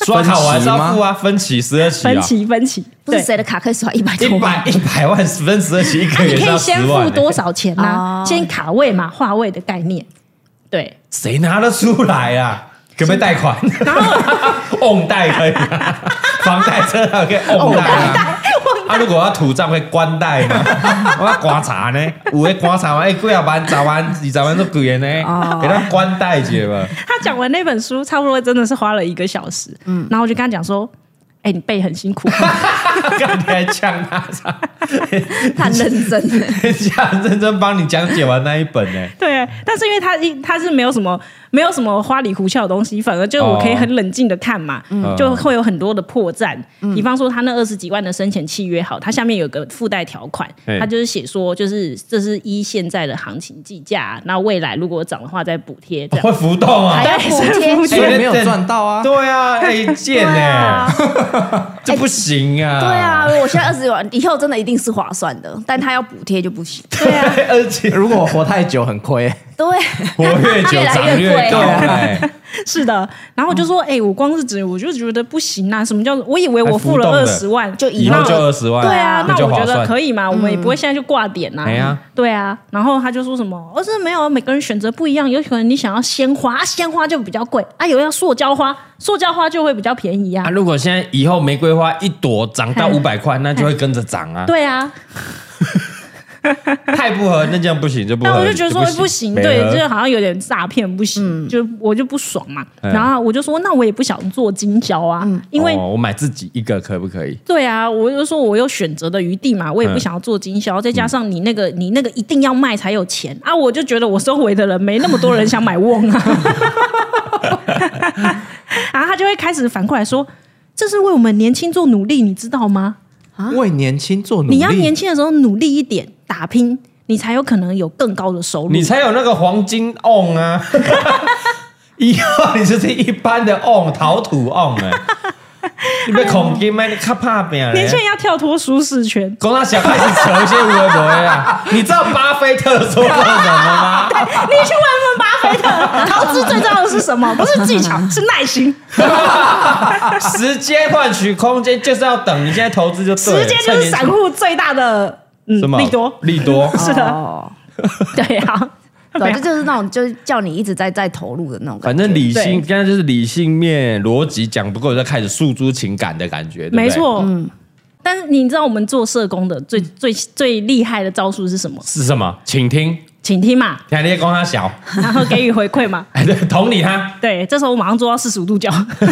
Speaker 1: 刷卡我还是要付啊，分期十二期
Speaker 2: 分
Speaker 1: 啊，
Speaker 2: 期分期，
Speaker 3: 不是
Speaker 2: 对
Speaker 3: 谁的卡可以刷一百
Speaker 1: 一
Speaker 3: 多
Speaker 1: 百
Speaker 3: 万？
Speaker 1: 一百万分十二期，一
Speaker 2: 啊，
Speaker 1: 个
Speaker 2: 你
Speaker 1: 月是
Speaker 2: 可
Speaker 1: 要
Speaker 2: 以
Speaker 1: 十
Speaker 2: 先
Speaker 1: 万
Speaker 2: 付
Speaker 1: 欸。
Speaker 2: 多少钱呢、
Speaker 3: 哦
Speaker 2: 先卡位嘛，划位的概念，对。
Speaker 1: 谁拿得出来啊？可不可以贷款？然后 on 贷可以吗？房贷车贷可以 on 贷 啊。啊，如果要土葬会官贷吗？ 我要观察呢，有的观察嘛，哎，几啊万、十万、二十万都贵的呢，
Speaker 3: 哦
Speaker 1: 给他官贷去 吧。
Speaker 2: 他讲完那本书，差不多真的是花了一个小时。嗯，然后我就跟他讲说：“哎、你背很辛苦，
Speaker 1: 干你还呛他，操
Speaker 3: 太认真 了。
Speaker 1: 人家很认真帮你讲解完那一本呢。
Speaker 2: 对。”但是因为他一他是没有什么没有什么花里胡哨的东西，反而就我
Speaker 1: 哦
Speaker 2: 可以很冷静的看嘛，
Speaker 1: 嗯
Speaker 2: 就会有很多的破绽。比方说，他那二十几万的生前契约好，它下面有个附带条款
Speaker 1: 嘿，
Speaker 2: 它就是写说，就是这是依现在的行情计价，那未来如果涨的话再补 贴这样。
Speaker 1: 会浮动啊
Speaker 3: 哎还，要补贴，
Speaker 2: 对
Speaker 4: 所以没有赚到啊。
Speaker 1: 对啊，哎贱
Speaker 3: 对啊
Speaker 1: 哎，这不行啊，
Speaker 3: 对啊，我现在二十万，以后真的一定是划算的，但他要补贴就不行。
Speaker 2: 对啊，
Speaker 1: 对， 而且
Speaker 4: 如果活太久很亏，
Speaker 3: 对，啊
Speaker 1: 活越久
Speaker 3: 越来
Speaker 1: 长
Speaker 3: 越
Speaker 1: 越
Speaker 3: 贵
Speaker 1: 高，哎，
Speaker 2: 是的。然后我就说，哎、我光是指我就觉得不行啊，什么叫我以为我付了
Speaker 1: 还浮动
Speaker 2: 二
Speaker 1: 的
Speaker 2: 十万
Speaker 3: 就
Speaker 1: 以
Speaker 3: 那
Speaker 1: 后
Speaker 3: 我
Speaker 1: 就二十万，
Speaker 2: 对啊，
Speaker 1: 那
Speaker 2: 那
Speaker 1: 就
Speaker 2: 我觉
Speaker 1: 划
Speaker 2: 得
Speaker 1: 算。
Speaker 2: 可以嘛，我们也不会现在就挂点呐、
Speaker 1: 哎呀
Speaker 2: 对啊，然后他就说什么，而、哦是没有每个人选择不一样，有可能你想要鲜花，啊鲜花就比较贵啊，有要塑胶花，塑胶花就会比较便宜啊。
Speaker 1: 啊，如果现在以后玫瑰花一朵涨到
Speaker 2: 嘿
Speaker 1: 五百块，那就会跟着涨啊，
Speaker 2: 对啊，
Speaker 1: 太不合，那这样不行，就不合。
Speaker 2: 但我就觉得说哎不行，
Speaker 1: 没嗯
Speaker 2: 对，
Speaker 1: 合
Speaker 2: 就是好像有点诈骗，不行，就我就不爽嘛。
Speaker 1: 嗯
Speaker 2: 然后我就说，那我也不想做金胶啊，因为
Speaker 1: 哦我买自己一个可不可以？
Speaker 2: 对啊，我就说我有选择的余地嘛，我也不
Speaker 1: 嗯
Speaker 2: 想要做经销，再加上你那个你那个一定要卖才有钱啊，我就觉得我周围的人没那么多人想买瓮啊，然后他就会开始反过来说。这是为我们年轻做努力，你知道吗？
Speaker 4: 为年轻做努
Speaker 2: 啊
Speaker 4: 力。
Speaker 2: 你要年轻的时候努力一点，打拼，你才有可能有更高的收入。
Speaker 1: 你才有那个黄金 on 啊！ 以后你就是一般的 on 陶土 on 哎、你被恐惊卖你卡怕扁
Speaker 2: 年轻
Speaker 1: 嘞
Speaker 2: 人！要跳脱舒适圈，
Speaker 1: 公大小开始扯一些无为博啊！你知道巴菲特说过什么 吗？
Speaker 2: 你去问问巴菲特，投资最重要的是什么？不是技巧，是耐心。
Speaker 1: 时间换取空间，就是要等。你现在投资就对了，
Speaker 2: 时间就是散户最大的嗯
Speaker 1: 什么
Speaker 2: 利多，
Speaker 1: 利多
Speaker 2: 是的，
Speaker 3: 哦，
Speaker 2: 对啊，
Speaker 3: 对，这就是那种就是叫你一直在在投入的那种感
Speaker 1: 反
Speaker 3: 觉。
Speaker 1: 正理性，现在就是理性面逻辑讲不够，就开始诉诸情感的感觉，对不对
Speaker 2: 没，错，嗯。但是你知道我们做社工的最最最厉害的招数是什么？
Speaker 1: 是什么？请听，
Speaker 2: 请听 嘛，
Speaker 1: 听你光他小，
Speaker 2: 然后给予回馈嘛。
Speaker 1: 哎，对，同理他，
Speaker 2: 对，这时候我马上做到四十五度角。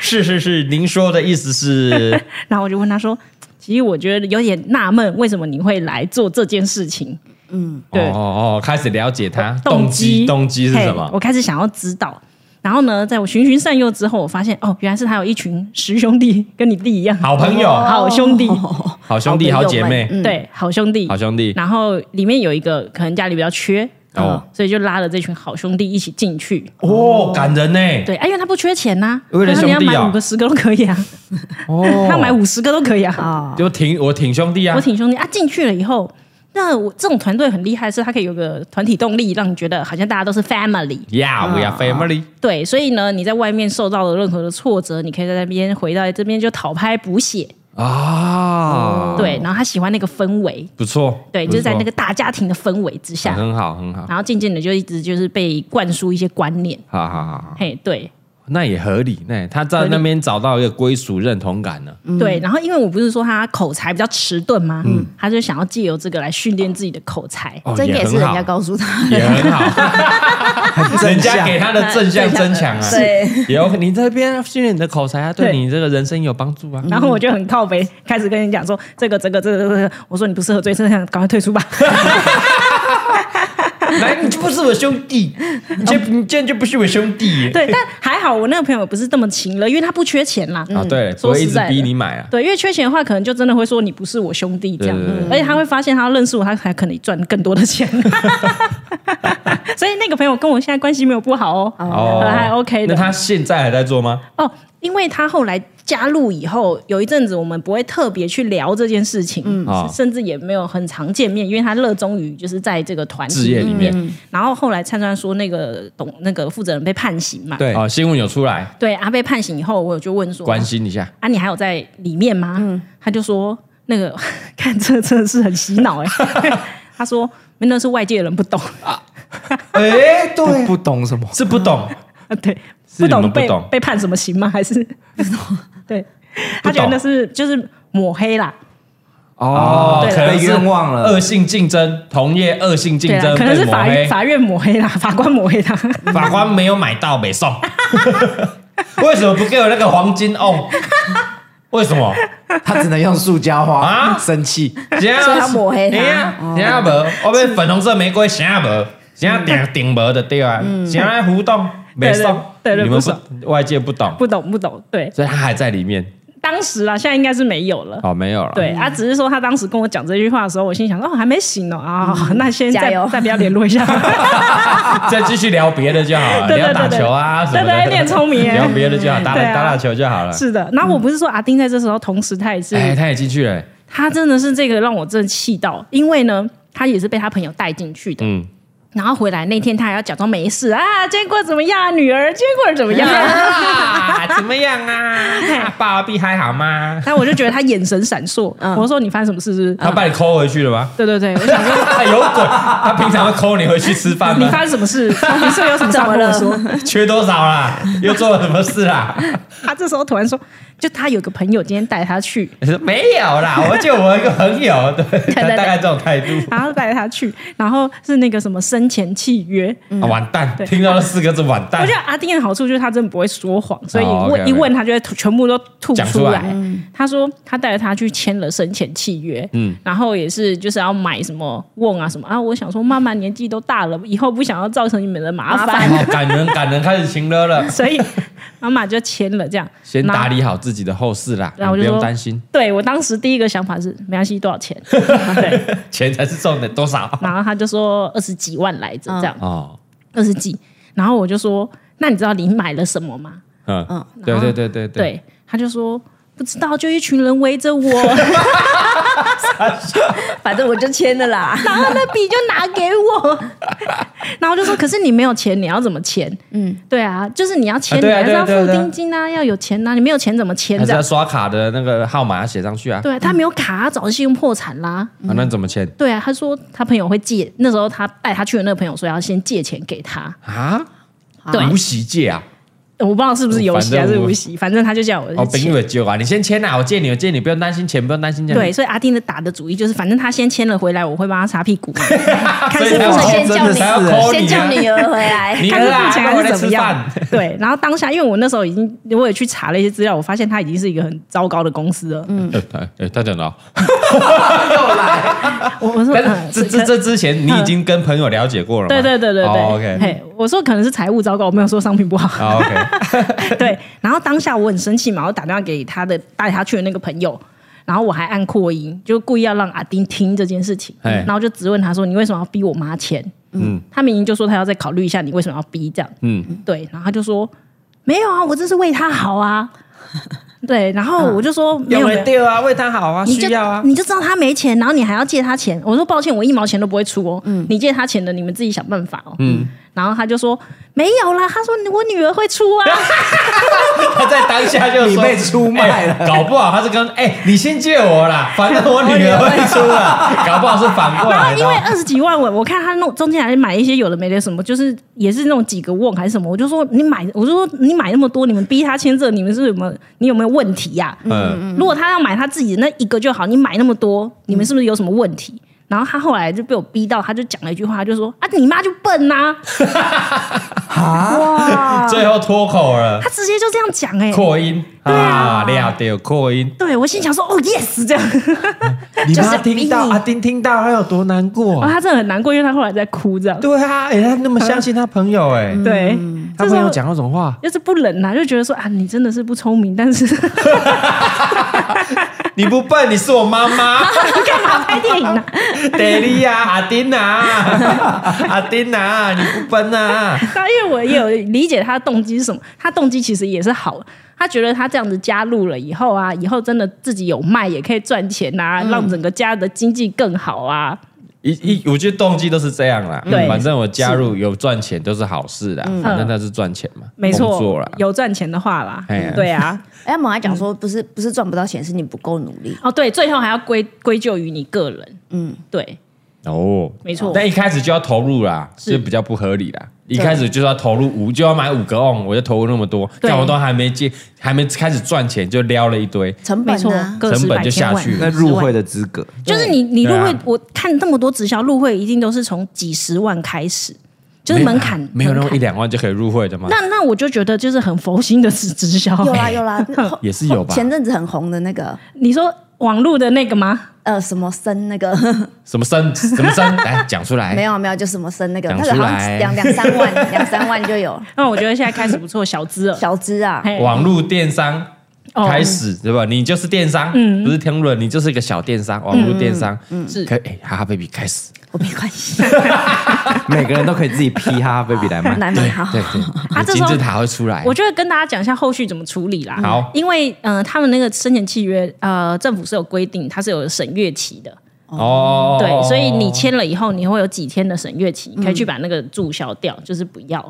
Speaker 1: 是是是，您说的意思是，
Speaker 2: 然后我就问他说：“其实我觉得有点纳闷，为什么你会来做这件事情？”嗯，
Speaker 1: 哦
Speaker 2: 对，
Speaker 1: 哦哦，开始了解他
Speaker 2: 动机，
Speaker 1: 动机是什
Speaker 2: 嘿
Speaker 1: 么？
Speaker 2: 我开始想要知道。然后呢，在我循循善诱之后，我发现哦，原来是他有一群十兄弟，跟你弟一样，
Speaker 1: 好朋
Speaker 3: 哦
Speaker 1: 友，哦
Speaker 2: 好兄弟，
Speaker 1: 好兄弟，好
Speaker 3: 好朋
Speaker 1: 姐
Speaker 3: 友们
Speaker 1: 妹，
Speaker 3: 嗯
Speaker 2: 对，好兄弟，
Speaker 1: 好兄弟，
Speaker 2: 然后里面有一个可能家里比较缺
Speaker 1: 哦
Speaker 2: 哦，所以就拉了这群好兄弟一起进去。
Speaker 1: 哦，感人呢，
Speaker 2: 对，哎，因为他不缺钱呐、
Speaker 1: 为了
Speaker 2: 他说你要
Speaker 1: 兄弟啊
Speaker 2: 买五个十个都可以啊，
Speaker 1: 哦
Speaker 2: 他买五十个都可以啊。
Speaker 3: 啊，
Speaker 1: 就挺我挺兄弟啊
Speaker 2: 我，挺兄弟啊，进去了以后，那我这种团队很厉害，是他可以有个团体动力，让你觉得好像大家都是 family。
Speaker 1: ，Yeah，we are family，
Speaker 2: 对，所以呢，你在外面受到了任何的挫折，你可以在那边回到这边就讨拍补血。
Speaker 1: 啊，
Speaker 2: 哦对，然后他喜欢那个氛围，
Speaker 1: 不错，
Speaker 2: 对，
Speaker 1: 不
Speaker 2: 就是在
Speaker 1: 错
Speaker 2: 那个大家庭的氛围之下，
Speaker 1: 很好很好，
Speaker 2: 然后渐渐的就一直就是被灌输一些观念。
Speaker 1: 好好好好，
Speaker 2: 嘿，对，
Speaker 1: 那也合理，那也他在
Speaker 2: 合理
Speaker 1: 那边找到一个归属认同感呢，
Speaker 2: 对，然后因为我不是说他口才比较迟钝吗？他就想要借由这个来训练自己的口才。
Speaker 1: 哦
Speaker 3: 这个也是
Speaker 1: 很
Speaker 3: 人
Speaker 1: 好
Speaker 3: 家告诉他
Speaker 1: 也
Speaker 3: 的。
Speaker 1: 很 好，人家给他的正向增强啊，
Speaker 3: 对，
Speaker 1: 有你这边训练你的口才啊，对
Speaker 2: 对
Speaker 1: 你这个人生有帮助啊。
Speaker 2: 然后我就很靠北，开始跟你讲说这个这个这个这个，这个我说你不适合追这样，赶快退出吧。
Speaker 1: 来，你就不是我兄 弟，你这你这样就不是我兄弟
Speaker 2: 对，但还好我那个朋友不是这么勤了，因为他不缺钱啦。
Speaker 1: 啊，对，不
Speaker 2: 说
Speaker 1: 会一
Speaker 2: 实
Speaker 1: 直
Speaker 2: 在的
Speaker 1: 逼你买啊。
Speaker 2: 对，因为缺钱的话，可能就真的会说你不是我兄弟这样，
Speaker 1: 对对对
Speaker 2: 而且他会发现他认识我，他才可能赚更多的 钱。所以那个朋友跟我现在关系没有不好哦，
Speaker 1: 哦
Speaker 2: 还 OK 的
Speaker 1: 那他现在还在做吗？
Speaker 2: 哦，因为他后来加入以后，有一阵子我们不会特别去聊这件事情，
Speaker 1: 哦
Speaker 2: 甚至也没有很常见面，因为他热衷于就是在这个团
Speaker 1: 置
Speaker 2: 体嗯
Speaker 1: 业里面，
Speaker 2: 然后后来灿灿说那个董那个负责人被判刑嘛，
Speaker 4: 对
Speaker 1: 哦，新闻有出来，
Speaker 2: 对啊，被判刑以后，我有就问说，
Speaker 1: 关心一下。
Speaker 2: 啊，你还有在里面吗？
Speaker 1: 嗯
Speaker 2: 他就说那个 看这真的是很洗 脑哎、他说那是外界人不懂，
Speaker 1: 哎，对，
Speaker 4: 不懂什么，
Speaker 1: 是不懂，
Speaker 2: 啊对，
Speaker 1: 是你们
Speaker 2: 懂被
Speaker 1: 不懂
Speaker 2: 被判什么刑吗？还 是对，
Speaker 1: 不
Speaker 2: 他觉得
Speaker 1: 懂
Speaker 2: 那是就是抹黑啦，
Speaker 1: 哦
Speaker 2: 对
Speaker 1: 可能
Speaker 4: 被
Speaker 1: 是
Speaker 4: 冤枉了
Speaker 1: 恶性竞争，同业恶性竞
Speaker 2: 对啦
Speaker 1: 争，
Speaker 2: 可能是
Speaker 1: 被抹
Speaker 2: 法院
Speaker 1: 黑
Speaker 2: 法院抹黑啦， 法官抹黑他。
Speaker 1: 法官没有买到北宋，为什么不给我那个黄金哦？为什么？
Speaker 4: 他只能用塑胶花
Speaker 1: 啊
Speaker 4: 生气。
Speaker 1: 想要
Speaker 3: 所以他抹黑他
Speaker 1: 哎呀，想要无，我被粉红色玫瑰想要无，现在顶顶不的对啊，现在互动没送，
Speaker 2: 对对对对
Speaker 1: 你们
Speaker 2: 不
Speaker 1: 不外界不懂，
Speaker 2: 不懂不懂，对，
Speaker 1: 所以他还在里面。
Speaker 2: 当时啦，现在应该是没有了。
Speaker 1: 哦，没有了。
Speaker 2: 对，啊，只是说他当时跟我讲这句话的时候，我心想，哦，还没醒呢啊，
Speaker 1: 嗯
Speaker 2: 那先
Speaker 3: 加
Speaker 2: 再
Speaker 3: 油
Speaker 2: 再不要联络一 下，
Speaker 1: 再继续聊别的就好了，
Speaker 2: 对对
Speaker 1: 聊打球啊什
Speaker 2: 对
Speaker 1: 么的。
Speaker 2: 对，练聪明
Speaker 1: 聊
Speaker 2: 耶。
Speaker 1: 别的就好，打
Speaker 2: 对啊
Speaker 1: 打打球就好了。
Speaker 2: 是的，然后我不是说阿丁在这时候，同时他也是，
Speaker 1: 哎，他也进去了。
Speaker 2: 他真的是这个让我真的气到，因为呢，他也是被他朋友带进去的，
Speaker 1: 嗯，
Speaker 2: 然后回来那天他还要假装没事啊，结果怎么样，女儿结果怎么 样啊，
Speaker 1: 啊，怎么样啊？爸比还好吗？
Speaker 2: 但我就觉得他眼神闪烁，我说你发生什么事是不是？
Speaker 1: 他把你抠回去了吗？
Speaker 2: 对对对，我想说
Speaker 1: 他有鬼！他平常会抠你回去吃饭
Speaker 2: 你
Speaker 1: 吗
Speaker 2: 发？生什么事？你是不是有什么事要跟我说？
Speaker 1: 缺多少啦？又做了什么事啦？
Speaker 2: 他这时候突然说，就他有个朋友今天带他去，
Speaker 1: 你说没有啦，我就我一个朋友，对，他
Speaker 2: 对
Speaker 1: 大概这种态度。
Speaker 2: 然后带他去，然后是那个什么生前契约。
Speaker 1: 啊完蛋，
Speaker 2: 嗯对
Speaker 1: 听到那四个字完
Speaker 2: 我
Speaker 1: 蛋
Speaker 2: 觉。得阿丁的好处就是他真的不会说谎，所以
Speaker 1: 哦
Speaker 2: 问、
Speaker 1: ，OK，OK
Speaker 2: 一问他就会吐全部都吐
Speaker 1: 讲
Speaker 2: 出
Speaker 1: 出来
Speaker 2: 他说他带着他去签了生前契约，嗯，然后也是就是要买什么瓮啊什么啊。我想说，妈妈年纪都大了，以后不想要造成你们的麻
Speaker 3: 麻
Speaker 2: 烦，
Speaker 1: 哦，感人感人，开始情勒了。
Speaker 2: 所以妈妈就签了这样。
Speaker 1: 先
Speaker 2: 然后
Speaker 1: 打理好自己的后事啦，你
Speaker 2: 然后
Speaker 1: 不
Speaker 2: 我就
Speaker 1: 用
Speaker 2: 说
Speaker 1: 担心，
Speaker 2: 对我当时第一个想法是没关系，多少 钱？对，
Speaker 1: 钱才是重点，多少？
Speaker 2: 然后他就说二十几万来着，这样
Speaker 1: 哦，
Speaker 2: 二十几。然后我就说，那你知道你买了什么吗？
Speaker 1: 嗯，对对对对对，
Speaker 2: 对，他就说不知道，就一群人 围着我，
Speaker 3: 反正我就签了啦。
Speaker 2: 然后那笔就拿给我， 然后我就说，可是你没有钱，你要怎么签？嗯，对啊，就是你要签，
Speaker 1: 啊对啊
Speaker 2: 你还是要
Speaker 1: 对啊
Speaker 2: 付
Speaker 1: 对啊
Speaker 2: 定金啊，要有钱啊，你没有钱怎么签
Speaker 1: 还是
Speaker 2: 这
Speaker 1: 要
Speaker 2: 样？
Speaker 1: 刷卡的那个号码要写上去啊。
Speaker 2: 对他没有卡，他早就信用破产啦。
Speaker 1: 啊，那怎么签
Speaker 2: 对啊，他说他朋友会借，那时候他带他去的那个朋友说要先借钱给他，
Speaker 1: 啊？
Speaker 2: 对
Speaker 1: 无息借啊？
Speaker 2: 我不知道是不是有息
Speaker 1: 哦
Speaker 2: 还
Speaker 1: 反
Speaker 2: 是
Speaker 1: 正我
Speaker 2: 无息，反正他就叫我
Speaker 1: 哦，
Speaker 2: 去
Speaker 1: 丙
Speaker 2: 签。
Speaker 1: 伟借啊，你先签啊，我借你，我借你，不用担心钱，不用担心这样
Speaker 2: 对，。所以阿丁的打的主意就是，反正他先签了回来，我会帮他擦屁股嘛。看
Speaker 1: 所以
Speaker 2: 是
Speaker 1: 他
Speaker 2: 不
Speaker 1: 哦
Speaker 2: 是
Speaker 3: 先叫
Speaker 1: 真的是要 call
Speaker 3: 先
Speaker 1: 你啊
Speaker 3: 叫女儿回来。
Speaker 1: 你
Speaker 2: 看
Speaker 1: 儿
Speaker 2: 是
Speaker 1: 啊
Speaker 2: 付钱
Speaker 1: 跟我
Speaker 2: 还
Speaker 1: 在
Speaker 2: 是怎么
Speaker 1: 吃
Speaker 2: 样
Speaker 1: 饭，？
Speaker 2: 对，然后当下，因为我那时候已经我也去查了一些资料，我发现他已经是一个很糟糕的公司了。嗯，
Speaker 1: 呃他呃他讲到，
Speaker 2: 我我说嗯
Speaker 1: 但是这这
Speaker 2: 可
Speaker 1: 这之前你已经跟朋友了解过了吗？
Speaker 2: 嗯对对对对对、
Speaker 1: 哦，OK
Speaker 2: 嘿，我说可能是财务糟糕，我没有说商品不好。
Speaker 1: 好 OK，
Speaker 2: 对，然后当下我很生气嘛，我打电话给他的带他去的那个朋友，然后我还按扩音，就故意要让阿丁听这件事情，
Speaker 1: 嘿
Speaker 2: 然后就质问他说：“你为什么要逼我妈钱？”嗯，他明明就说他要再考虑一下，你为什么要逼这样？
Speaker 1: 嗯，
Speaker 2: 对，然后他就说：“没有啊，我这是为他好啊。” 对，然后我就说：“没有。没有”
Speaker 1: 对啊，为他好啊，
Speaker 2: 你就
Speaker 1: 需要啊。
Speaker 2: 你就知道他没钱，然后你还要借他钱。我说抱歉，我一毛钱都不会出哦。
Speaker 1: 嗯
Speaker 2: 你借他钱的，你们自己想办法哦。嗯，然后他就说没有啦，他说我女儿会出啊。
Speaker 1: 他在当下就说
Speaker 4: 你被出卖了
Speaker 1: 哎搞不好他是跟哎、你先借我啦，反正我女儿会出啊了， 搞不好是反过
Speaker 2: 然
Speaker 1: 来
Speaker 2: 后因为
Speaker 1: 的。
Speaker 2: 二十几万我我看他弄中间还买一些有的没的什么，就是也是那种几个瓮还是什么，我就说你买，我就说你买那么多，你们逼他签这，你们是有没有你有没有问题呀、
Speaker 1: 嗯，
Speaker 2: 如果他要买他自己的那一个就好，你买那么多，你们是不是有什么问题？然后他后来就被我逼到，他就讲了一句话，他就说啊，你妈就笨呐、
Speaker 1: 最后脱口了，
Speaker 2: 嗯他直接就这样讲哎、
Speaker 1: 扩音
Speaker 2: 对啊
Speaker 1: 料掉扩音，
Speaker 2: 对我心想说哦 yes 这样，
Speaker 1: 你
Speaker 2: 就是嗯
Speaker 1: 妈听到
Speaker 2: 逼你
Speaker 1: 阿丁听到，他有多难过
Speaker 2: 然后？哦他真的很难过，因为他后来在哭这样，
Speaker 1: 对啊，哎、他那么相信他朋友、哎、
Speaker 2: 对，
Speaker 1: 他
Speaker 2: 这
Speaker 1: 朋
Speaker 2: 时
Speaker 1: 友
Speaker 2: 候
Speaker 1: 讲那种话，
Speaker 2: 就是不冷呐、就觉得说啊你真的是不聪明，但是
Speaker 1: 你不笨，你是我妈妈，
Speaker 2: 干嘛拍电影呢、
Speaker 1: 得利 呀，阿丁啊，阿丁啊，你不笨啊，
Speaker 2: 那因为我也有理解他的动机是什么，他动机其实也是好的，他觉得他这样子加入了以后啊，以后真的自己有卖也可以赚钱啊，让整个家的经济更好啊。
Speaker 1: 一一，我觉得动机都是这样啦。
Speaker 2: 嗯对嗯
Speaker 1: 反正我加入有赚钱都是好事啦，反正那是赚钱嘛，
Speaker 2: 没
Speaker 1: 工作
Speaker 2: 错
Speaker 1: 啦，。
Speaker 2: 有赚钱的话啦
Speaker 1: 哎呀，
Speaker 2: 对啊，
Speaker 3: 哎，猛还讲说，不是不是赚不到钱，是你不够努力。
Speaker 2: 哦对，最后还要归归咎于你个人，嗯，对，
Speaker 1: 哦，
Speaker 2: 没错
Speaker 1: 但一开始就要投入啦，
Speaker 2: 是
Speaker 1: 就比较不合理啦。一开始就要投入五，就要买五个 on，我就投入那么多，
Speaker 2: 对
Speaker 1: 但我都还没接，还没开始赚钱就撩了一堆，
Speaker 3: 成
Speaker 2: 没
Speaker 3: 本
Speaker 2: 错
Speaker 3: 呢，？
Speaker 2: 个十
Speaker 1: 成本
Speaker 2: 百
Speaker 1: 就
Speaker 2: 千
Speaker 1: 下
Speaker 2: 万
Speaker 1: 去。了
Speaker 4: 那。入会的资格，
Speaker 2: 就是你你入
Speaker 1: 对啊
Speaker 2: 会，我看那么多直销入会，一定都是从几十万开始，就是
Speaker 1: 没
Speaker 2: 门槛
Speaker 1: 没有那
Speaker 2: 门
Speaker 1: 么
Speaker 2: 槛
Speaker 1: 一两万就可以入会的吗？
Speaker 2: 那那我就觉得就是很佛心的直直销，
Speaker 3: 有啦有啦，后啊
Speaker 1: 也是有吧
Speaker 3: 前阵子很红的那个，
Speaker 2: 你说网络的那个吗？
Speaker 3: 呃什么生那个
Speaker 1: 什么生什么生， 来讲出来。
Speaker 3: 没有没有，就什么生那个，
Speaker 1: 讲
Speaker 3: 那个
Speaker 1: 出
Speaker 3: 好
Speaker 1: 来
Speaker 3: 像两两三万两三万就有
Speaker 2: 那我觉得现在开始不错，小资了，
Speaker 3: 小资啊，
Speaker 2: 嘿
Speaker 1: 网络电商
Speaker 2: 哦嗯
Speaker 1: 开始、对吧？你就是电商，不是天润，你就是一个小电商，网络电商，嗯，
Speaker 2: 是
Speaker 1: 可以，哎哈哈 baby 开始，
Speaker 3: 我没关系，
Speaker 4: 每个人都可以自己 P 哈 baby 来 卖。
Speaker 3: 来买好。
Speaker 1: 对对，
Speaker 2: 啊这时
Speaker 1: 金
Speaker 2: 候
Speaker 1: 字塔会出来，
Speaker 2: 我觉得跟大家讲一下后续怎么处理啦。
Speaker 1: 好
Speaker 2: 因为嗯、呃他们那个生前契约，呃，政府是有规定，它是有审阅期的，
Speaker 1: 哦，
Speaker 2: 对，所以你签了以后，你会有几天的审阅期，可以去把那个注销掉，
Speaker 1: 嗯
Speaker 2: 就是不要。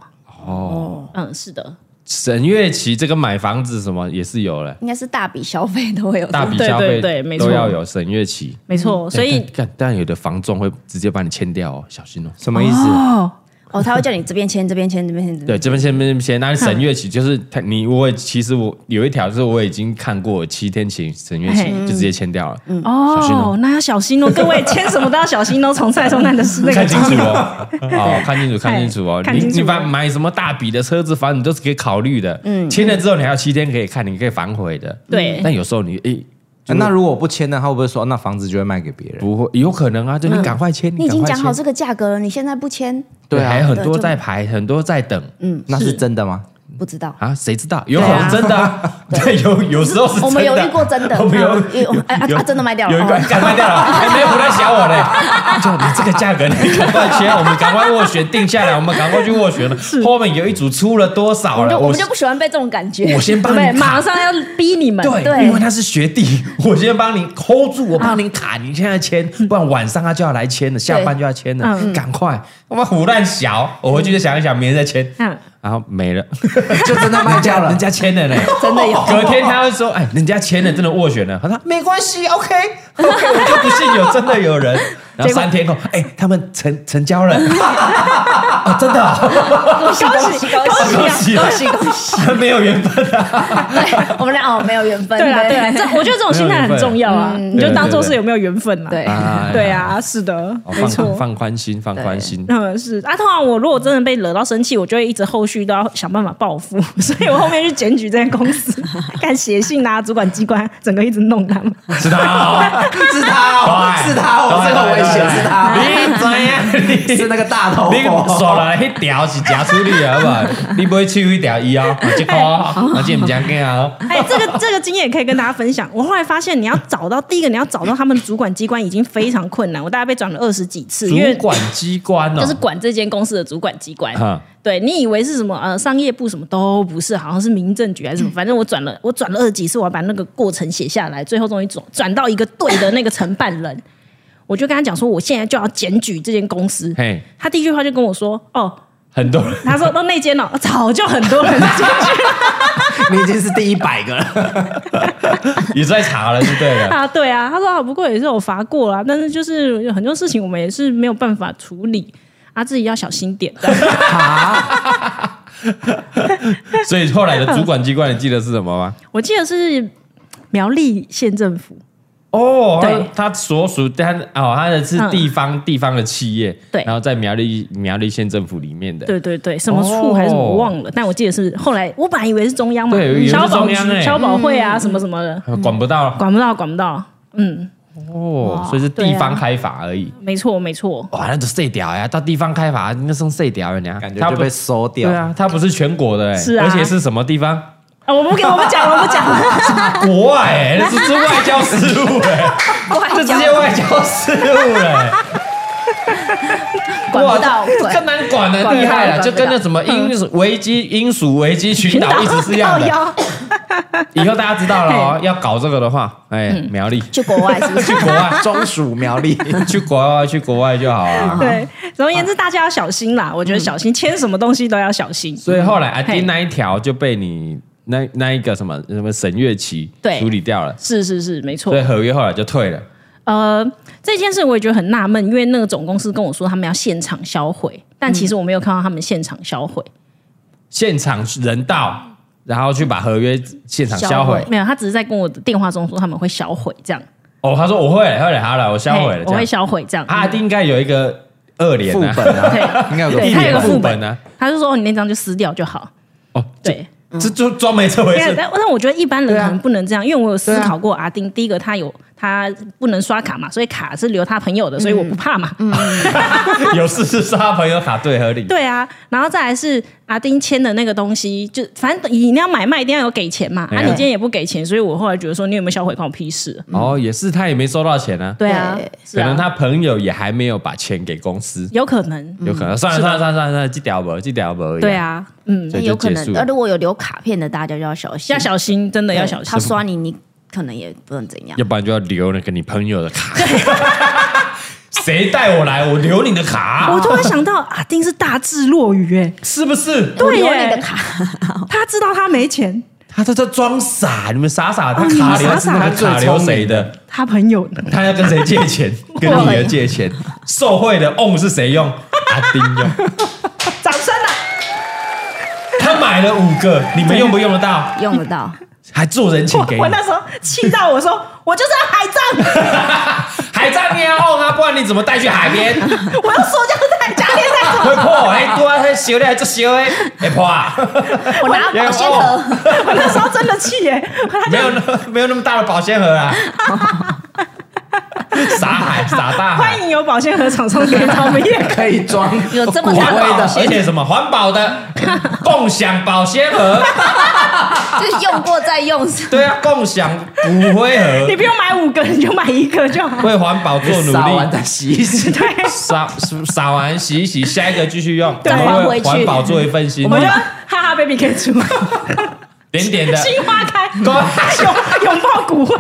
Speaker 2: 哦，嗯，是的，
Speaker 1: 沈月琪这个买房子什么也是有了，
Speaker 3: 应该是大笔消费都会有这
Speaker 1: 大
Speaker 3: 种，
Speaker 1: 笔消
Speaker 2: 对
Speaker 1: 费
Speaker 2: 对对没错
Speaker 1: 都要有沈月琪，
Speaker 2: 没错。所以
Speaker 1: 但但但有的房仲会直接把你签掉哦，小心哦。
Speaker 2: 嗯
Speaker 4: 什么意思？
Speaker 3: 哦，他会叫你这边签，这边签，这边签，这边签
Speaker 1: 对，这边先先先，
Speaker 2: 嗯
Speaker 1: 那沈月琪就是他，你我也其实我有一条就是我已经看过七天前沈月琪
Speaker 2: 嘿
Speaker 1: 就直接签掉了，小心
Speaker 2: 哦
Speaker 1: 哦，
Speaker 2: 那要小心哦，各位签什么都要小心哦，从蔡松难的是那个
Speaker 1: 看清 楚哦，哦，看清楚，看清楚哦。
Speaker 2: 看
Speaker 1: 你
Speaker 2: 清楚
Speaker 1: 你把买什么大笔的车子、房子，你都是可以考虑的。嗯，签了之后你还有七天可以看，你可以反悔的。
Speaker 2: 对
Speaker 1: 但有时候你诶
Speaker 4: 啊那如果我不签呢？他会不会说那房子就会卖给别人？
Speaker 1: 不会，有可能啊，就你赶快签，
Speaker 3: 嗯你已经
Speaker 1: 赶快
Speaker 3: 讲好
Speaker 1: 签
Speaker 3: 这个价格了，你现在不签，
Speaker 1: 对，
Speaker 4: 对啊
Speaker 1: 还有很
Speaker 3: 对嗯
Speaker 1: 多
Speaker 3: 就
Speaker 1: 在排，很多在等
Speaker 4: 那是真的吗？
Speaker 3: 不知道。
Speaker 1: 啊，谁知道？有可
Speaker 2: 对啊
Speaker 1: 能真的 啊，对，有有时候是
Speaker 3: 我们
Speaker 1: 真
Speaker 3: 有
Speaker 1: 的
Speaker 3: 遇过真的，
Speaker 1: 我们有
Speaker 3: 嗯有哎啊啊，真的卖掉了
Speaker 1: 有一个
Speaker 3: 哦。
Speaker 1: 赶快掉 了，还没有不在想我嘞。 就你这个价格，你赶快签，我们赶快斡旋定下来，我们赶快去斡 旋了。后面有一组出了多少
Speaker 3: 我
Speaker 1: 了？
Speaker 3: 就我
Speaker 1: 我
Speaker 3: 们就不喜欢被这种感觉。
Speaker 1: 我先帮
Speaker 2: 对，
Speaker 1: 你卡
Speaker 2: 马上要逼你们，
Speaker 1: 对，
Speaker 3: 对
Speaker 1: 因为他是学弟， 我先帮你 hold 住，我帮你卡，你现在签，不然晚上他就要来签了，下班就要签了，赶快，我们胡乱小，我回去就想一想，明天再签，
Speaker 2: 嗯，
Speaker 1: 然后没 了，
Speaker 4: 就真的卖掉了
Speaker 1: 人？家签了嘞，
Speaker 3: 真的有
Speaker 1: 隔天他会说，哎，人家签了，真的斡旋了，他说没关系，OK，OK，我就不信有真的有人，然后三天后，哎，他们成成交了，哦，真的哦，
Speaker 3: 恭喜恭喜
Speaker 1: 恭
Speaker 3: 恭
Speaker 1: 喜
Speaker 3: 喜
Speaker 1: 啊
Speaker 3: 恭喜恭喜！
Speaker 1: 没有缘分啊，
Speaker 3: 对， 我们俩哦没有缘分。
Speaker 2: 对啦对啦，这我觉得这种心态很重要啊，
Speaker 1: 有缘分
Speaker 2: 你就当做是有没有缘分啦。
Speaker 3: 对
Speaker 1: 啊
Speaker 2: 对啊，是的，
Speaker 1: 哦
Speaker 2: 没
Speaker 1: 放
Speaker 2: 错。
Speaker 1: 放宽心，放宽心，
Speaker 2: 嗯，是啊，通常我如果真的被惹到生气，我就会一直后续都要想办法 报复，所以我后面去检举这间公司，看写信啊，主管机关整个一直弄他们。
Speaker 1: 知道哦。
Speaker 4: 是他哦，是他哦，这个危险是他哦，
Speaker 1: 你怎样？你
Speaker 4: 是那个大头
Speaker 1: 你
Speaker 4: 佛。
Speaker 1: 耍来迄条是假处理的好不好？你不会去迄条伊哦，这个而且唔讲个啊。
Speaker 2: 哎、这个这个经验也可以跟大家分享。我后来发现，你要找到第一个，你要找到他们主管机关已经非常困难，我大概被转了二十几次，因为
Speaker 1: 主管机关哦
Speaker 2: 就是，管这间公司的主管机关。
Speaker 1: 哈
Speaker 2: 对你以为是什么呃商业部什么都不是，好像是民政局还是
Speaker 1: 嗯
Speaker 2: 什么，反正我转了我转了二十几次，我要把那个过程写下来，最后终于转转到一个对的那个承办人，我就跟他讲说，我现在就要检举这间公司。
Speaker 1: 嘿，
Speaker 2: 他第一句话就跟我说，哦。
Speaker 1: 很多人
Speaker 2: 他说：“都那间哦，早就很多人检 举
Speaker 4: 你已经是第一百个了，
Speaker 1: 也在查了，就对了。
Speaker 2: 啊，对啊。”他说：“啊，不过也是有罚过啦，但是就是有很多事情我们也是没有办法处理啊，自己要小心点。”
Speaker 1: 所以后来的主管机关，你记得是什么吗？
Speaker 2: 我记得是苗栗县政府，
Speaker 1: 哦，
Speaker 2: 对
Speaker 1: 他他所属他哦，他的是地方、地方的企业，
Speaker 2: 对
Speaker 1: 然后在苗栗苗栗县政府里面的，哦
Speaker 2: 对对对，什么处还是什么我忘了，但我记得是后来我本来以为是中央嘛
Speaker 1: 对以为，是
Speaker 2: 消保
Speaker 1: 中央
Speaker 2: 局
Speaker 1: 欸
Speaker 2: 消保会啊什么什么的，
Speaker 1: 呃管不到
Speaker 2: 管不到管不到，嗯，
Speaker 1: 哦，所以是
Speaker 2: 对啊
Speaker 1: 地方开罚而已。
Speaker 2: 没错没错，
Speaker 1: 哇，那就碎屌呀！到地方开罚，那算碎屌了，你啊
Speaker 4: 感
Speaker 1: 他
Speaker 4: 觉
Speaker 1: 不
Speaker 4: 就被收掉
Speaker 1: 对。啊，它不是全国的、欸，
Speaker 2: 是啊
Speaker 1: 而且是什么地方？
Speaker 2: 啊，我不给我不讲了我不讲 了，
Speaker 1: 国外、 欸，那是是外交事务、欸，这直接外交事务了、欸。
Speaker 3: 管不到
Speaker 1: 哇这这更难管了，
Speaker 3: 管不到
Speaker 1: 厉害了，
Speaker 3: 管不到
Speaker 1: 就跟那什么英属维基英属维基群 岛一直是一样的。以后大家知道了哦，要搞这个的话，哎，
Speaker 3: 嗯
Speaker 1: 苗栗
Speaker 3: 去国外是不是
Speaker 1: 去？国外，
Speaker 4: 中属苗栗，
Speaker 1: 去国外，去国外就好啊了。
Speaker 3: 嗯
Speaker 2: 对，总而言之大家要小心啦，我觉得小心签什么东西都要小心，
Speaker 1: 所以后来阿
Speaker 2: 嘿
Speaker 1: 丁那一条就被你那那一个什么什么沈月琪
Speaker 2: 对
Speaker 1: 处理掉了，
Speaker 2: 是是是没错
Speaker 1: 所以，合约后来就退了。
Speaker 2: 呃，这件事我也觉得很纳闷，因为那个总公司跟我说他们要现场销毁，但其实我没有看到他们现场销毁，
Speaker 1: 现场人到，然后去把合约现场销毁。
Speaker 2: 没有，他只是在跟我的电话中说他们会销毁这样，
Speaker 1: 哦，他说我会了，后来好了，我销毁
Speaker 2: 嘿
Speaker 1: 了。
Speaker 2: 我会
Speaker 1: 这样
Speaker 2: 销毁这样，
Speaker 1: 啊，一定应该有一个二连
Speaker 4: 副
Speaker 1: 啊，
Speaker 4: 本啊，
Speaker 2: 对。
Speaker 4: 应该有个
Speaker 2: 对
Speaker 4: 副
Speaker 2: 他有
Speaker 4: 本
Speaker 2: 个
Speaker 4: 吧。
Speaker 2: 副
Speaker 1: 本啊，
Speaker 2: 他就说你那张就撕掉就好。
Speaker 1: 哦，
Speaker 2: 对，
Speaker 1: 这就装没这回
Speaker 2: 没有
Speaker 1: 事。
Speaker 2: 啊但但我觉得一般人可能不能这样，因为我有思考过阿丁，第一个他有他不能刷卡嘛，所以卡是留他朋友的，所以我不怕嘛。
Speaker 1: 有事是杀朋友卡最合理。
Speaker 2: 对啊，然后再来是阿丁签的那个东西，就反正你那样买卖一定要有给钱嘛，
Speaker 1: 哎呀
Speaker 2: 啊，你今天也不给钱，所以我后来觉得说你有没有销毁关我屁事啊。
Speaker 1: 哦，也是，他也没收到钱啊。
Speaker 2: 对啊
Speaker 3: 对，
Speaker 2: 是
Speaker 1: 可
Speaker 2: 啊
Speaker 1: 能他朋友也还没有把钱给公司，
Speaker 2: 有可能，
Speaker 1: 有可能。算了
Speaker 2: 是吧
Speaker 1: 算了算了算了，这条不，这条不。
Speaker 2: 对，啊，嗯，
Speaker 1: 所以就
Speaker 3: 有可
Speaker 1: 结束
Speaker 3: 能，
Speaker 1: 了
Speaker 3: 呃，。如果有留卡片的，大家就要小心，
Speaker 2: 要小心，真的
Speaker 3: 对
Speaker 2: 要小
Speaker 3: 他
Speaker 2: 心。
Speaker 3: 刷你，你可能也不能怎样
Speaker 1: 要。不然就要留那个你朋友的 卡。谁带我来，我留你的卡
Speaker 2: 我，突然想到，阿丁是大智若愚，哎，
Speaker 1: 是不是？
Speaker 2: 对
Speaker 3: 我留你
Speaker 2: 耶
Speaker 3: 的， 卡，
Speaker 2: 他知道他没钱，
Speaker 1: 他在这装傻，你们傻嗯傻，他
Speaker 2: 哦你
Speaker 1: 卡留
Speaker 2: 傻傻
Speaker 1: 他卡留谁的？
Speaker 2: 他朋友呢？
Speaker 1: 他要跟谁借 钱？跟女儿借钱，受贿的 on 是谁用？阿丁 用。
Speaker 2: 掌声啊！
Speaker 1: 他买了五个，你们用不用得到？
Speaker 3: 用得到。
Speaker 1: 还做人情给
Speaker 2: 我
Speaker 1: 你
Speaker 2: 我，那时候气到我说，我就是要海葬，
Speaker 1: 海葬你也要 on 啊，不然你怎么带去海 边？
Speaker 2: 我要塑胶袋加贴在
Speaker 1: 会破，哎，对啊，还修的还做修的，会破 啊，
Speaker 3: 我拿保鲜盒，
Speaker 2: 我那时候真的气耶、
Speaker 1: 没有那没有那么大的保鲜盒 啊。傻海傻大海
Speaker 2: 欢，迎有保鲜盒厂商给我们也可以。
Speaker 4: 可以装
Speaker 3: 有这么
Speaker 4: 骨
Speaker 1: 环
Speaker 4: 灰
Speaker 1: 保，
Speaker 4: 的
Speaker 1: 而且什么环保的共享保鲜盒，
Speaker 3: 就是用过再用。
Speaker 1: 对啊，共享骨灰
Speaker 2: 你
Speaker 1: 盒，
Speaker 2: 不用买五个，你就买一个就好。
Speaker 1: 为环保做努
Speaker 4: 撒完
Speaker 1: 力。
Speaker 4: 再洗 一洗。
Speaker 2: 对，
Speaker 1: 撒撒完洗一洗，下一个继续用，
Speaker 2: 对
Speaker 1: 我们
Speaker 3: 还
Speaker 1: 为
Speaker 3: 回去
Speaker 1: 环保做一份心
Speaker 2: 我，觉得哈哈 baby 可以出，
Speaker 1: 点点的，
Speaker 2: 心花开，
Speaker 1: 够
Speaker 2: 拥拥抱骨灰。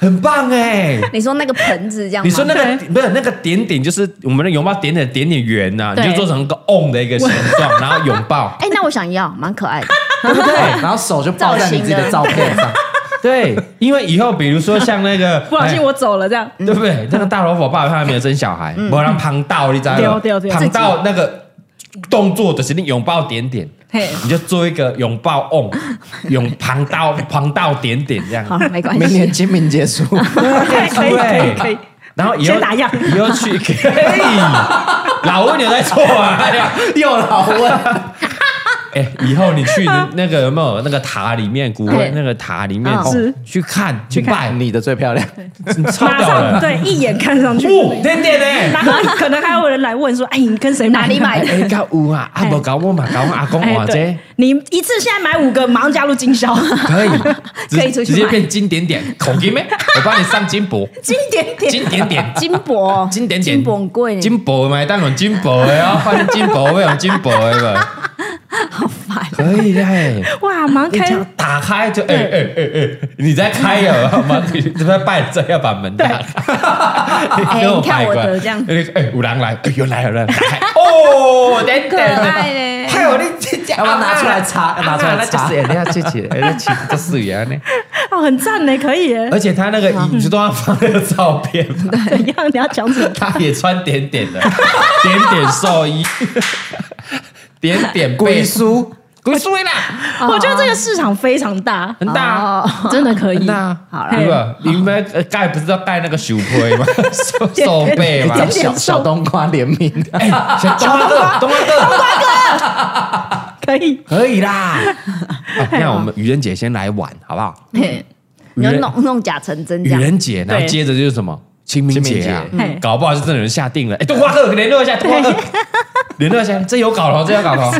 Speaker 1: 很棒哎。
Speaker 3: 你说那个盆子这样吗？
Speaker 1: 你说那个不是那个点点，就是我们的拥抱点点点点圆呐，你
Speaker 3: 对
Speaker 1: 就做成一个 on 的一个形状， 然后拥抱。
Speaker 3: 哎，那我想要，蛮可爱的。
Speaker 4: 对不对？然后手就抱在你自己的照片上，
Speaker 1: 对，因为以后比如说像那个，
Speaker 2: 不小心
Speaker 1: 哎
Speaker 2: 我走了，这样
Speaker 1: 对不对？那个大萝卜爸爸他还没有生小孩，我让旁道你知道吗？
Speaker 2: 对对对
Speaker 1: 旁道那个动作就是你拥抱点点，
Speaker 2: 嘿，
Speaker 1: 你就做一个拥抱 on，拥旁 道旁道点点这样。
Speaker 3: 好，没关
Speaker 4: 明年
Speaker 3: 系。
Speaker 4: 清明结束，
Speaker 2: 可以可以可以可以，
Speaker 1: 然后以后
Speaker 2: 先打样
Speaker 1: 以后 去可以，老温有在做啊？哎 呀
Speaker 4: 又老问，
Speaker 1: 哎、以后你去那那个有没有那个塔里面古
Speaker 3: 对
Speaker 1: 文那个塔里面、
Speaker 3: 嗯
Speaker 1: 哦
Speaker 2: 啊是
Speaker 1: 去看去拜
Speaker 4: 拜，你的最漂 亮，
Speaker 1: 你超
Speaker 2: 马
Speaker 1: 屌
Speaker 2: 上
Speaker 1: 了！
Speaker 2: 对一眼看上去。
Speaker 1: 哦，点点呢？
Speaker 2: 然后可能还有人来问说：“哎，你跟谁买？
Speaker 3: 哪里买
Speaker 1: 哎、欸，搞有啊，啊
Speaker 2: 哎
Speaker 1: 无搞我嘛，搞我阿公
Speaker 2: 哎
Speaker 1: 话这
Speaker 2: 对，你一次现在买五个，马上加入经销，
Speaker 1: 可 以，直
Speaker 3: 可以出去
Speaker 1: 直接
Speaker 3: 买
Speaker 1: 变金点点，孔金咩？我帮你上金箔，
Speaker 2: 经典 点。
Speaker 1: 金点点，
Speaker 3: 金箔，
Speaker 1: 金点点，
Speaker 3: 哦金箔很贵呢，
Speaker 1: 金箔买当用金箔的哦，换金箔要用金箔的 吧，
Speaker 3: 烦。
Speaker 1: 可以的、欸。”
Speaker 2: 哇，马上
Speaker 1: 你这
Speaker 2: 开
Speaker 1: 样打开就哎哎哎哎，你在开呀？好吗？你这边拜着要把门打开。
Speaker 3: 哎
Speaker 1: 跟
Speaker 3: 你看
Speaker 1: 拜
Speaker 3: 我
Speaker 1: 关
Speaker 3: 的这样
Speaker 1: 哎哎，五郎来，哎，又来了，来了，打 开哦，等等，
Speaker 3: 爱呢
Speaker 1: 还有你这这，
Speaker 4: 要不要拿出来擦
Speaker 1: 啊
Speaker 4: 拿出来
Speaker 1: 啊那就
Speaker 4: 擦
Speaker 1: 是哎，你要去 去，哎，去这是原呢。
Speaker 2: 哦，很赞呢，可以耶。
Speaker 1: 而且他那个椅子都要放那个照片，
Speaker 2: 怎样？你要讲什么？
Speaker 1: 他也穿点点的，点点寿 衣，点点背
Speaker 4: 龟，叔，
Speaker 1: 龟叔啦，
Speaker 2: 我觉得这个市场非常大，
Speaker 1: 很大啊。
Speaker 3: 哦，
Speaker 2: 真的可以。
Speaker 1: 那
Speaker 3: 好啦
Speaker 1: 对吧？你们呃盖不是要盖那个手杯吗？手手背吗？
Speaker 2: 点点
Speaker 4: 小小冬瓜联名的，
Speaker 1: 哎，小东阿哥，东阿哥，
Speaker 2: 可以，
Speaker 1: 可以啦。哎那我们愚人节先来玩好不好？
Speaker 3: 嘿你就弄弄假成真
Speaker 1: 愚
Speaker 3: 这样。
Speaker 1: 人节，然后接着就是什么清明节啊
Speaker 4: 清
Speaker 2: 明节嗯，
Speaker 1: 搞不好就真的有人下定了。哎，冬瓜哥联络一下，冬瓜哥联络一下，这有搞头，这有搞头。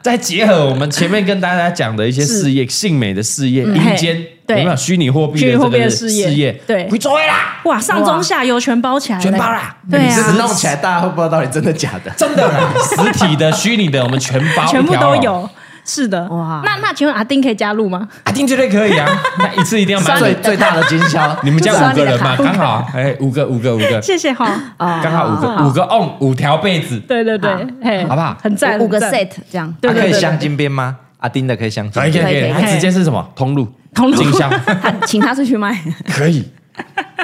Speaker 1: 再结合我们前面跟大家讲的一些事业，性美的事业，阴间有
Speaker 2: 对
Speaker 1: 没有虚拟货币
Speaker 2: 虚
Speaker 1: 的
Speaker 2: 拟
Speaker 1: 这
Speaker 2: 货币
Speaker 1: 个
Speaker 2: 的
Speaker 1: 事
Speaker 2: 事业对
Speaker 1: 无所谓啦，
Speaker 2: 哇，上中下游全包起来，
Speaker 1: 全包。啦。
Speaker 2: 对
Speaker 4: 你这
Speaker 2: 啊
Speaker 4: 个，弄起来，大家会不知道到底真的假 的。
Speaker 1: 真的啦， 实体的、虚拟的，我们全包，
Speaker 2: 全部都
Speaker 1: 一条啊哦龙。
Speaker 2: 有。是的，
Speaker 3: 哇
Speaker 2: 那那请问阿丁可以加入吗？
Speaker 1: 啊，丁绝对可以 啊，那一次一定要买
Speaker 4: 最。最大的经销，
Speaker 1: 你们家
Speaker 3: 刷
Speaker 1: 五
Speaker 3: 你
Speaker 1: 个
Speaker 3: 的
Speaker 1: 人嘛，
Speaker 3: 卡
Speaker 1: 刚好，哎，五个，五个，五个，
Speaker 2: 谢谢哈。
Speaker 3: 哦
Speaker 1: 刚好五
Speaker 2: 啊
Speaker 1: 个，五个 on，五条被子，
Speaker 2: 对对对，嘿，
Speaker 1: 好不好
Speaker 2: 很赞，
Speaker 3: 五五个
Speaker 2: 很赞
Speaker 3: set 这样。
Speaker 2: 对
Speaker 4: 啊
Speaker 2: 对
Speaker 4: 可以
Speaker 2: 对对
Speaker 4: 镶金边吗？阿丁的可以镶金
Speaker 1: 可以可以
Speaker 4: 边，
Speaker 1: 可以，
Speaker 3: 可
Speaker 1: 它
Speaker 3: 以
Speaker 1: 直接是什么通路，
Speaker 2: 通路
Speaker 1: 经销，
Speaker 3: 他请他出去卖，
Speaker 1: 可以，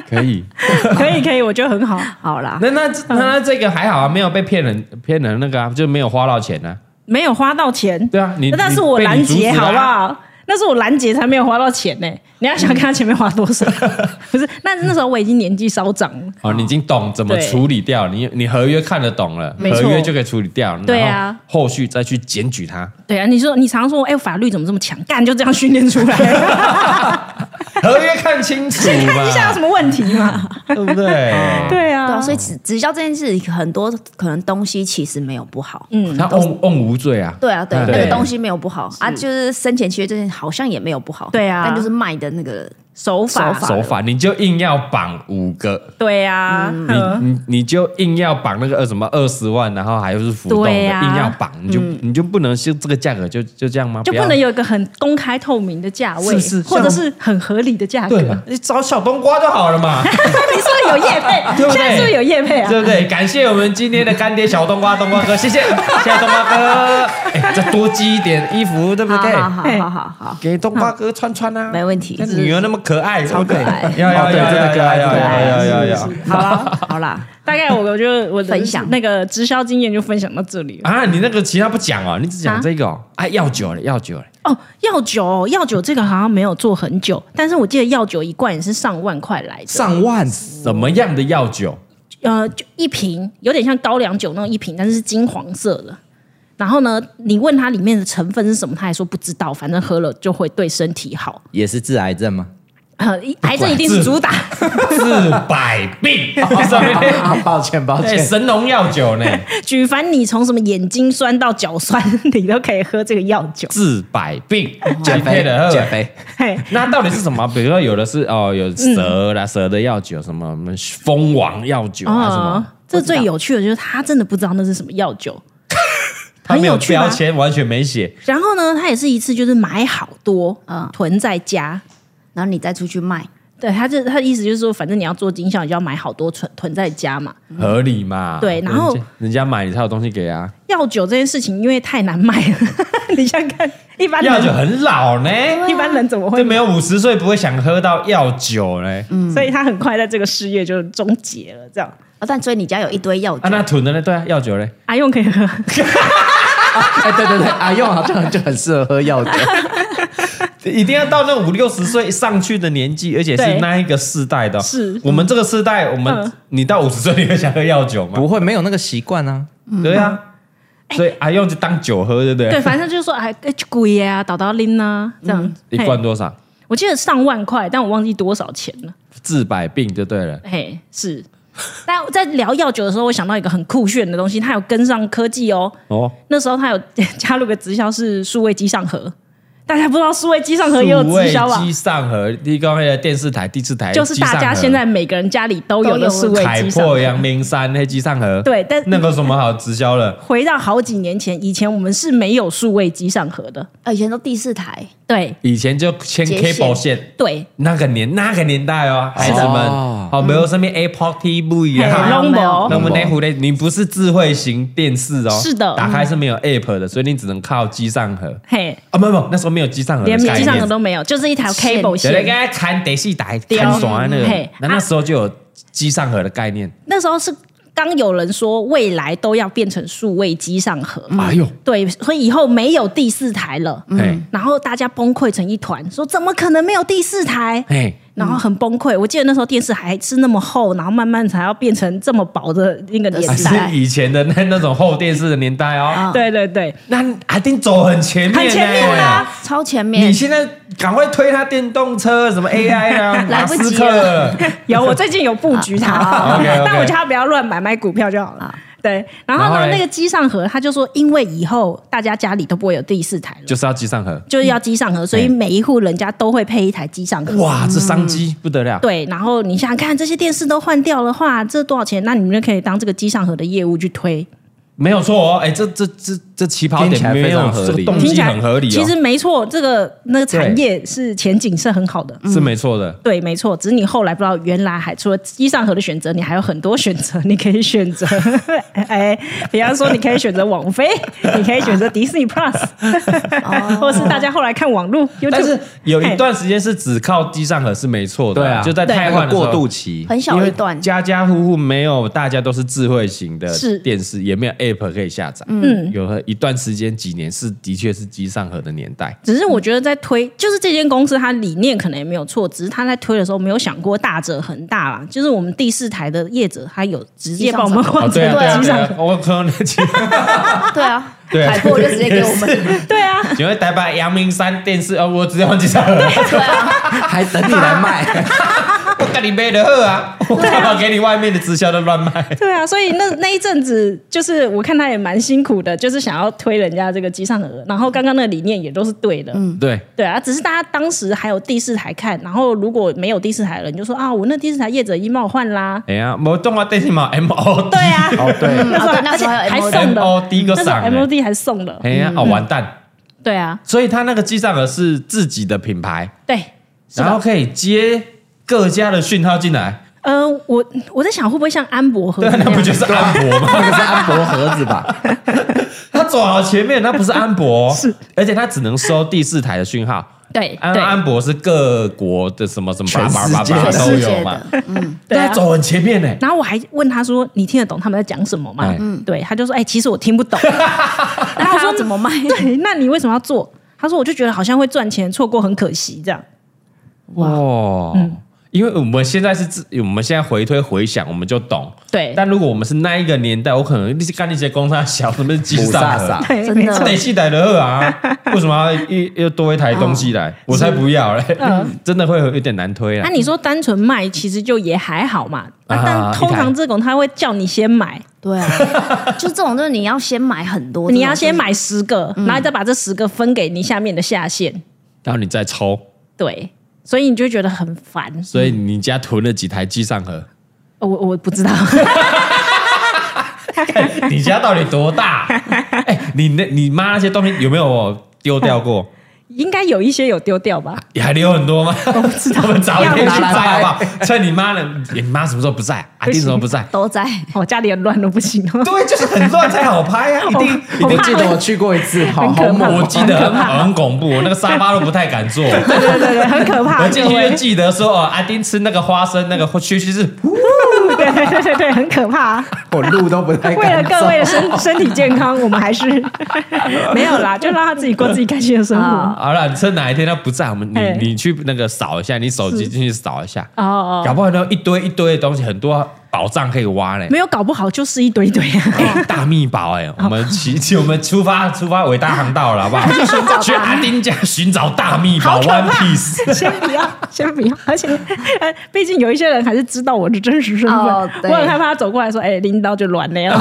Speaker 1: 可 以。
Speaker 2: 可以可以，我觉得很好，
Speaker 3: 好啦。
Speaker 1: 那那那那
Speaker 2: 嗯
Speaker 1: 这个还好啊，没有被骗人，骗人那个啊，就没有花到钱呢。
Speaker 2: 没有花到钱。
Speaker 1: 对啊，你
Speaker 2: 那是我拦截，好不？好？那是我拦截才没有花到钱呢、你要想看他前面花多 少，不是？那那时候我已经年纪稍长了，
Speaker 1: 哦，你已经懂怎么
Speaker 2: 对
Speaker 1: 处理掉，你你合约看得懂了，
Speaker 2: 没错
Speaker 1: 合约就可以处理掉，
Speaker 2: 对啊
Speaker 1: 然后后续再去检举他，
Speaker 2: 对啊，你说你常说，哎、法律怎么这么强？干就这样训练出 来，
Speaker 1: 啊合约看清楚
Speaker 2: 看一下有什
Speaker 1: 嘛，
Speaker 2: 么问题 嘛？
Speaker 1: 对不对？
Speaker 2: 对啊，
Speaker 3: 对啊，所以直直销这件事，很多可能东西其实没有不好。
Speaker 2: 嗯，
Speaker 1: 他瓮瓮无罪啊，
Speaker 3: 对啊，对啊，
Speaker 1: 对
Speaker 3: 那个东西没有不好啊，就是生前契约这件好像也没有不好，
Speaker 2: 对啊
Speaker 3: 但就是卖的那个
Speaker 2: 手法，
Speaker 3: 手法
Speaker 1: 手法你就硬要绑五个，
Speaker 2: 对啊，
Speaker 1: 你
Speaker 2: 嗯
Speaker 1: 你你就硬要绑那个二什么二十万，然后还是浮动的，
Speaker 2: 对啊
Speaker 1: 硬要绑，你就、你就不能是这个价格就就这样吗？
Speaker 2: 就
Speaker 1: 要
Speaker 2: 不能有一个很公开透明的价位，
Speaker 1: 是是
Speaker 2: 或者是很合理的价格。
Speaker 1: 对嘛？你找小冬瓜就好了嘛，
Speaker 2: 你是不是有业配？
Speaker 1: 对不对
Speaker 2: 现在是不是有业配啊？
Speaker 1: 对不对？感谢我们今天的干爹小冬瓜，冬瓜哥，谢谢，谢谢冬瓜哥。哎，再多寄一点衣服，对不
Speaker 3: 好
Speaker 1: 对？
Speaker 3: 好好好好好，
Speaker 1: 给冬瓜哥穿穿啊，
Speaker 3: 没问题
Speaker 1: 那女儿那么可爱，超可
Speaker 3: 爱
Speaker 1: 要要
Speaker 4: 哦对
Speaker 1: 要，
Speaker 4: 真的可爱
Speaker 1: 要
Speaker 4: 真的可爱
Speaker 1: 要要要要要
Speaker 3: 好啦好啦，
Speaker 2: 大概我我就我的
Speaker 3: 分享
Speaker 2: 那个直销经验就分享到这里了。
Speaker 1: 啊！你那个其他不讲哦，你只讲这个哦。啊，药酒了，药酒了，
Speaker 2: 哦，药酒药酒这个好像没有做很久，但是我记得药酒一罐也是上万块来的，
Speaker 4: 上万
Speaker 1: 什么样的药酒？
Speaker 2: 呃，就一瓶有点像高粱酒那种一瓶，但是是金黄色的。然后呢，你问他里面的成分是什么，他还说不知道，反正喝了就会对身体好。
Speaker 4: 也是致癌症吗？
Speaker 2: 呃， 一癌症一定是主打，
Speaker 1: 治百病，上面
Speaker 4: 啊抱歉抱
Speaker 1: 哎，
Speaker 4: 歉，
Speaker 1: 神农药酒呢，
Speaker 2: 举凡你从什么眼睛酸到脚酸，你都可以喝这个药酒。
Speaker 1: 治百病，
Speaker 2: 哦
Speaker 4: 减肥
Speaker 1: 的
Speaker 4: 减。肥，
Speaker 2: 嘿，
Speaker 1: 那到底是什么？比如说有的是哦，有蛇啦，蛇的药酒，什么什么蜂王药酒啊，什
Speaker 2: 哦
Speaker 1: 么，，
Speaker 2: 这最有趣的就是他真的不知道那是什么药酒。
Speaker 1: 它没有
Speaker 2: 很有趣吧
Speaker 1: 标签，完全没写。
Speaker 2: 然后呢，他也是一次就是买好多，呃
Speaker 3: 嗯
Speaker 2: 囤在家。
Speaker 3: 然后你再出去卖，
Speaker 2: 对，他这他的意思就是说，反正你要做经销，你就要买好多囤囤在家嘛。
Speaker 1: 合理嘛？
Speaker 2: 嗯对然后
Speaker 1: 人家人家买你才有东西给啊，
Speaker 2: 药酒这件事情，因为太难卖了， 啊你想想看，一般
Speaker 1: 药酒
Speaker 2: 人
Speaker 1: 很老呢，
Speaker 2: 一般人怎么会嗯
Speaker 1: 就没有五十岁不会想喝到药酒呢。
Speaker 2: 所以他很快在这个事业就终结了。这样，
Speaker 3: 啊，但所以你家有一堆药
Speaker 1: 啊，
Speaker 3: 酒，
Speaker 1: 那囤的呢？对啊，药酒嘞，
Speaker 2: 阿用可以喝，
Speaker 4: 哎对对对，阿用好像就很适合喝 药酒，
Speaker 1: 一定要到那五六十岁上去的年纪，而且是
Speaker 2: 对
Speaker 1: 那一个世代的哦。
Speaker 2: 是
Speaker 1: 我们这个世代，我们
Speaker 2: 嗯
Speaker 1: 你到五十岁你会想喝药酒吗？
Speaker 4: 不会没有那个习惯啊。
Speaker 1: 对啊，所以阿用就当酒喝，对不
Speaker 2: 嗯对，
Speaker 1: 对？
Speaker 2: 反正就是说哎，贵啊，倒倒拎啊，这样。
Speaker 1: 一
Speaker 2: 嘿
Speaker 1: 罐多少？
Speaker 2: 我记得上万块，但我忘记多少钱了。
Speaker 1: 治百病就对了。
Speaker 2: 嘿，是。但在聊药酒的时候，我想到一个很酷炫的东西，它有跟上科技哦。
Speaker 1: 哦，
Speaker 2: 那时候它有 加入个直销是数位机上盒，大家不知道数位机上盒也有直销
Speaker 1: 数
Speaker 2: 吧
Speaker 1: 位机？哎上盒，第一个那个电视台、第四台，
Speaker 2: 就是大家现在每个人家里都有的数位
Speaker 1: 海
Speaker 2: 机上
Speaker 1: 破
Speaker 2: 盒。
Speaker 1: 阳明山那机上盒，
Speaker 2: 对，但
Speaker 1: 那个有什么好直销的？
Speaker 2: 回到好几年前，以前我们是没有数位机上盒的。
Speaker 3: 啊，以前都第四台，
Speaker 2: 对
Speaker 1: 以前就牵
Speaker 3: 接线
Speaker 1: cable 线。
Speaker 2: 对，
Speaker 1: 那个年那个年代哦，孩子们，
Speaker 4: 哦
Speaker 1: 好，没有什么 Apple TV
Speaker 2: 嘿
Speaker 1: 啊，
Speaker 2: 龙
Speaker 3: 没有
Speaker 2: 某
Speaker 1: 那么那户嘞，你不是智慧型电视哦，
Speaker 2: 哦是的
Speaker 1: 打开是没有 app 的，所以你只能靠机上盒
Speaker 2: 嘿，
Speaker 1: 啊，没有没有，那时候没有机上盒的概
Speaker 2: 连
Speaker 1: 念，
Speaker 2: 机上盒都没有，就是一条 cable
Speaker 1: 有人
Speaker 2: 线。
Speaker 1: 该看电视台
Speaker 2: 对哦啊
Speaker 1: 看爽那个
Speaker 2: 嘿，
Speaker 1: 那那时候就有机上盒的概念，
Speaker 2: 那时候是刚有人说未来都要变成数位机上盒，
Speaker 1: 哎呦，
Speaker 2: 对，所以以后没有第四台了。
Speaker 1: 嘿
Speaker 2: 然后大家崩溃成一团，说怎么可能没有第四台？
Speaker 1: 嘿，
Speaker 2: 然后很崩溃。我记得那时候电视还是那么厚，然后慢慢才要变成这么薄的那个
Speaker 1: 啊
Speaker 2: 年
Speaker 1: 是
Speaker 2: 代。
Speaker 1: 以前的那那种厚电视的年代哦，
Speaker 2: 对对对，
Speaker 1: 那还定走很前面，
Speaker 2: 很前面啊。
Speaker 3: 超前
Speaker 1: 你
Speaker 3: 面，
Speaker 1: 现在赶快推他电动车， 什么 AI 啊，马
Speaker 3: 来不
Speaker 1: 斯
Speaker 3: 及
Speaker 1: 克了，
Speaker 2: 有我最近有布局它，
Speaker 1: 好，OK，OK
Speaker 2: 但我叫他不要乱买卖股票就好了
Speaker 3: 好。
Speaker 2: 对，然后
Speaker 1: 然后
Speaker 2: 呢，
Speaker 1: 嘞
Speaker 2: 那个机上盒他就说，因为以后大家家里都不会有第四台 了，
Speaker 1: 就是要机上盒。
Speaker 2: 就是要机上盒，所以
Speaker 1: 嗯
Speaker 2: 每一户人家都会配一台机上盒。
Speaker 1: 哇，这商机不得了！
Speaker 2: 对，然后你想想看，这些电视都换掉的话，这多少钱？那你们就可以当这个机上盒的业务去推，
Speaker 1: 没有错哦，哎，这这这这起跑
Speaker 4: 听起
Speaker 1: 点
Speaker 4: 来
Speaker 1: 没
Speaker 4: 非
Speaker 1: 有
Speaker 4: 常合理
Speaker 1: 动
Speaker 2: 听
Speaker 1: 机
Speaker 2: 起来
Speaker 1: 很合理哦，
Speaker 2: 其实没错，这个那个产业是前景是很好的。
Speaker 1: 是没错的。
Speaker 2: 对，没错，只是你后来不知道，原来还除了机上盒的选择，你还有很多选择，你可以选择， 哎，比方说你可以选择网飞，你可以选择迪士尼 Plus，或是 大家后来看网络
Speaker 1: 哦
Speaker 2: YouTube，
Speaker 1: 但是有
Speaker 2: 哎
Speaker 1: 一段时间是只靠机上盒是没错的，
Speaker 4: 对啊
Speaker 1: 就在
Speaker 2: 对
Speaker 1: 太
Speaker 4: 那
Speaker 1: 换
Speaker 4: 个
Speaker 1: 的时候
Speaker 4: 过渡期，
Speaker 3: 很
Speaker 1: 因
Speaker 3: 小
Speaker 1: 为
Speaker 3: 一段，
Speaker 1: 家家户户没有，大家都是智慧型的
Speaker 2: 是
Speaker 1: 电视，也没有 App 可以下载，
Speaker 2: 嗯
Speaker 1: 有一段时间几年是的确是机上盒的年代。
Speaker 2: 只是我觉得在推，就是这间公司它理念可能也没有错，只是它在推的时候没有想过大者恒大啦。就是我们第四台的业者，他有直接把我们换
Speaker 1: 哦，
Speaker 2: 成
Speaker 1: 对啊，对啊，
Speaker 2: 机
Speaker 1: 对
Speaker 2: 上
Speaker 1: 啊，我 可能
Speaker 3: 对啊，
Speaker 1: 对
Speaker 3: 海波就直接给我们，
Speaker 2: 对啊，
Speaker 1: 请问台北阳明山电视，哦，我直接换机上盒，
Speaker 4: 还等你来卖，
Speaker 1: 我跟你买的好啊，我干嘛给你外面的直销都乱卖？
Speaker 2: 对啊，所以那那一阵子，就是我看他也蛮辛苦的，就是想要推人家这个机上盒，然后刚刚那个理念也都是对的，
Speaker 1: 对，
Speaker 2: 对啊，只是大家当时还有第四台看，然后如果没有第四台了，你就说啊，我那第四台业者已经帮我换啦，
Speaker 1: 哎呀，无动啊电视嘛，M O
Speaker 2: 对 啊，
Speaker 1: 哦对
Speaker 3: 嗯哦对那时候还有
Speaker 2: 还
Speaker 3: MOD
Speaker 2: 送
Speaker 1: M
Speaker 2: 的
Speaker 1: O D 个
Speaker 2: 那时候
Speaker 1: 赏，
Speaker 2: MOD 还送了，
Speaker 1: 哎呀，哦完蛋，
Speaker 2: 对啊，
Speaker 1: 所以他那个机上盒是自己的品牌，
Speaker 2: 对，是
Speaker 1: 然后
Speaker 2: 吧？
Speaker 1: 可以接各家的讯号进来，
Speaker 2: 呃，我我在想会不会像安博盒
Speaker 1: 对啊，
Speaker 2: 那
Speaker 1: 那不就
Speaker 2: 样？
Speaker 1: 是安博吗？
Speaker 4: 或者是安博盒子吧？
Speaker 1: 他走好前面，那不是安博，是，而且他只能收第四台的讯号。
Speaker 2: 对
Speaker 1: 安
Speaker 2: 对
Speaker 1: 安博是各国的什么什么
Speaker 4: 全世界
Speaker 1: 叭叭叭叭
Speaker 3: 全
Speaker 1: 都
Speaker 3: 世
Speaker 1: 有
Speaker 3: 界
Speaker 1: 嘛
Speaker 3: 的，，
Speaker 2: 对啊
Speaker 1: 他走很前面呢。
Speaker 2: 然后我还问他说：“你听得懂他们在讲什么吗
Speaker 1: 哎？”
Speaker 2: 对，他就说：“哎、其实我听 不懂。”然
Speaker 3: 那
Speaker 2: 后我
Speaker 3: 他
Speaker 2: 说
Speaker 3: 要：“怎么卖？
Speaker 2: 对，那你为什么要做？他说我就觉得好像会赚钱，错过很可惜这样。
Speaker 1: 哇，哦因为我们现在是自，我们现在回推回想，我们就懂。
Speaker 2: 对，
Speaker 1: 但如果我们是那一个年代，我可能是干那些工商小什么机
Speaker 4: 菩萨
Speaker 1: 上
Speaker 4: 萨
Speaker 1: 的，，
Speaker 2: 对，
Speaker 3: 真
Speaker 2: 没
Speaker 3: 的
Speaker 2: 错
Speaker 1: 他得系台的二 啊，为什么要一又多一台东西来？我才不要嘞， 真的会有点难推
Speaker 2: 那、
Speaker 1: 啊。
Speaker 2: 你说单纯卖，其实就也还好嘛。那、
Speaker 1: 啊
Speaker 2: 但通常这种他会叫你先买，
Speaker 3: 对啊，就这种就是你要先买很多，
Speaker 2: 你要先买十个，
Speaker 1: 嗯
Speaker 2: 然后再把这十个分给你下面的下线。
Speaker 1: 然后你再抽，
Speaker 2: 对，所以你就会觉得很烦。
Speaker 1: 所以你家囤了几台机上盒？
Speaker 2: 呃我我不知道，
Speaker 1: 你家到底多 大？哎、你那你妈那些东西有没有丢掉 过？
Speaker 2: 应该有一些有丢掉 吧？
Speaker 1: 你还留很多吗？我不知道，我们早一天去摘好不好？趁你妈呢，你妈什么时候不在？阿弟什么时候不在？
Speaker 3: 都在，
Speaker 2: 我哦家里很乱都不行哦。
Speaker 1: 对，就是很乱才好 拍啊！一 定，
Speaker 4: 你
Speaker 1: 一
Speaker 4: 不
Speaker 1: 定
Speaker 4: 记得我去过一次，好
Speaker 2: 很可
Speaker 4: 好
Speaker 2: 怕
Speaker 4: 猛
Speaker 1: 我
Speaker 4: 哦，
Speaker 1: 记得很很恐怖，我那个沙发都不太敢坐。
Speaker 2: 对对对对，很可怕。
Speaker 1: 我进去
Speaker 2: 各位
Speaker 1: 就记得说，哦，阿丁吃那个花生，那个区区是 哦
Speaker 2: 对对对对对，很可怕。
Speaker 4: 我路都不太
Speaker 2: 为了
Speaker 4: 敢
Speaker 2: 各位的
Speaker 4: 走。
Speaker 2: 身身体健康，我们 还是没有啦，就让他自己过自己开心的生活。
Speaker 3: 啊
Speaker 2: 哦
Speaker 1: 好了，趁哪一天他不在，我们
Speaker 2: 哎
Speaker 1: 你你去那个扫一下，你手机进去扫一下，
Speaker 2: 哦，
Speaker 1: 搞不好呢一堆一堆的东西，很多宝藏可以挖 嘞。
Speaker 2: 没有搞不好就是一堆一堆啊。
Speaker 1: 哎大秘宝哎、我们起 起我们出发出发伟大航道了，好不好？去寻找去阿丁家寻找大秘宝
Speaker 2: 好可
Speaker 1: One
Speaker 2: 怕
Speaker 1: Piece。！
Speaker 2: 先不要，先不要。而且，呃，毕竟有一些人还是知道我的真实身份，
Speaker 3: 哦
Speaker 2: 我
Speaker 3: 对
Speaker 2: 很害怕他走过来说：“哎、拎刀就乱 了呀。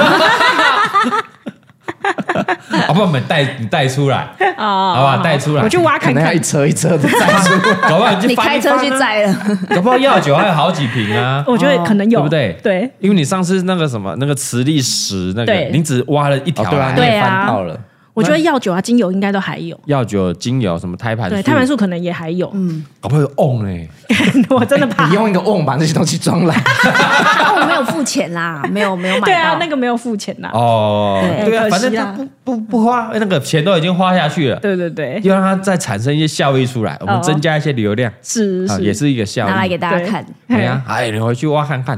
Speaker 1: 好不好？我们带你带出来，
Speaker 2: 啊
Speaker 1: 好不好？带出来，
Speaker 2: 我去挖
Speaker 4: 可
Speaker 2: 看
Speaker 4: 能要
Speaker 2: 看。
Speaker 4: 一。车一车的载出来，
Speaker 1: 搞不好就
Speaker 3: 你
Speaker 1: 翻
Speaker 3: 开
Speaker 1: 一
Speaker 3: 车
Speaker 1: 翻
Speaker 3: 去
Speaker 1: 啊，
Speaker 3: 载了，
Speaker 1: 搞不好药酒还有好几瓶啊
Speaker 2: 我觉得可能有，
Speaker 1: 对不对
Speaker 2: 对，
Speaker 1: 因为你上次那个什么那个磁力石那个
Speaker 2: 对，
Speaker 1: 你只挖了一条
Speaker 4: 哦，对啊，
Speaker 1: 来
Speaker 4: 你
Speaker 2: 对
Speaker 4: 也
Speaker 2: 啊
Speaker 4: 翻到了，
Speaker 2: 我觉得药酒啊、精油应该都还有，
Speaker 1: 药酒、精油什么胎盘素，哦
Speaker 2: 对，胎盘素可能也还有。
Speaker 3: 嗯
Speaker 1: 搞不好有 on 嘞，
Speaker 2: 我真的 怕
Speaker 4: 你。用一个瓮把那些东西装 来，
Speaker 3: 啊我没有付钱啦，没有没有买
Speaker 2: 对啊
Speaker 3: 到，
Speaker 2: 那个没有付钱呐、
Speaker 1: 哦，
Speaker 2: 对
Speaker 1: 对啊，
Speaker 2: 可惜
Speaker 1: 反正
Speaker 2: 啦
Speaker 1: 他不不不花那个钱都已经花下去了，
Speaker 2: 对对对，
Speaker 1: 要让它再产生一些效益出来，我们
Speaker 2: 哦
Speaker 1: 增加一些流量，
Speaker 2: 是
Speaker 1: 啊，
Speaker 2: 哦是，
Speaker 1: 也是一个效益。
Speaker 3: 拿来给大家
Speaker 2: 对
Speaker 3: 看，
Speaker 1: 哎呀，哎，你回去挖看 看，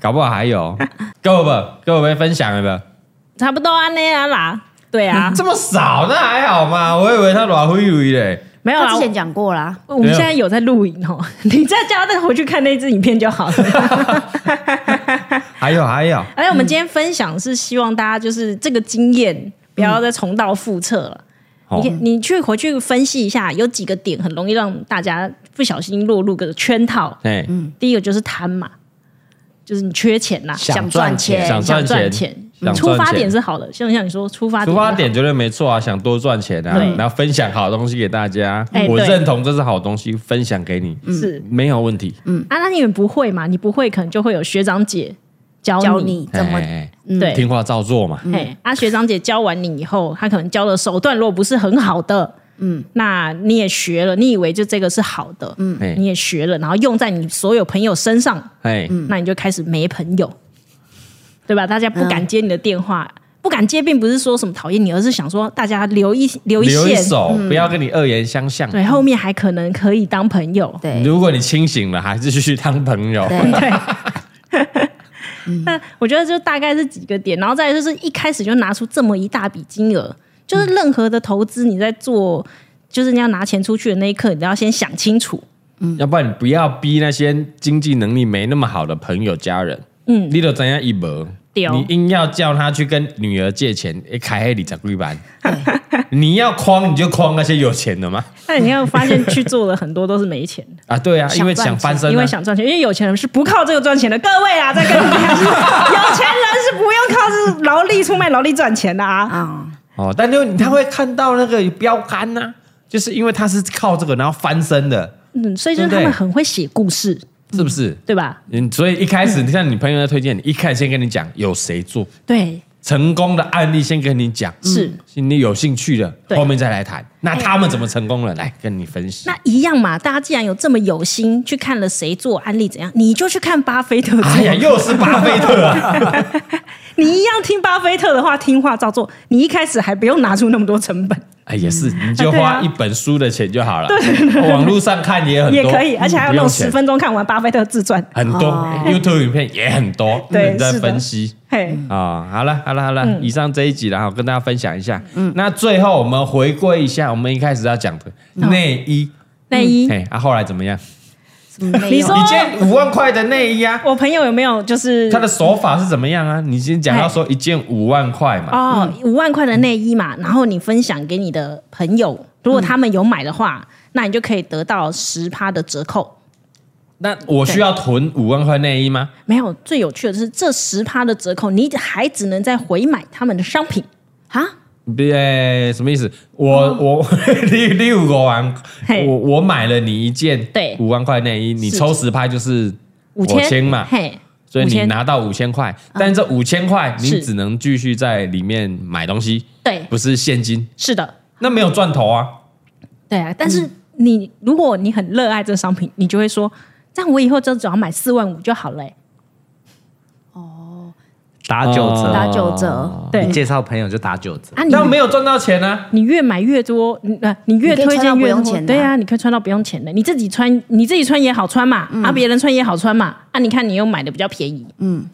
Speaker 1: 搞不好还有，够不？够不？分享了不？
Speaker 2: 差不多安那样啦。对啊，
Speaker 1: 这么少，那还好嘛？我以为他软灰灰嘞。
Speaker 2: 没有啊
Speaker 3: 他
Speaker 2: 啦
Speaker 3: 之。前讲过啦，
Speaker 2: 我我们现在有在录影哦， 你再叫他再回去看那支影片就好
Speaker 1: 嗯
Speaker 2: 了。哎
Speaker 1: 还有还有，
Speaker 2: 而且我们今天分享是希望大家就是这个经验不要再重蹈覆辙了。
Speaker 1: 哦
Speaker 2: 你你去回去分析一下，有几个点很容易让大家不小心落入个圈套。
Speaker 1: 哎，
Speaker 2: 第一个就是贪嘛，就是你缺钱呐，
Speaker 3: 想赚钱
Speaker 1: 想
Speaker 2: 想
Speaker 1: 赚
Speaker 2: 赚
Speaker 1: 钱，
Speaker 2: 钱，
Speaker 1: 想赚钱
Speaker 2: 出发点是好的，像像你说出发点
Speaker 1: 出
Speaker 2: 是好
Speaker 1: 发点绝对没错啊，想多赚钱啊
Speaker 2: 啊对，
Speaker 1: 然后分享好东西给大家
Speaker 2: 哎，
Speaker 1: 我
Speaker 2: 对嗯
Speaker 1: 认同这是好东西，分享给你
Speaker 2: 是
Speaker 1: 没有问题。
Speaker 3: 嗯
Speaker 2: 啊，那你们不会嘛？你不会，可能就会有学长姐教
Speaker 3: 教
Speaker 2: 你。
Speaker 3: 你怎么
Speaker 1: 哎
Speaker 2: 嗯对，
Speaker 1: 听话照做嘛？
Speaker 2: 哎、啊，学长姐教完你以后，她可能教的手段如果不是很好的，嗯，那你也学了，你以为就这个是好的，嗯
Speaker 1: 哎，
Speaker 2: 你也学了，然后用在你所有朋友身上，
Speaker 1: 哎，
Speaker 2: 那你就开始没朋友，对吧？大家不敢接你的电话，不敢接，并不是说什么讨厌你，而是想说大家留一留一
Speaker 1: 留一
Speaker 2: 线，嗯
Speaker 1: 手，不要跟你恶言相向。
Speaker 2: 对，后面还可能可以当朋友，
Speaker 3: 对
Speaker 1: 如果你清醒了，还是继续当朋友。
Speaker 3: 对，
Speaker 2: 那我觉得就大概是几个点，然后再来就是一开始就拿出这么一大笔金额，就是任何的投资你在做，就是你要拿钱出去的那一刻，你都要先想清楚。
Speaker 1: 要不然你不要逼那些经济能力没那么好的朋友家人，嗯，你都怎样一搏，
Speaker 2: 对哦
Speaker 1: 你硬要叫他去跟女儿借钱，一开黑你才归 班，你要诓你就诓那些有钱的嘛，
Speaker 2: 但你要发现去做了很多都是没钱的，
Speaker 1: 啊，对啊，因为想翻身、啊，
Speaker 2: 因为想赚钱，因为有钱人是不靠这个赚钱的。各位 啊，再跟你讲，有钱人是不用靠这劳力出卖劳力赚钱的啊。
Speaker 3: 啊，
Speaker 1: 哦，但就他会看到那个标杆呐、就是因为他是靠这个然后翻身的，
Speaker 2: 嗯，所以就是
Speaker 1: 对
Speaker 2: 他
Speaker 1: 不对
Speaker 2: 们很会写故事，
Speaker 1: 是不是？
Speaker 2: 对吧？
Speaker 1: 嗯，所以一开始像你朋友在推荐你，一开始先跟你讲有谁做
Speaker 2: 对，
Speaker 1: 成功的案例，先跟你讲，嗯
Speaker 2: 是
Speaker 1: 你有兴趣的，
Speaker 2: 对
Speaker 1: 后面再来谈。那他们怎么成功了？来跟你分 析。
Speaker 2: 那一样嘛。大家既然有这么有心去看了谁做案例怎样，你就去看巴菲特做。
Speaker 1: 哎呀，又是巴菲特啊！
Speaker 2: 你一样听巴菲特的话，听话照做。你一开始还不用拿出那么多成本，
Speaker 1: 哎，也是，你就
Speaker 2: 啊对啊
Speaker 1: 花一本书的钱就好了。网络上看也很多，
Speaker 2: 也可以，而且还有
Speaker 1: 不
Speaker 2: 那
Speaker 1: 用
Speaker 2: 种
Speaker 1: 钱
Speaker 2: 十分钟看完巴菲特自传。
Speaker 1: 很多
Speaker 3: 哦
Speaker 1: YouTube 影片也很多，
Speaker 2: 对
Speaker 1: 你在
Speaker 2: 是的
Speaker 1: 分析。
Speaker 2: 嘿，
Speaker 1: 啊、好了，好了，好了，
Speaker 2: 嗯
Speaker 1: 以上这一集了哈，然后跟大家分享一下。嗯，那最后我们回归一下我们一开始要讲的
Speaker 2: 嗯
Speaker 1: 内衣，
Speaker 2: 内衣，
Speaker 1: 哎、啊，后来怎么样？
Speaker 3: 什么内
Speaker 2: 你嗯
Speaker 3: 容
Speaker 2: 说
Speaker 1: 一件五万块的内衣啊，
Speaker 2: 我朋友有没有就是
Speaker 1: 它的手法是怎么样啊？你先讲到说一件五万块嘛，
Speaker 2: 哦，五万块的内衣嘛，然后你分享给你的朋友，如果他们有买的话，那你就可以得到十趴的折扣。
Speaker 1: 那我需要囤五万块内衣吗？
Speaker 2: 没有，最有趣的是这十趴的折扣，你还只能再回买他们的商品。
Speaker 3: 啊，
Speaker 1: 别呃什么意思？我、我你你有五万，
Speaker 2: 哦嘿
Speaker 1: 我我买了你一件
Speaker 2: 对
Speaker 1: 五万块内衣，你
Speaker 2: 是
Speaker 1: 抽十拍就是
Speaker 2: 五千
Speaker 1: 千嘛，
Speaker 2: 嘿，
Speaker 1: 所以
Speaker 2: 五
Speaker 1: 你
Speaker 2: 千嗯
Speaker 1: 拿到五千块，但这五千块你
Speaker 2: 是
Speaker 1: 只能继续在里面买东西，
Speaker 2: 对，
Speaker 1: 不是现金，
Speaker 2: 是的，
Speaker 1: 那没有赚头啊。
Speaker 2: 对啊。但是你、如果你很热爱这商品，你就会说，这样我以后就只要买四万五就好了、欸。
Speaker 4: 打九折，
Speaker 3: 打九折，
Speaker 2: 对
Speaker 4: 你介绍朋友就打九折。
Speaker 2: 啊，你
Speaker 1: 那没有赚到钱啊，
Speaker 2: 你越买越多，你呃，你越
Speaker 3: 你可以
Speaker 2: 推
Speaker 3: 穿
Speaker 2: 荐
Speaker 3: 到不
Speaker 2: 越
Speaker 3: 用
Speaker 2: 多，
Speaker 3: 钱的啊
Speaker 2: 对啊，你可以穿到不用钱的，你自己穿，你自己穿也好穿
Speaker 3: 嗯
Speaker 2: 嘛，啊，别人穿也好穿嘛，啊，你看你又买的比较便宜，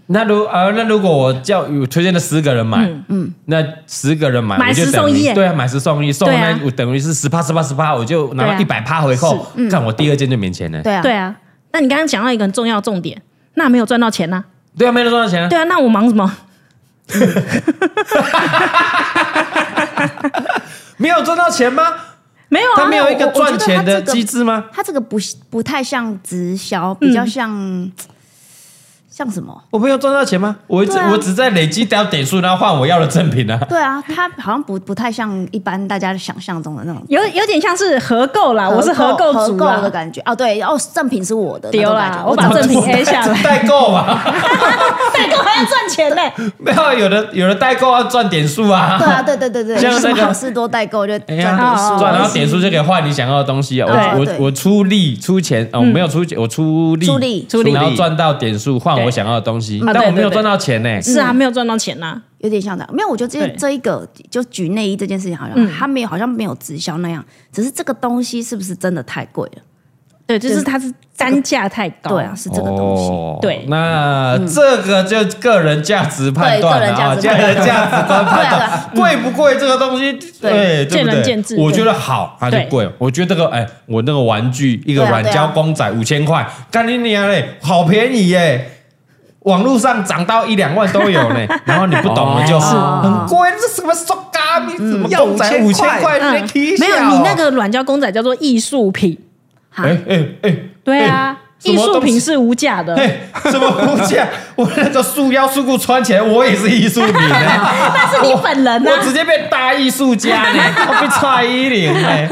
Speaker 1: 那如呃，那如果我叫我推荐了十个人买，嗯，那十个人买，
Speaker 2: 买
Speaker 1: 我就
Speaker 2: 十
Speaker 1: 等于
Speaker 2: 送一耶
Speaker 1: 对啊，买十送一，送
Speaker 2: 对啊
Speaker 1: 那我等于是十趴十趴十趴，我就拿到
Speaker 2: 对啊嗯
Speaker 1: 一百趴回扣，看我第二件就免钱了。
Speaker 3: 对啊，
Speaker 2: 对啊。那你刚刚讲到一个很重要的重点，那没有赚到钱呐、
Speaker 1: 对啊，没有赚到
Speaker 3: 嗯
Speaker 1: 钱啊
Speaker 2: 对。啊，那我忙什么？
Speaker 1: 没有赚到钱吗？
Speaker 2: 没有啊，
Speaker 1: 他没有一个
Speaker 3: 我我觉得
Speaker 1: 赚钱的
Speaker 3: 他这个
Speaker 1: 机制吗？
Speaker 3: 它这个不不太像直销，
Speaker 2: 嗯
Speaker 3: 比较像、像什么？
Speaker 1: 我没有赚到钱吗？我只
Speaker 3: 对啊
Speaker 1: 我只在累积掉点数，然后换我要的赠品啊。
Speaker 3: 对啊，它好像不不太像一般大家想象中的那种
Speaker 2: 有有点像是合购啊啦，我是合购
Speaker 3: 合
Speaker 2: 族
Speaker 3: 购的
Speaker 2: 啦，
Speaker 3: 感觉。哦，对，哦，赠品是我的，
Speaker 2: 丢啦
Speaker 3: 那种感觉
Speaker 2: 我把
Speaker 3: 懂
Speaker 2: 赠品
Speaker 3: 懂
Speaker 2: A 下来
Speaker 1: 代购嘛，
Speaker 2: 代购还要赚钱 嘞、
Speaker 3: 嗯
Speaker 1: 没有有的有的代购要赚点数啊。
Speaker 3: 对啊，对对对对，
Speaker 1: 像那
Speaker 3: 什
Speaker 1: 个
Speaker 3: 么好事多代购就
Speaker 1: 哎
Speaker 3: 赚
Speaker 1: 呀，
Speaker 3: 点数，
Speaker 1: 赚然后点数就可以换你想要的东西啊！
Speaker 3: 对
Speaker 1: 我
Speaker 3: 对
Speaker 1: 我我出力出钱哦，我没有出钱，我出力
Speaker 3: 出力
Speaker 2: 嗯出力
Speaker 1: 然后赚到点数换我想要的东西，
Speaker 2: 啊
Speaker 1: 但
Speaker 2: 对
Speaker 1: 我没有
Speaker 2: 对对
Speaker 1: 赚到钱呢。
Speaker 2: 是啊，没有赚到钱呐、
Speaker 3: 有点像这样。没有，我觉得这
Speaker 2: 对
Speaker 3: 这一个就举内衣这件事情，好像、
Speaker 1: 嗯
Speaker 3: 它没有好像没有直销那样，只是这个东西是不是真的太贵了？
Speaker 2: 对，就是它是单价太高，
Speaker 3: 对啊，，是这个东西。
Speaker 1: 哦
Speaker 2: 对
Speaker 1: 那这个就个人价值判断了啊，
Speaker 3: 对个人价
Speaker 1: 人
Speaker 3: 值判断
Speaker 1: 价值观判
Speaker 3: 对啊
Speaker 1: 断贵不贵这个东西，哎对，对不对
Speaker 2: 见仁见智
Speaker 1: 我觉得好，它就贵。我觉得这个，哎，我那个玩具一个
Speaker 3: 对啊
Speaker 1: 软胶
Speaker 3: 对啊
Speaker 1: 公仔五千块，干你娘嘞，好便宜耶！网络上涨到一两万都有呢，然后你不懂了就很贵，这什么塑胶，你怎么公仔五千块？
Speaker 2: 嗯，
Speaker 1: 你提一下
Speaker 2: 没有
Speaker 1: 哦
Speaker 2: 你那个软胶公仔叫做艺术品，
Speaker 3: 哈
Speaker 1: 哎哎哎，
Speaker 2: 对
Speaker 1: 哎
Speaker 2: 啊，艺
Speaker 1: 什么
Speaker 2: 术
Speaker 1: 东西哎
Speaker 2: 品是无价的。
Speaker 1: 嘿，什么物价？我那个束腰束裤穿起来，我也是艺术品啊！
Speaker 2: 那哎是你本人
Speaker 1: 我直
Speaker 2: 啊！
Speaker 1: 接变大艺术家呢，我被蔡依林呢，哎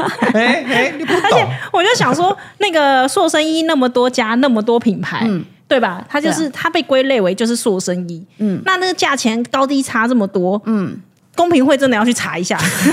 Speaker 1: 哎，你不懂，
Speaker 2: 我就想说，那个塑身衣那么多家，那么多品牌，嗯对吧？它就是、它被归类为就是塑身衣，嗯，那那个价钱高低差这么多，嗯，公平会真的要去查一下，是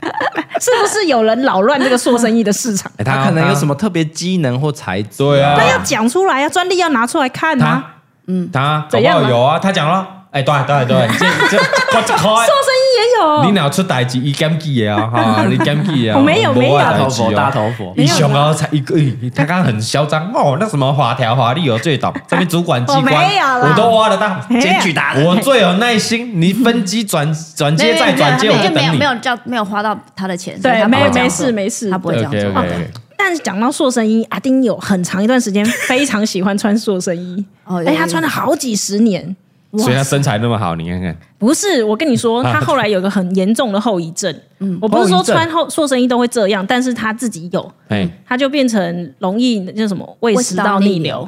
Speaker 2: 不 是有人扰乱这个塑身衣的市场？
Speaker 4: 哎，他可能有什么特别机能或材质？
Speaker 1: 对啊
Speaker 2: 那要讲出来啊，专利要拿出来看
Speaker 1: 他
Speaker 2: 啊。，
Speaker 1: 嗯，他搞
Speaker 2: 怎
Speaker 1: 不
Speaker 2: 样
Speaker 1: 好
Speaker 2: 啊
Speaker 1: 有啊，他讲了，哎，对对对，这这，我靠
Speaker 2: 塑身衣也有
Speaker 1: 你
Speaker 2: 哦，
Speaker 1: 哪有出代志，伊禁忌的啊，哈，你禁忌的啊，
Speaker 2: 我没有
Speaker 1: 我不
Speaker 2: 没有
Speaker 1: 爱
Speaker 2: 大
Speaker 1: 代
Speaker 5: 头
Speaker 1: 志
Speaker 5: 佛，
Speaker 1: 哦
Speaker 5: 大头佛，
Speaker 1: 一熊啊，才一个，哎他刚刚很嚣张哦，那什么法条法律有最懂，这边主管机
Speaker 2: 我
Speaker 1: 关
Speaker 2: 没有啦
Speaker 1: 我都挖得到，
Speaker 2: 没有
Speaker 1: 检举他，我最有耐心，你分机转转
Speaker 3: 没有
Speaker 1: 接再转接，
Speaker 3: 没
Speaker 1: 我
Speaker 3: 有
Speaker 1: 就
Speaker 3: 没有
Speaker 1: 等你。
Speaker 3: 没有叫没有花到他的钱，所以
Speaker 2: 对，
Speaker 3: 他不
Speaker 2: 没
Speaker 3: 会这
Speaker 2: 没
Speaker 3: 样
Speaker 2: 事
Speaker 3: 做
Speaker 2: 没事
Speaker 3: 他。不会这样
Speaker 1: OK
Speaker 3: 做。哦
Speaker 1: OK，
Speaker 2: 但是讲到塑身衣，阿丁有很长一段时间非常喜欢穿塑身衣，
Speaker 3: 哦
Speaker 2: 而
Speaker 3: 有
Speaker 2: 且他
Speaker 3: 有
Speaker 2: 穿了好几十年。
Speaker 1: 所以他身材那么好，你看看，
Speaker 2: 不是，我跟你说，
Speaker 1: 啊
Speaker 2: 他后来有个很严重的后遗症。我不是
Speaker 1: 后
Speaker 2: 说
Speaker 1: 遗症
Speaker 2: 穿后塑身衣都会这样，但是他自己有，
Speaker 1: 哎，
Speaker 2: 他就变成容易那叫什么胃食道逆流。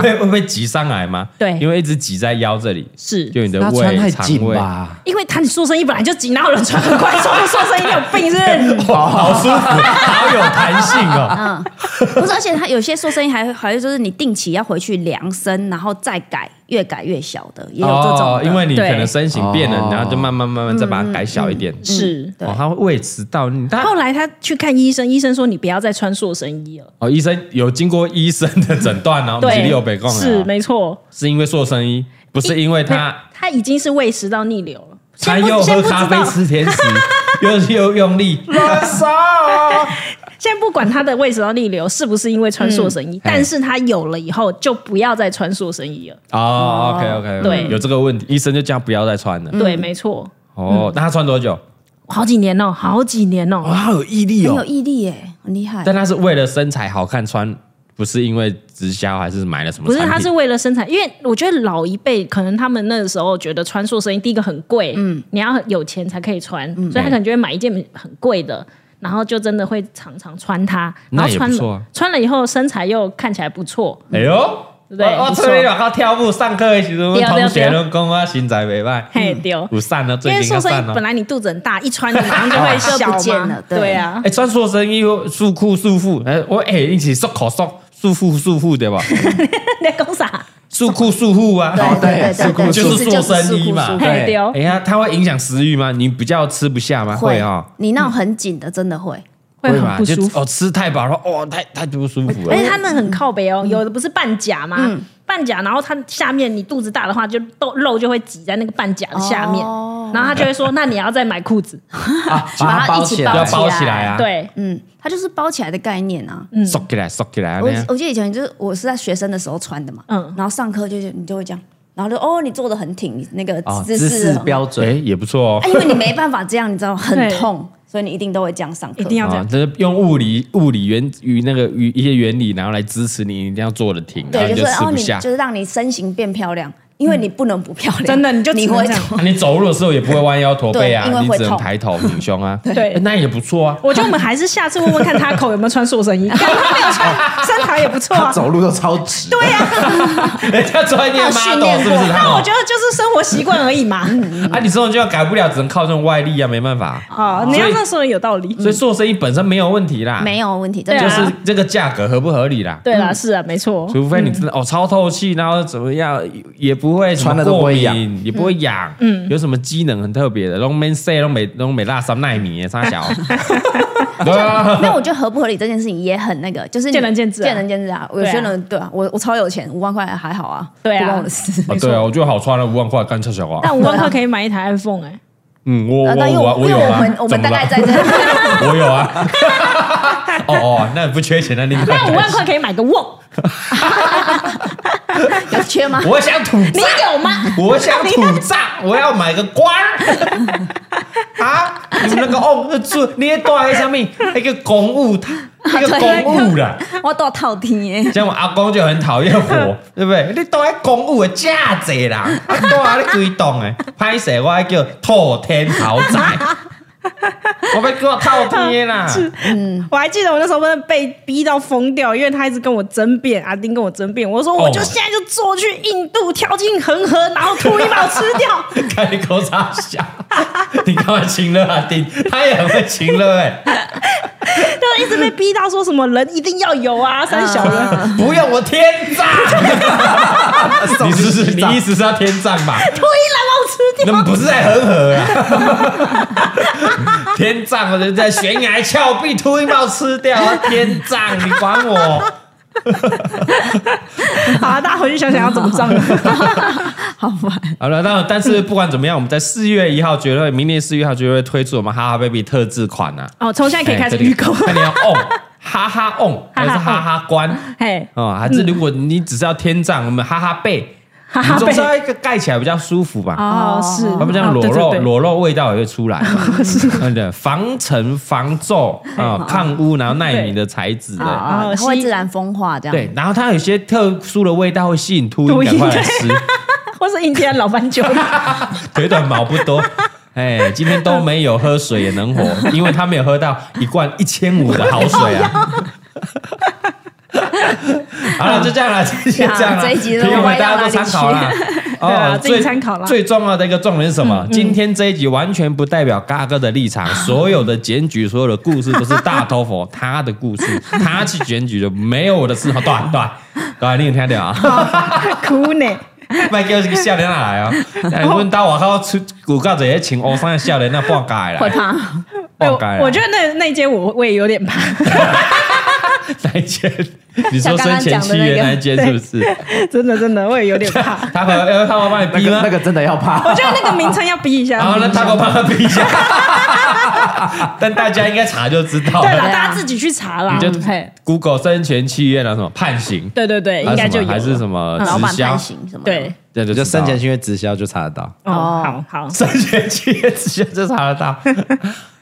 Speaker 1: 会会被挤上来吗？
Speaker 2: 对
Speaker 1: 因为一直挤在腰这里，
Speaker 2: 是
Speaker 1: 就你的
Speaker 4: 他穿
Speaker 1: 胃、
Speaker 4: 太
Speaker 1: 肠
Speaker 4: 紧
Speaker 1: 胃。
Speaker 4: 吧？
Speaker 2: 因为他你塑身衣本来就紧，哪有人穿很宽松的塑身衣？你有病是不是？
Speaker 1: 哇，好舒服，好有弹性哦！
Speaker 3: 不是，而且他有些塑身衣还会还会就是你定期要回去量身，然后再改，越改越小的，也有这种
Speaker 1: 哦，
Speaker 3: 的。
Speaker 1: 因为你可
Speaker 2: 对
Speaker 1: 能身形变了
Speaker 4: 哦，
Speaker 1: 然后就慢慢慢慢再
Speaker 2: 嗯
Speaker 1: 把它改小一点。
Speaker 2: 是。
Speaker 3: 对
Speaker 1: 哦，他会胃食道逆，他
Speaker 2: 后来他去看医生，医生说你不要再穿塑身衣了。
Speaker 1: 哦，医生有经过医生的诊断哦，不是
Speaker 2: 对，
Speaker 1: 你有北共的哦
Speaker 2: 是没错。
Speaker 1: 是因为做生意，不是因为他
Speaker 2: 他已经是胃食道逆流了。
Speaker 1: 他
Speaker 2: 先不
Speaker 1: 又
Speaker 2: 先
Speaker 1: 喝
Speaker 2: 不知
Speaker 1: 咖啡
Speaker 2: 道
Speaker 1: 吃甜食，又又用力，乱烧哦。
Speaker 2: 现在不管他的胃食道逆流是不是因为穿塑身衣，
Speaker 1: 哎
Speaker 2: 但是他有了以后就不要再穿塑身衣了。
Speaker 1: 哦，OK OK，
Speaker 2: 对嗯
Speaker 1: 有这个问题，医生就叫不要再穿了。
Speaker 2: 对，没错，
Speaker 1: 哦，那他穿多久？
Speaker 2: 好几年哦，好几年哦。
Speaker 1: 哇，有毅力
Speaker 3: 很有！毅力耶，很厉害。
Speaker 1: 但他是为了身材好看穿，不是因为直销还是买了什么
Speaker 2: 不
Speaker 1: 产
Speaker 2: 是，
Speaker 1: 品？
Speaker 2: 他是为了身材，因为我觉得老一辈可能他们那个时候觉得穿塑身衣，第一个很贵，嗯，你要有钱才可以穿，
Speaker 1: 嗯
Speaker 2: 所以他可能就会买一件很贵的，然后就真的会常常穿它，
Speaker 1: 那
Speaker 2: 然后
Speaker 1: 也
Speaker 2: 穿
Speaker 1: 不
Speaker 2: 了、
Speaker 1: 错啊
Speaker 2: 穿了以后身材又看起来不错，
Speaker 1: 哎呦。
Speaker 2: 对不对
Speaker 1: 我我
Speaker 2: 不错
Speaker 1: 出去外口跳舞，上课的时候，我
Speaker 2: 对啊对啊
Speaker 1: 同学
Speaker 2: 对
Speaker 1: 都讲我身材袂歹，
Speaker 2: 嘿丢。
Speaker 1: 有散了，嗯最
Speaker 2: 因为
Speaker 1: 近要
Speaker 2: 塑身
Speaker 1: 散
Speaker 2: 衣
Speaker 1: 了
Speaker 2: 本。来你肚子很大，一穿你马上就会
Speaker 3: 就不
Speaker 2: 小嘛
Speaker 3: 见 了对
Speaker 2: 对啊
Speaker 1: 哎、，穿塑身衣、束裤、束腹，哎、我哎、一起束口束束腹、束腹对吧？
Speaker 2: 你在讲啥？
Speaker 1: 束裤、束腹啊。
Speaker 3: 对哦对对对，
Speaker 1: 就是
Speaker 3: 其实
Speaker 1: 塑身衣
Speaker 3: 束
Speaker 1: 嘛
Speaker 3: 缚束缚
Speaker 2: 嘿丢
Speaker 1: 哎，呀，它会影响食欲吗？你比较吃不下吗？会啊、
Speaker 3: 你那种很紧的真的会，
Speaker 2: 会
Speaker 1: 吧？
Speaker 2: 很不
Speaker 1: 就
Speaker 2: 舒服。
Speaker 1: 哦，吃太饱了，哦，太太不舒服
Speaker 2: 而且
Speaker 3: 哎
Speaker 1: 了。
Speaker 2: 它那哎很靠北哦，有的不是半甲吗？半甲，然后它下面你肚子大的话，就肉肉就会挤在那个半甲的下面，
Speaker 3: 哦
Speaker 2: 然后他就会说：“那你要再买裤子。
Speaker 4: 啊，
Speaker 3: 把它一起
Speaker 1: 要
Speaker 3: 包
Speaker 1: 包起来啊！，
Speaker 2: 对，
Speaker 3: 嗯，它就是包起来的概念啊。
Speaker 1: 缩起来，缩起来。
Speaker 3: 我
Speaker 1: 那样
Speaker 3: 我记得以前就是我是在学生的时候穿的嘛，
Speaker 2: 嗯
Speaker 3: 然后上课就是你就会这样，然后就哦你坐的很挺，你那个
Speaker 4: 哦，
Speaker 3: 姿
Speaker 4: 姿
Speaker 3: 势
Speaker 4: 势
Speaker 3: 很
Speaker 4: 标
Speaker 1: 哎、
Speaker 4: 准，
Speaker 1: 啊也不错哦
Speaker 3: 啊，。因为你没办法这样，你知道很
Speaker 2: 对
Speaker 3: 痛，所以你一定都会这样上课。
Speaker 2: 一定要这
Speaker 1: 啊
Speaker 2: 样。，
Speaker 1: 这是用物理物理原与那个与一些原理，然后来支持你，你一定要做的挺，然后
Speaker 3: 对，
Speaker 1: 你
Speaker 3: 就是
Speaker 1: 啊吃
Speaker 3: 哦，
Speaker 1: 不
Speaker 3: 你
Speaker 1: 下。
Speaker 3: 就是让你身形变漂亮，因为你不能不漂
Speaker 2: 嗯
Speaker 3: 亮，
Speaker 2: 真的你就只
Speaker 3: 啊你
Speaker 2: 能
Speaker 3: 会
Speaker 2: 这样
Speaker 1: 啊、你走路的时候也不会弯腰驼背啊，
Speaker 3: 对因为
Speaker 1: 你
Speaker 3: 会
Speaker 1: 只能
Speaker 3: 痛
Speaker 1: 抬头挺胸 啊。
Speaker 2: 对
Speaker 1: 哎那也不错啊。
Speaker 2: 我觉得我们还是下次问问看他口有没有穿塑身衣，看他没有穿，身材也不错啊。
Speaker 4: 路都超直。对，
Speaker 1: 人家哎专业
Speaker 3: 他有
Speaker 1: model
Speaker 3: 训练
Speaker 1: 是
Speaker 3: 过
Speaker 1: 不是他
Speaker 2: 那
Speaker 1: 哦？
Speaker 2: 我觉得就是生活习惯而已嘛。
Speaker 1: 啊，你这种就要改不了，只能靠这种外力啊，没办法。
Speaker 2: 好，哦你要这样说有道理。嗯
Speaker 1: 所以做生意本身没有问题啦，
Speaker 3: 嗯没哦有问题，真
Speaker 2: 对
Speaker 3: 的
Speaker 1: 就
Speaker 2: 啊
Speaker 1: 是这个价格合不合理啦。
Speaker 2: 对啦，是啊，没错。
Speaker 1: 除非你
Speaker 3: 嗯
Speaker 1: 真的、哦超透气，然后怎么样也不会什么
Speaker 4: 穿了都不会
Speaker 1: 过
Speaker 4: 痒
Speaker 1: 敏，也不会痒，嗯，有什么机能很特别的，拢没 say，拢没拢没拉三纳米，差 小， 对啊，
Speaker 3: 没有，我觉得合不合理这件事情也很那个，就是你
Speaker 2: 见仁见智啊
Speaker 3: 见仁见智啊。有
Speaker 2: 对啊
Speaker 3: 些人对啊，我我超有钱，五万块还好啊，
Speaker 2: 对啊
Speaker 3: 不关我的事。
Speaker 1: 啊对啊，我觉得好穿了五万块干差小啊，
Speaker 2: 但五万块可以买一台 iPhone 哎，
Speaker 1: 嗯，我我
Speaker 3: 啊但因为
Speaker 1: 我啊
Speaker 3: 因为
Speaker 1: 有
Speaker 3: 我
Speaker 1: 啊，
Speaker 3: 们我
Speaker 1: 怎
Speaker 3: 们
Speaker 1: 么
Speaker 3: 大概
Speaker 1: 了
Speaker 3: 在这，
Speaker 1: 我有 啊，哦哦，那不缺钱的另外
Speaker 2: 但五万块可以买个瓮，
Speaker 3: 有缺吗？
Speaker 1: 我想吐
Speaker 2: 你
Speaker 1: 槽。
Speaker 2: 有吗？
Speaker 1: 我想土葬，我要买个棺 儿啊！你们那个哦，那住你也带在上面那个公务，他啊那个公务啦。
Speaker 3: 我多套厅耶，
Speaker 1: 像我阿公就很讨厌 火，对不对？你住在公务的架子啦，啊，住在你鬼栋的，拍摄我还叫透天豪 宅，我要叫透天啊 的啦。
Speaker 2: 我还记得我那时候真的被逼到疯掉，因为他一直跟我争辩，阿丁跟我争辩，我说我就
Speaker 1: 哦
Speaker 2: 现在就坐去印度跳进恒河，然后吐一把我吃 掉。
Speaker 1: 看你口罩小，你干嘛亲热啊？丁，他也很会亲热哎、
Speaker 2: 就一直被逼到说什么人一定要有啊，三小人。
Speaker 1: 不用我天葬，
Speaker 2: 啊
Speaker 1: 你是不是你意思是要天葬吧？
Speaker 2: 吐一
Speaker 1: 那
Speaker 2: 把我
Speaker 1: 么不
Speaker 2: 吃掉，
Speaker 1: 是在恒河啊，天葬我就在悬崖峭壁秃鹰帽吃掉啊，天葬你管我？
Speaker 2: 好、啊，大家回去想想要怎么葬。
Speaker 3: 好烦。
Speaker 1: 好了，那但是不管怎么样，我们在四月一号绝对，明年四月一号绝对会推出我们哈哈 baby 特制款呐、啊。
Speaker 2: 哦，从现在可以开始预购
Speaker 1: 哎。这里看你要 on 哈哈 on 还是哈哈关
Speaker 2: 嘿，
Speaker 1: 哦，还是如果你只是要天葬，我们哈哈背，
Speaker 2: 哈
Speaker 1: 你
Speaker 2: 哈
Speaker 1: 总
Speaker 2: 贝
Speaker 1: 是。要一个盖起来比较舒服吧。
Speaker 2: 哦，是，
Speaker 1: 要不这样
Speaker 2: 哦
Speaker 1: 裸
Speaker 2: 对对
Speaker 1: 露
Speaker 2: 对
Speaker 1: 裸露味道也会出来嘛， 嗯对，防尘防皱啊，抗污，然后耐米的材质
Speaker 3: 啊
Speaker 1: 的，
Speaker 2: 哦
Speaker 3: 啊，它会
Speaker 2: 吸
Speaker 3: 自然风化这样。
Speaker 1: 对，然后它有些特殊的味道会吸引秃
Speaker 2: 秃
Speaker 1: 鹰，
Speaker 2: 鹰
Speaker 1: 赶快来吃，
Speaker 2: 或是印第安老斑 鸠，
Speaker 1: 腿短毛不多。 哎，今天都没有喝水也能活， 因为他没有喝到一罐一千五的好水啊。
Speaker 3: 哎
Speaker 1: 好了，就这样 了，就这样了，
Speaker 3: 这一集都
Speaker 1: 朋友们
Speaker 3: 歪到
Speaker 1: 大家都
Speaker 3: 哪
Speaker 1: 参
Speaker 3: 里
Speaker 1: 考啦。 哦
Speaker 2: 对啊自己
Speaker 1: 最
Speaker 2: 参考啦
Speaker 1: 最重要的一个重点是什
Speaker 3: 嗯
Speaker 1: 么？今天这一集完全不代表嘎哥的立 场，所有的检举，所有的故事都是大头佛他的故事，他去检举的，没有我的事。好，对对对，你有听到啊？
Speaker 2: 哭呢。
Speaker 1: 卖叫这个少年仔来哦，哎，阮兜外口出有够侪穿乌衫的少年仔半街来，
Speaker 3: 会怕，
Speaker 1: 半
Speaker 2: 哎我
Speaker 1: 街来。
Speaker 2: 我觉得那那一间我我也有点怕，
Speaker 1: 哪一间？你说生前契约那一间是不是？
Speaker 2: 真的真的我也有点怕。
Speaker 1: 他和要他会帮你
Speaker 4: 那
Speaker 1: 逼
Speaker 4: 个
Speaker 1: 吗
Speaker 4: 那？个真的要怕。
Speaker 2: 我觉得那个名称要逼 一下。
Speaker 1: 然哦后那他会帮他逼一下，但大家应该查就知道
Speaker 2: 对了，
Speaker 1: 了。
Speaker 2: 大家自己去查啦。
Speaker 1: 你就
Speaker 2: 嘿
Speaker 1: Google 生前契约那什么判刑，
Speaker 2: 对对对，应
Speaker 1: 还
Speaker 2: 该
Speaker 1: 是
Speaker 2: 就
Speaker 1: 什
Speaker 2: 有啊
Speaker 1: 么还是什么
Speaker 3: 嗯老
Speaker 1: 直
Speaker 3: 板
Speaker 1: 销
Speaker 3: 判？刑什么的？
Speaker 2: 对，
Speaker 1: 对，就
Speaker 4: 就
Speaker 1: 就
Speaker 4: 生前契约直销就查得到，
Speaker 2: 哦，好好。
Speaker 1: 生前契约直接就查得到。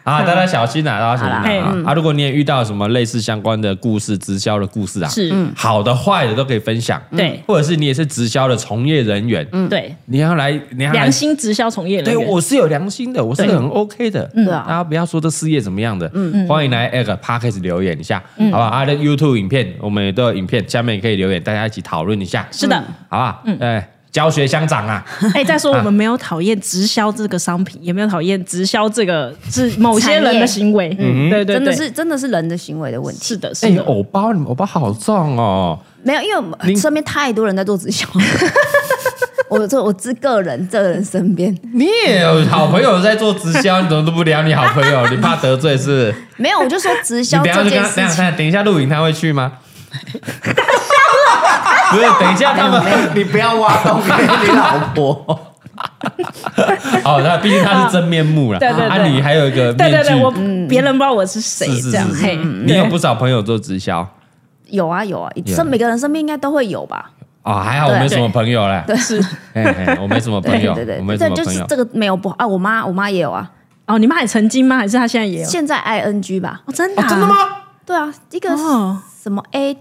Speaker 1: 啊，大家小心啊，大家小心啊
Speaker 2: 好啦
Speaker 1: 啊！啊，如果你也遇到什么类似相关的故事、直销的故事啊，
Speaker 2: 是
Speaker 1: 好的、坏的都可以分享，
Speaker 2: 嗯对
Speaker 1: 或者是你也是直销的从业人员，
Speaker 2: 对，
Speaker 1: 你要来，你要来
Speaker 2: 良，心直销从业人嗯
Speaker 1: 对
Speaker 2: 员，
Speaker 1: 我是有良心的，我是很 OK 的，
Speaker 3: 对
Speaker 1: 大
Speaker 3: 啊，
Speaker 1: 家不要说这事业怎么样的，
Speaker 2: 嗯
Speaker 1: 欢迎来 a p Podcast 留言一下，好吧？啊，的 YouTube 影片我们也都有影片，下面也可以留言，大家一起讨论一下，
Speaker 2: 是嗯的。
Speaker 1: 好吧？哎，教学相长啊，
Speaker 2: 哎，再说我们没有讨厌直销这个商品，也没有讨厌直销这个是某些人的行为。嗯，对对对，
Speaker 3: 真的是真的是人的行为的问题。
Speaker 2: 是的，是
Speaker 1: 哎，
Speaker 2: 的。
Speaker 1: 藕包，你们藕包好重哦。
Speaker 3: 没有，因为我
Speaker 1: 您
Speaker 3: 们身边太多人在做 直销。我这我自个人这人身边
Speaker 1: 你也有好朋友在做直 销，你怎么都不聊你好朋友？你怕得罪是不
Speaker 3: 没有，我就说直
Speaker 1: 是？你
Speaker 3: 销
Speaker 1: 等一下就
Speaker 3: 这
Speaker 1: 跟他等
Speaker 3: 件事
Speaker 1: 一
Speaker 3: 情，
Speaker 1: 下等一下录影他会去吗？ 不是，等一下他 们
Speaker 4: 哎你不要挖洞给你老 婆。
Speaker 1: 哦，那毕竟他是真面目了。
Speaker 2: 对对对
Speaker 1: 啊，你还有一个
Speaker 2: 对对
Speaker 1: 面具
Speaker 2: 对，，我别人不知道我是谁
Speaker 1: 是是
Speaker 2: 这样。
Speaker 1: 是
Speaker 2: 嘿
Speaker 1: 是，，你有不少朋友做直销
Speaker 3: 有啊有啊，
Speaker 1: Yeah
Speaker 3: 身每个人身边应该都会有吧？
Speaker 1: 哦，还好我
Speaker 3: 对
Speaker 1: 没什么朋友嘞。
Speaker 2: 是
Speaker 1: 嘿嘿我没什么朋
Speaker 3: 对
Speaker 1: 友，
Speaker 3: 对
Speaker 1: 我
Speaker 3: 对，
Speaker 1: 没什
Speaker 3: 这
Speaker 1: 么
Speaker 3: 就
Speaker 1: 朋
Speaker 3: 是
Speaker 1: 友。
Speaker 3: 这个没有不好啊，我妈我妈也有啊，
Speaker 2: 哦，你们还曾经吗？还是他现在也有？
Speaker 3: 现在 ING 吧？
Speaker 2: 哦真的啊
Speaker 1: 真的吗？？
Speaker 3: 对啊，一个
Speaker 2: 哦
Speaker 3: 什么
Speaker 2: 嗯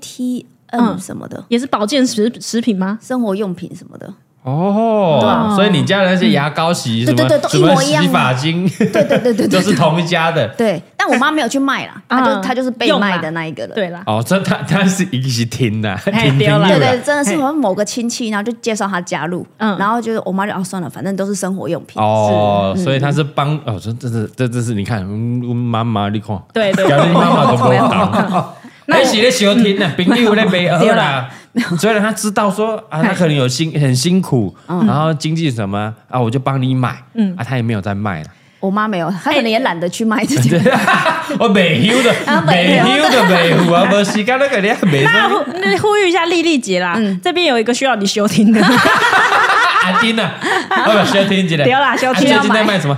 Speaker 3: ATM 什么的，
Speaker 2: 也是保健食食品吗？
Speaker 3: 生活用品什么的，
Speaker 1: 哦，
Speaker 2: 对
Speaker 1: 所以你家的那些牙膏洗什
Speaker 3: 啊对
Speaker 1: 么
Speaker 3: 对对都
Speaker 1: 什
Speaker 3: 一
Speaker 1: 么
Speaker 3: 模一样啊
Speaker 1: 洗发精，
Speaker 3: 对对对对
Speaker 1: 都
Speaker 3: 对
Speaker 1: 是同一家的。
Speaker 3: 对，但我妈没有去卖啦，
Speaker 2: 嗯
Speaker 3: 她就她就是被
Speaker 2: 用啦
Speaker 3: 卖的那一个人。
Speaker 2: 对啦，
Speaker 1: 哦，这他他是一起听的，
Speaker 2: 嘿
Speaker 1: 听听
Speaker 2: 对
Speaker 1: 有
Speaker 2: 啦
Speaker 3: 对
Speaker 1: 啦
Speaker 3: 对，真的是我们某个亲戚，然后就介绍他加入，
Speaker 2: 嗯
Speaker 3: 然后就是我妈就哦算了，反正都是生活用品，
Speaker 1: 哦，
Speaker 2: 嗯
Speaker 1: 所以他是帮哦，这这这这这是你看，嗯我妈妈你看，
Speaker 2: 对对对
Speaker 1: 叫你妈妈都不哎懂。 那是咧小听呢，朋友咧呃没喝啦，所以他知道说 啊，他可能有辛很辛苦，
Speaker 2: 嗯
Speaker 1: 然后经济什么啊，我就帮你买，啊，他也没有在卖了，
Speaker 3: 我妈没有，她可能也懒得 去卖这些。
Speaker 1: 我没休哦的，
Speaker 2: 啊
Speaker 1: 没休的，没休啊，没时间那 个你没
Speaker 2: 那
Speaker 1: 说
Speaker 2: 呼那呼吁一下丽丽姐啦，这边有一个需要你休听的
Speaker 1: 阿丁 啊，我把小听起来，
Speaker 2: 不要啦小
Speaker 1: 阿
Speaker 2: 听
Speaker 1: 丁最
Speaker 2: 要啊
Speaker 1: 近在卖什么？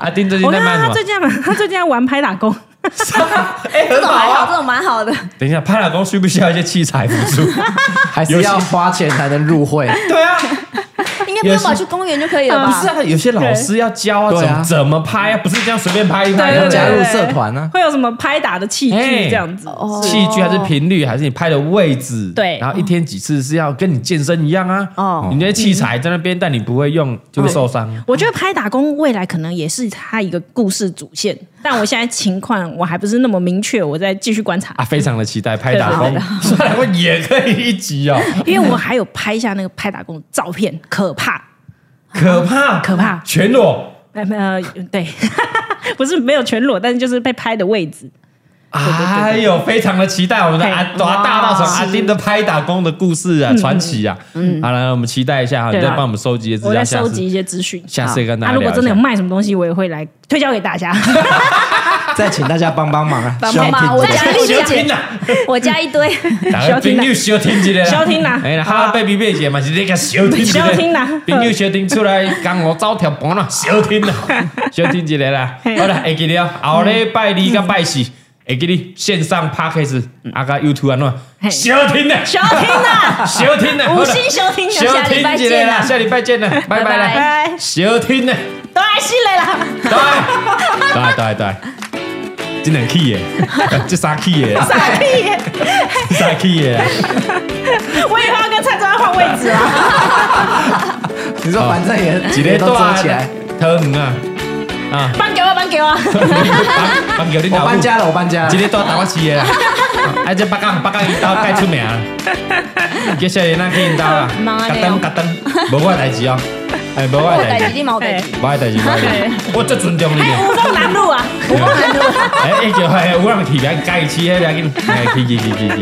Speaker 1: 阿丁最近
Speaker 2: 我
Speaker 1: 在
Speaker 2: 看
Speaker 1: 卖什
Speaker 2: 他
Speaker 1: 么
Speaker 2: 最？近在忙他最近在玩拍打工，
Speaker 1: 哎，
Speaker 3: 这
Speaker 1: 很
Speaker 3: 种
Speaker 1: 好
Speaker 3: 还
Speaker 1: 啊
Speaker 3: 好，， 这种蛮好的。
Speaker 1: 等一下，潘老公需不需要一些器材辅助？
Speaker 4: 还是要花钱才能入 会。
Speaker 1: 对 啊，
Speaker 3: 应该不用跑去公园就可以了
Speaker 1: 不
Speaker 3: 吧
Speaker 1: 是？啊，有些老师要教啊，
Speaker 4: 对
Speaker 1: 怎么
Speaker 4: 啊
Speaker 1: 怎么拍啊，不是这样随便拍一
Speaker 2: 对
Speaker 1: 拍
Speaker 2: 对
Speaker 1: 啊。
Speaker 2: 对，
Speaker 4: 加入
Speaker 2: 对
Speaker 4: 社团啊
Speaker 2: 会有什么拍打的器
Speaker 1: 哎
Speaker 2: 具这样子，
Speaker 3: 哦
Speaker 1: 器具还是频率，还是你拍的位置？
Speaker 2: 对
Speaker 1: 然后一天几次是要跟你健身一样啊。哦
Speaker 3: 哦，
Speaker 1: 你那些器材在那边，但你不会用，就会受伤。啊
Speaker 2: 我觉得拍打工未来可能也是他一个故事主线，但我现在情况我还不是那么明确，我再继续观察，
Speaker 1: 啊，非常的期待拍打
Speaker 2: 对
Speaker 1: 工，拍打工也可以一集 哦，
Speaker 2: 因为我还有拍一下那个拍打工的照片，可怕，
Speaker 1: 啊可怕，
Speaker 2: 可怕
Speaker 1: 全裸。
Speaker 2: 呃，呃对，不是没有全裸，但是就是被拍的位置，
Speaker 1: 哎呦，非常的期待我们的阿
Speaker 2: 嘿
Speaker 1: 阿大道
Speaker 2: 哇嗯
Speaker 1: 场阿丁的拍打工的故事啊，传奇啊！好了，我们期待一下哈，你
Speaker 2: 对
Speaker 1: 再
Speaker 2: 啦
Speaker 1: 帮我们收集一些资
Speaker 2: 我
Speaker 1: 料，
Speaker 2: 在
Speaker 1: 下
Speaker 2: 收
Speaker 1: 次
Speaker 2: 集一些资讯。
Speaker 1: 下次跟大
Speaker 2: 他
Speaker 1: 家
Speaker 2: 如果
Speaker 1: 聊一
Speaker 2: 真的有
Speaker 1: 下
Speaker 2: 卖什么东西，我也会来推销给大家。
Speaker 4: 再请大家帮帮忙啊！
Speaker 3: 帮
Speaker 4: 希望
Speaker 3: 帮忙
Speaker 4: 听
Speaker 3: 我
Speaker 4: 众
Speaker 3: 家里
Speaker 1: 小
Speaker 3: 有
Speaker 1: 听
Speaker 3: 姐，
Speaker 1: 啦，
Speaker 3: 我 家一堆，
Speaker 1: 大家朋友小听一下啦，
Speaker 2: 小听啦
Speaker 1: 哎，
Speaker 2: 好
Speaker 1: 哈
Speaker 2: 啊
Speaker 1: 哈 baby 妹姐嘛是那个小听一下，
Speaker 2: 小听啦
Speaker 1: 朋友小听出来，江湖走条 盘啦，小听啦，小听一下啦。好啦，会记得哦，后礼拜二跟拜
Speaker 2: 嗯
Speaker 1: 四，会记你线上 podcast 啊，甲 YouTube 安
Speaker 2: 嘿
Speaker 1: 怎小听啦，
Speaker 2: 小听啊啦，
Speaker 1: 小听 啦，好
Speaker 2: 五
Speaker 1: 啦
Speaker 2: 星小听啦，
Speaker 1: 小
Speaker 2: 下
Speaker 1: 听
Speaker 2: 礼拜
Speaker 1: 一
Speaker 2: 见
Speaker 1: 下啦，
Speaker 2: 啦，
Speaker 1: 下礼拜见啦，啊拜拜
Speaker 2: 拜
Speaker 1: 啦，
Speaker 2: 拜，
Speaker 1: 小听啦。
Speaker 2: 都爱心嘞啦。
Speaker 1: 对， 对对对，真能气耶，这啥气耶，
Speaker 2: 傻屁 耶！
Speaker 1: 啥气耶，
Speaker 2: 我以后要跟蔡庄换位置啊了。
Speaker 4: 你说反正也
Speaker 1: 一个
Speaker 4: 也都
Speaker 1: 大
Speaker 4: 做起来，
Speaker 1: 汤圆啊，啊，
Speaker 2: 颁给我，颁 给我。
Speaker 1: 放叫你
Speaker 4: 我
Speaker 1: 老
Speaker 4: 搬
Speaker 1: 母，
Speaker 4: 家了，我搬家了
Speaker 1: 一。个大台湾市的，啊，这北港北港伊兜介出名，接下来咱去因兜啊，甲等甲等，无我代志哦，哎，无我
Speaker 3: 我
Speaker 1: 代
Speaker 3: 代志
Speaker 1: 志，
Speaker 3: 你冇代志，
Speaker 1: 无我代志，无我代志，我最尊重你。
Speaker 2: 哎，无缝南路啊，
Speaker 1: 哎，哎，就系有人去，人家去，迄个去，哎，去去去去去。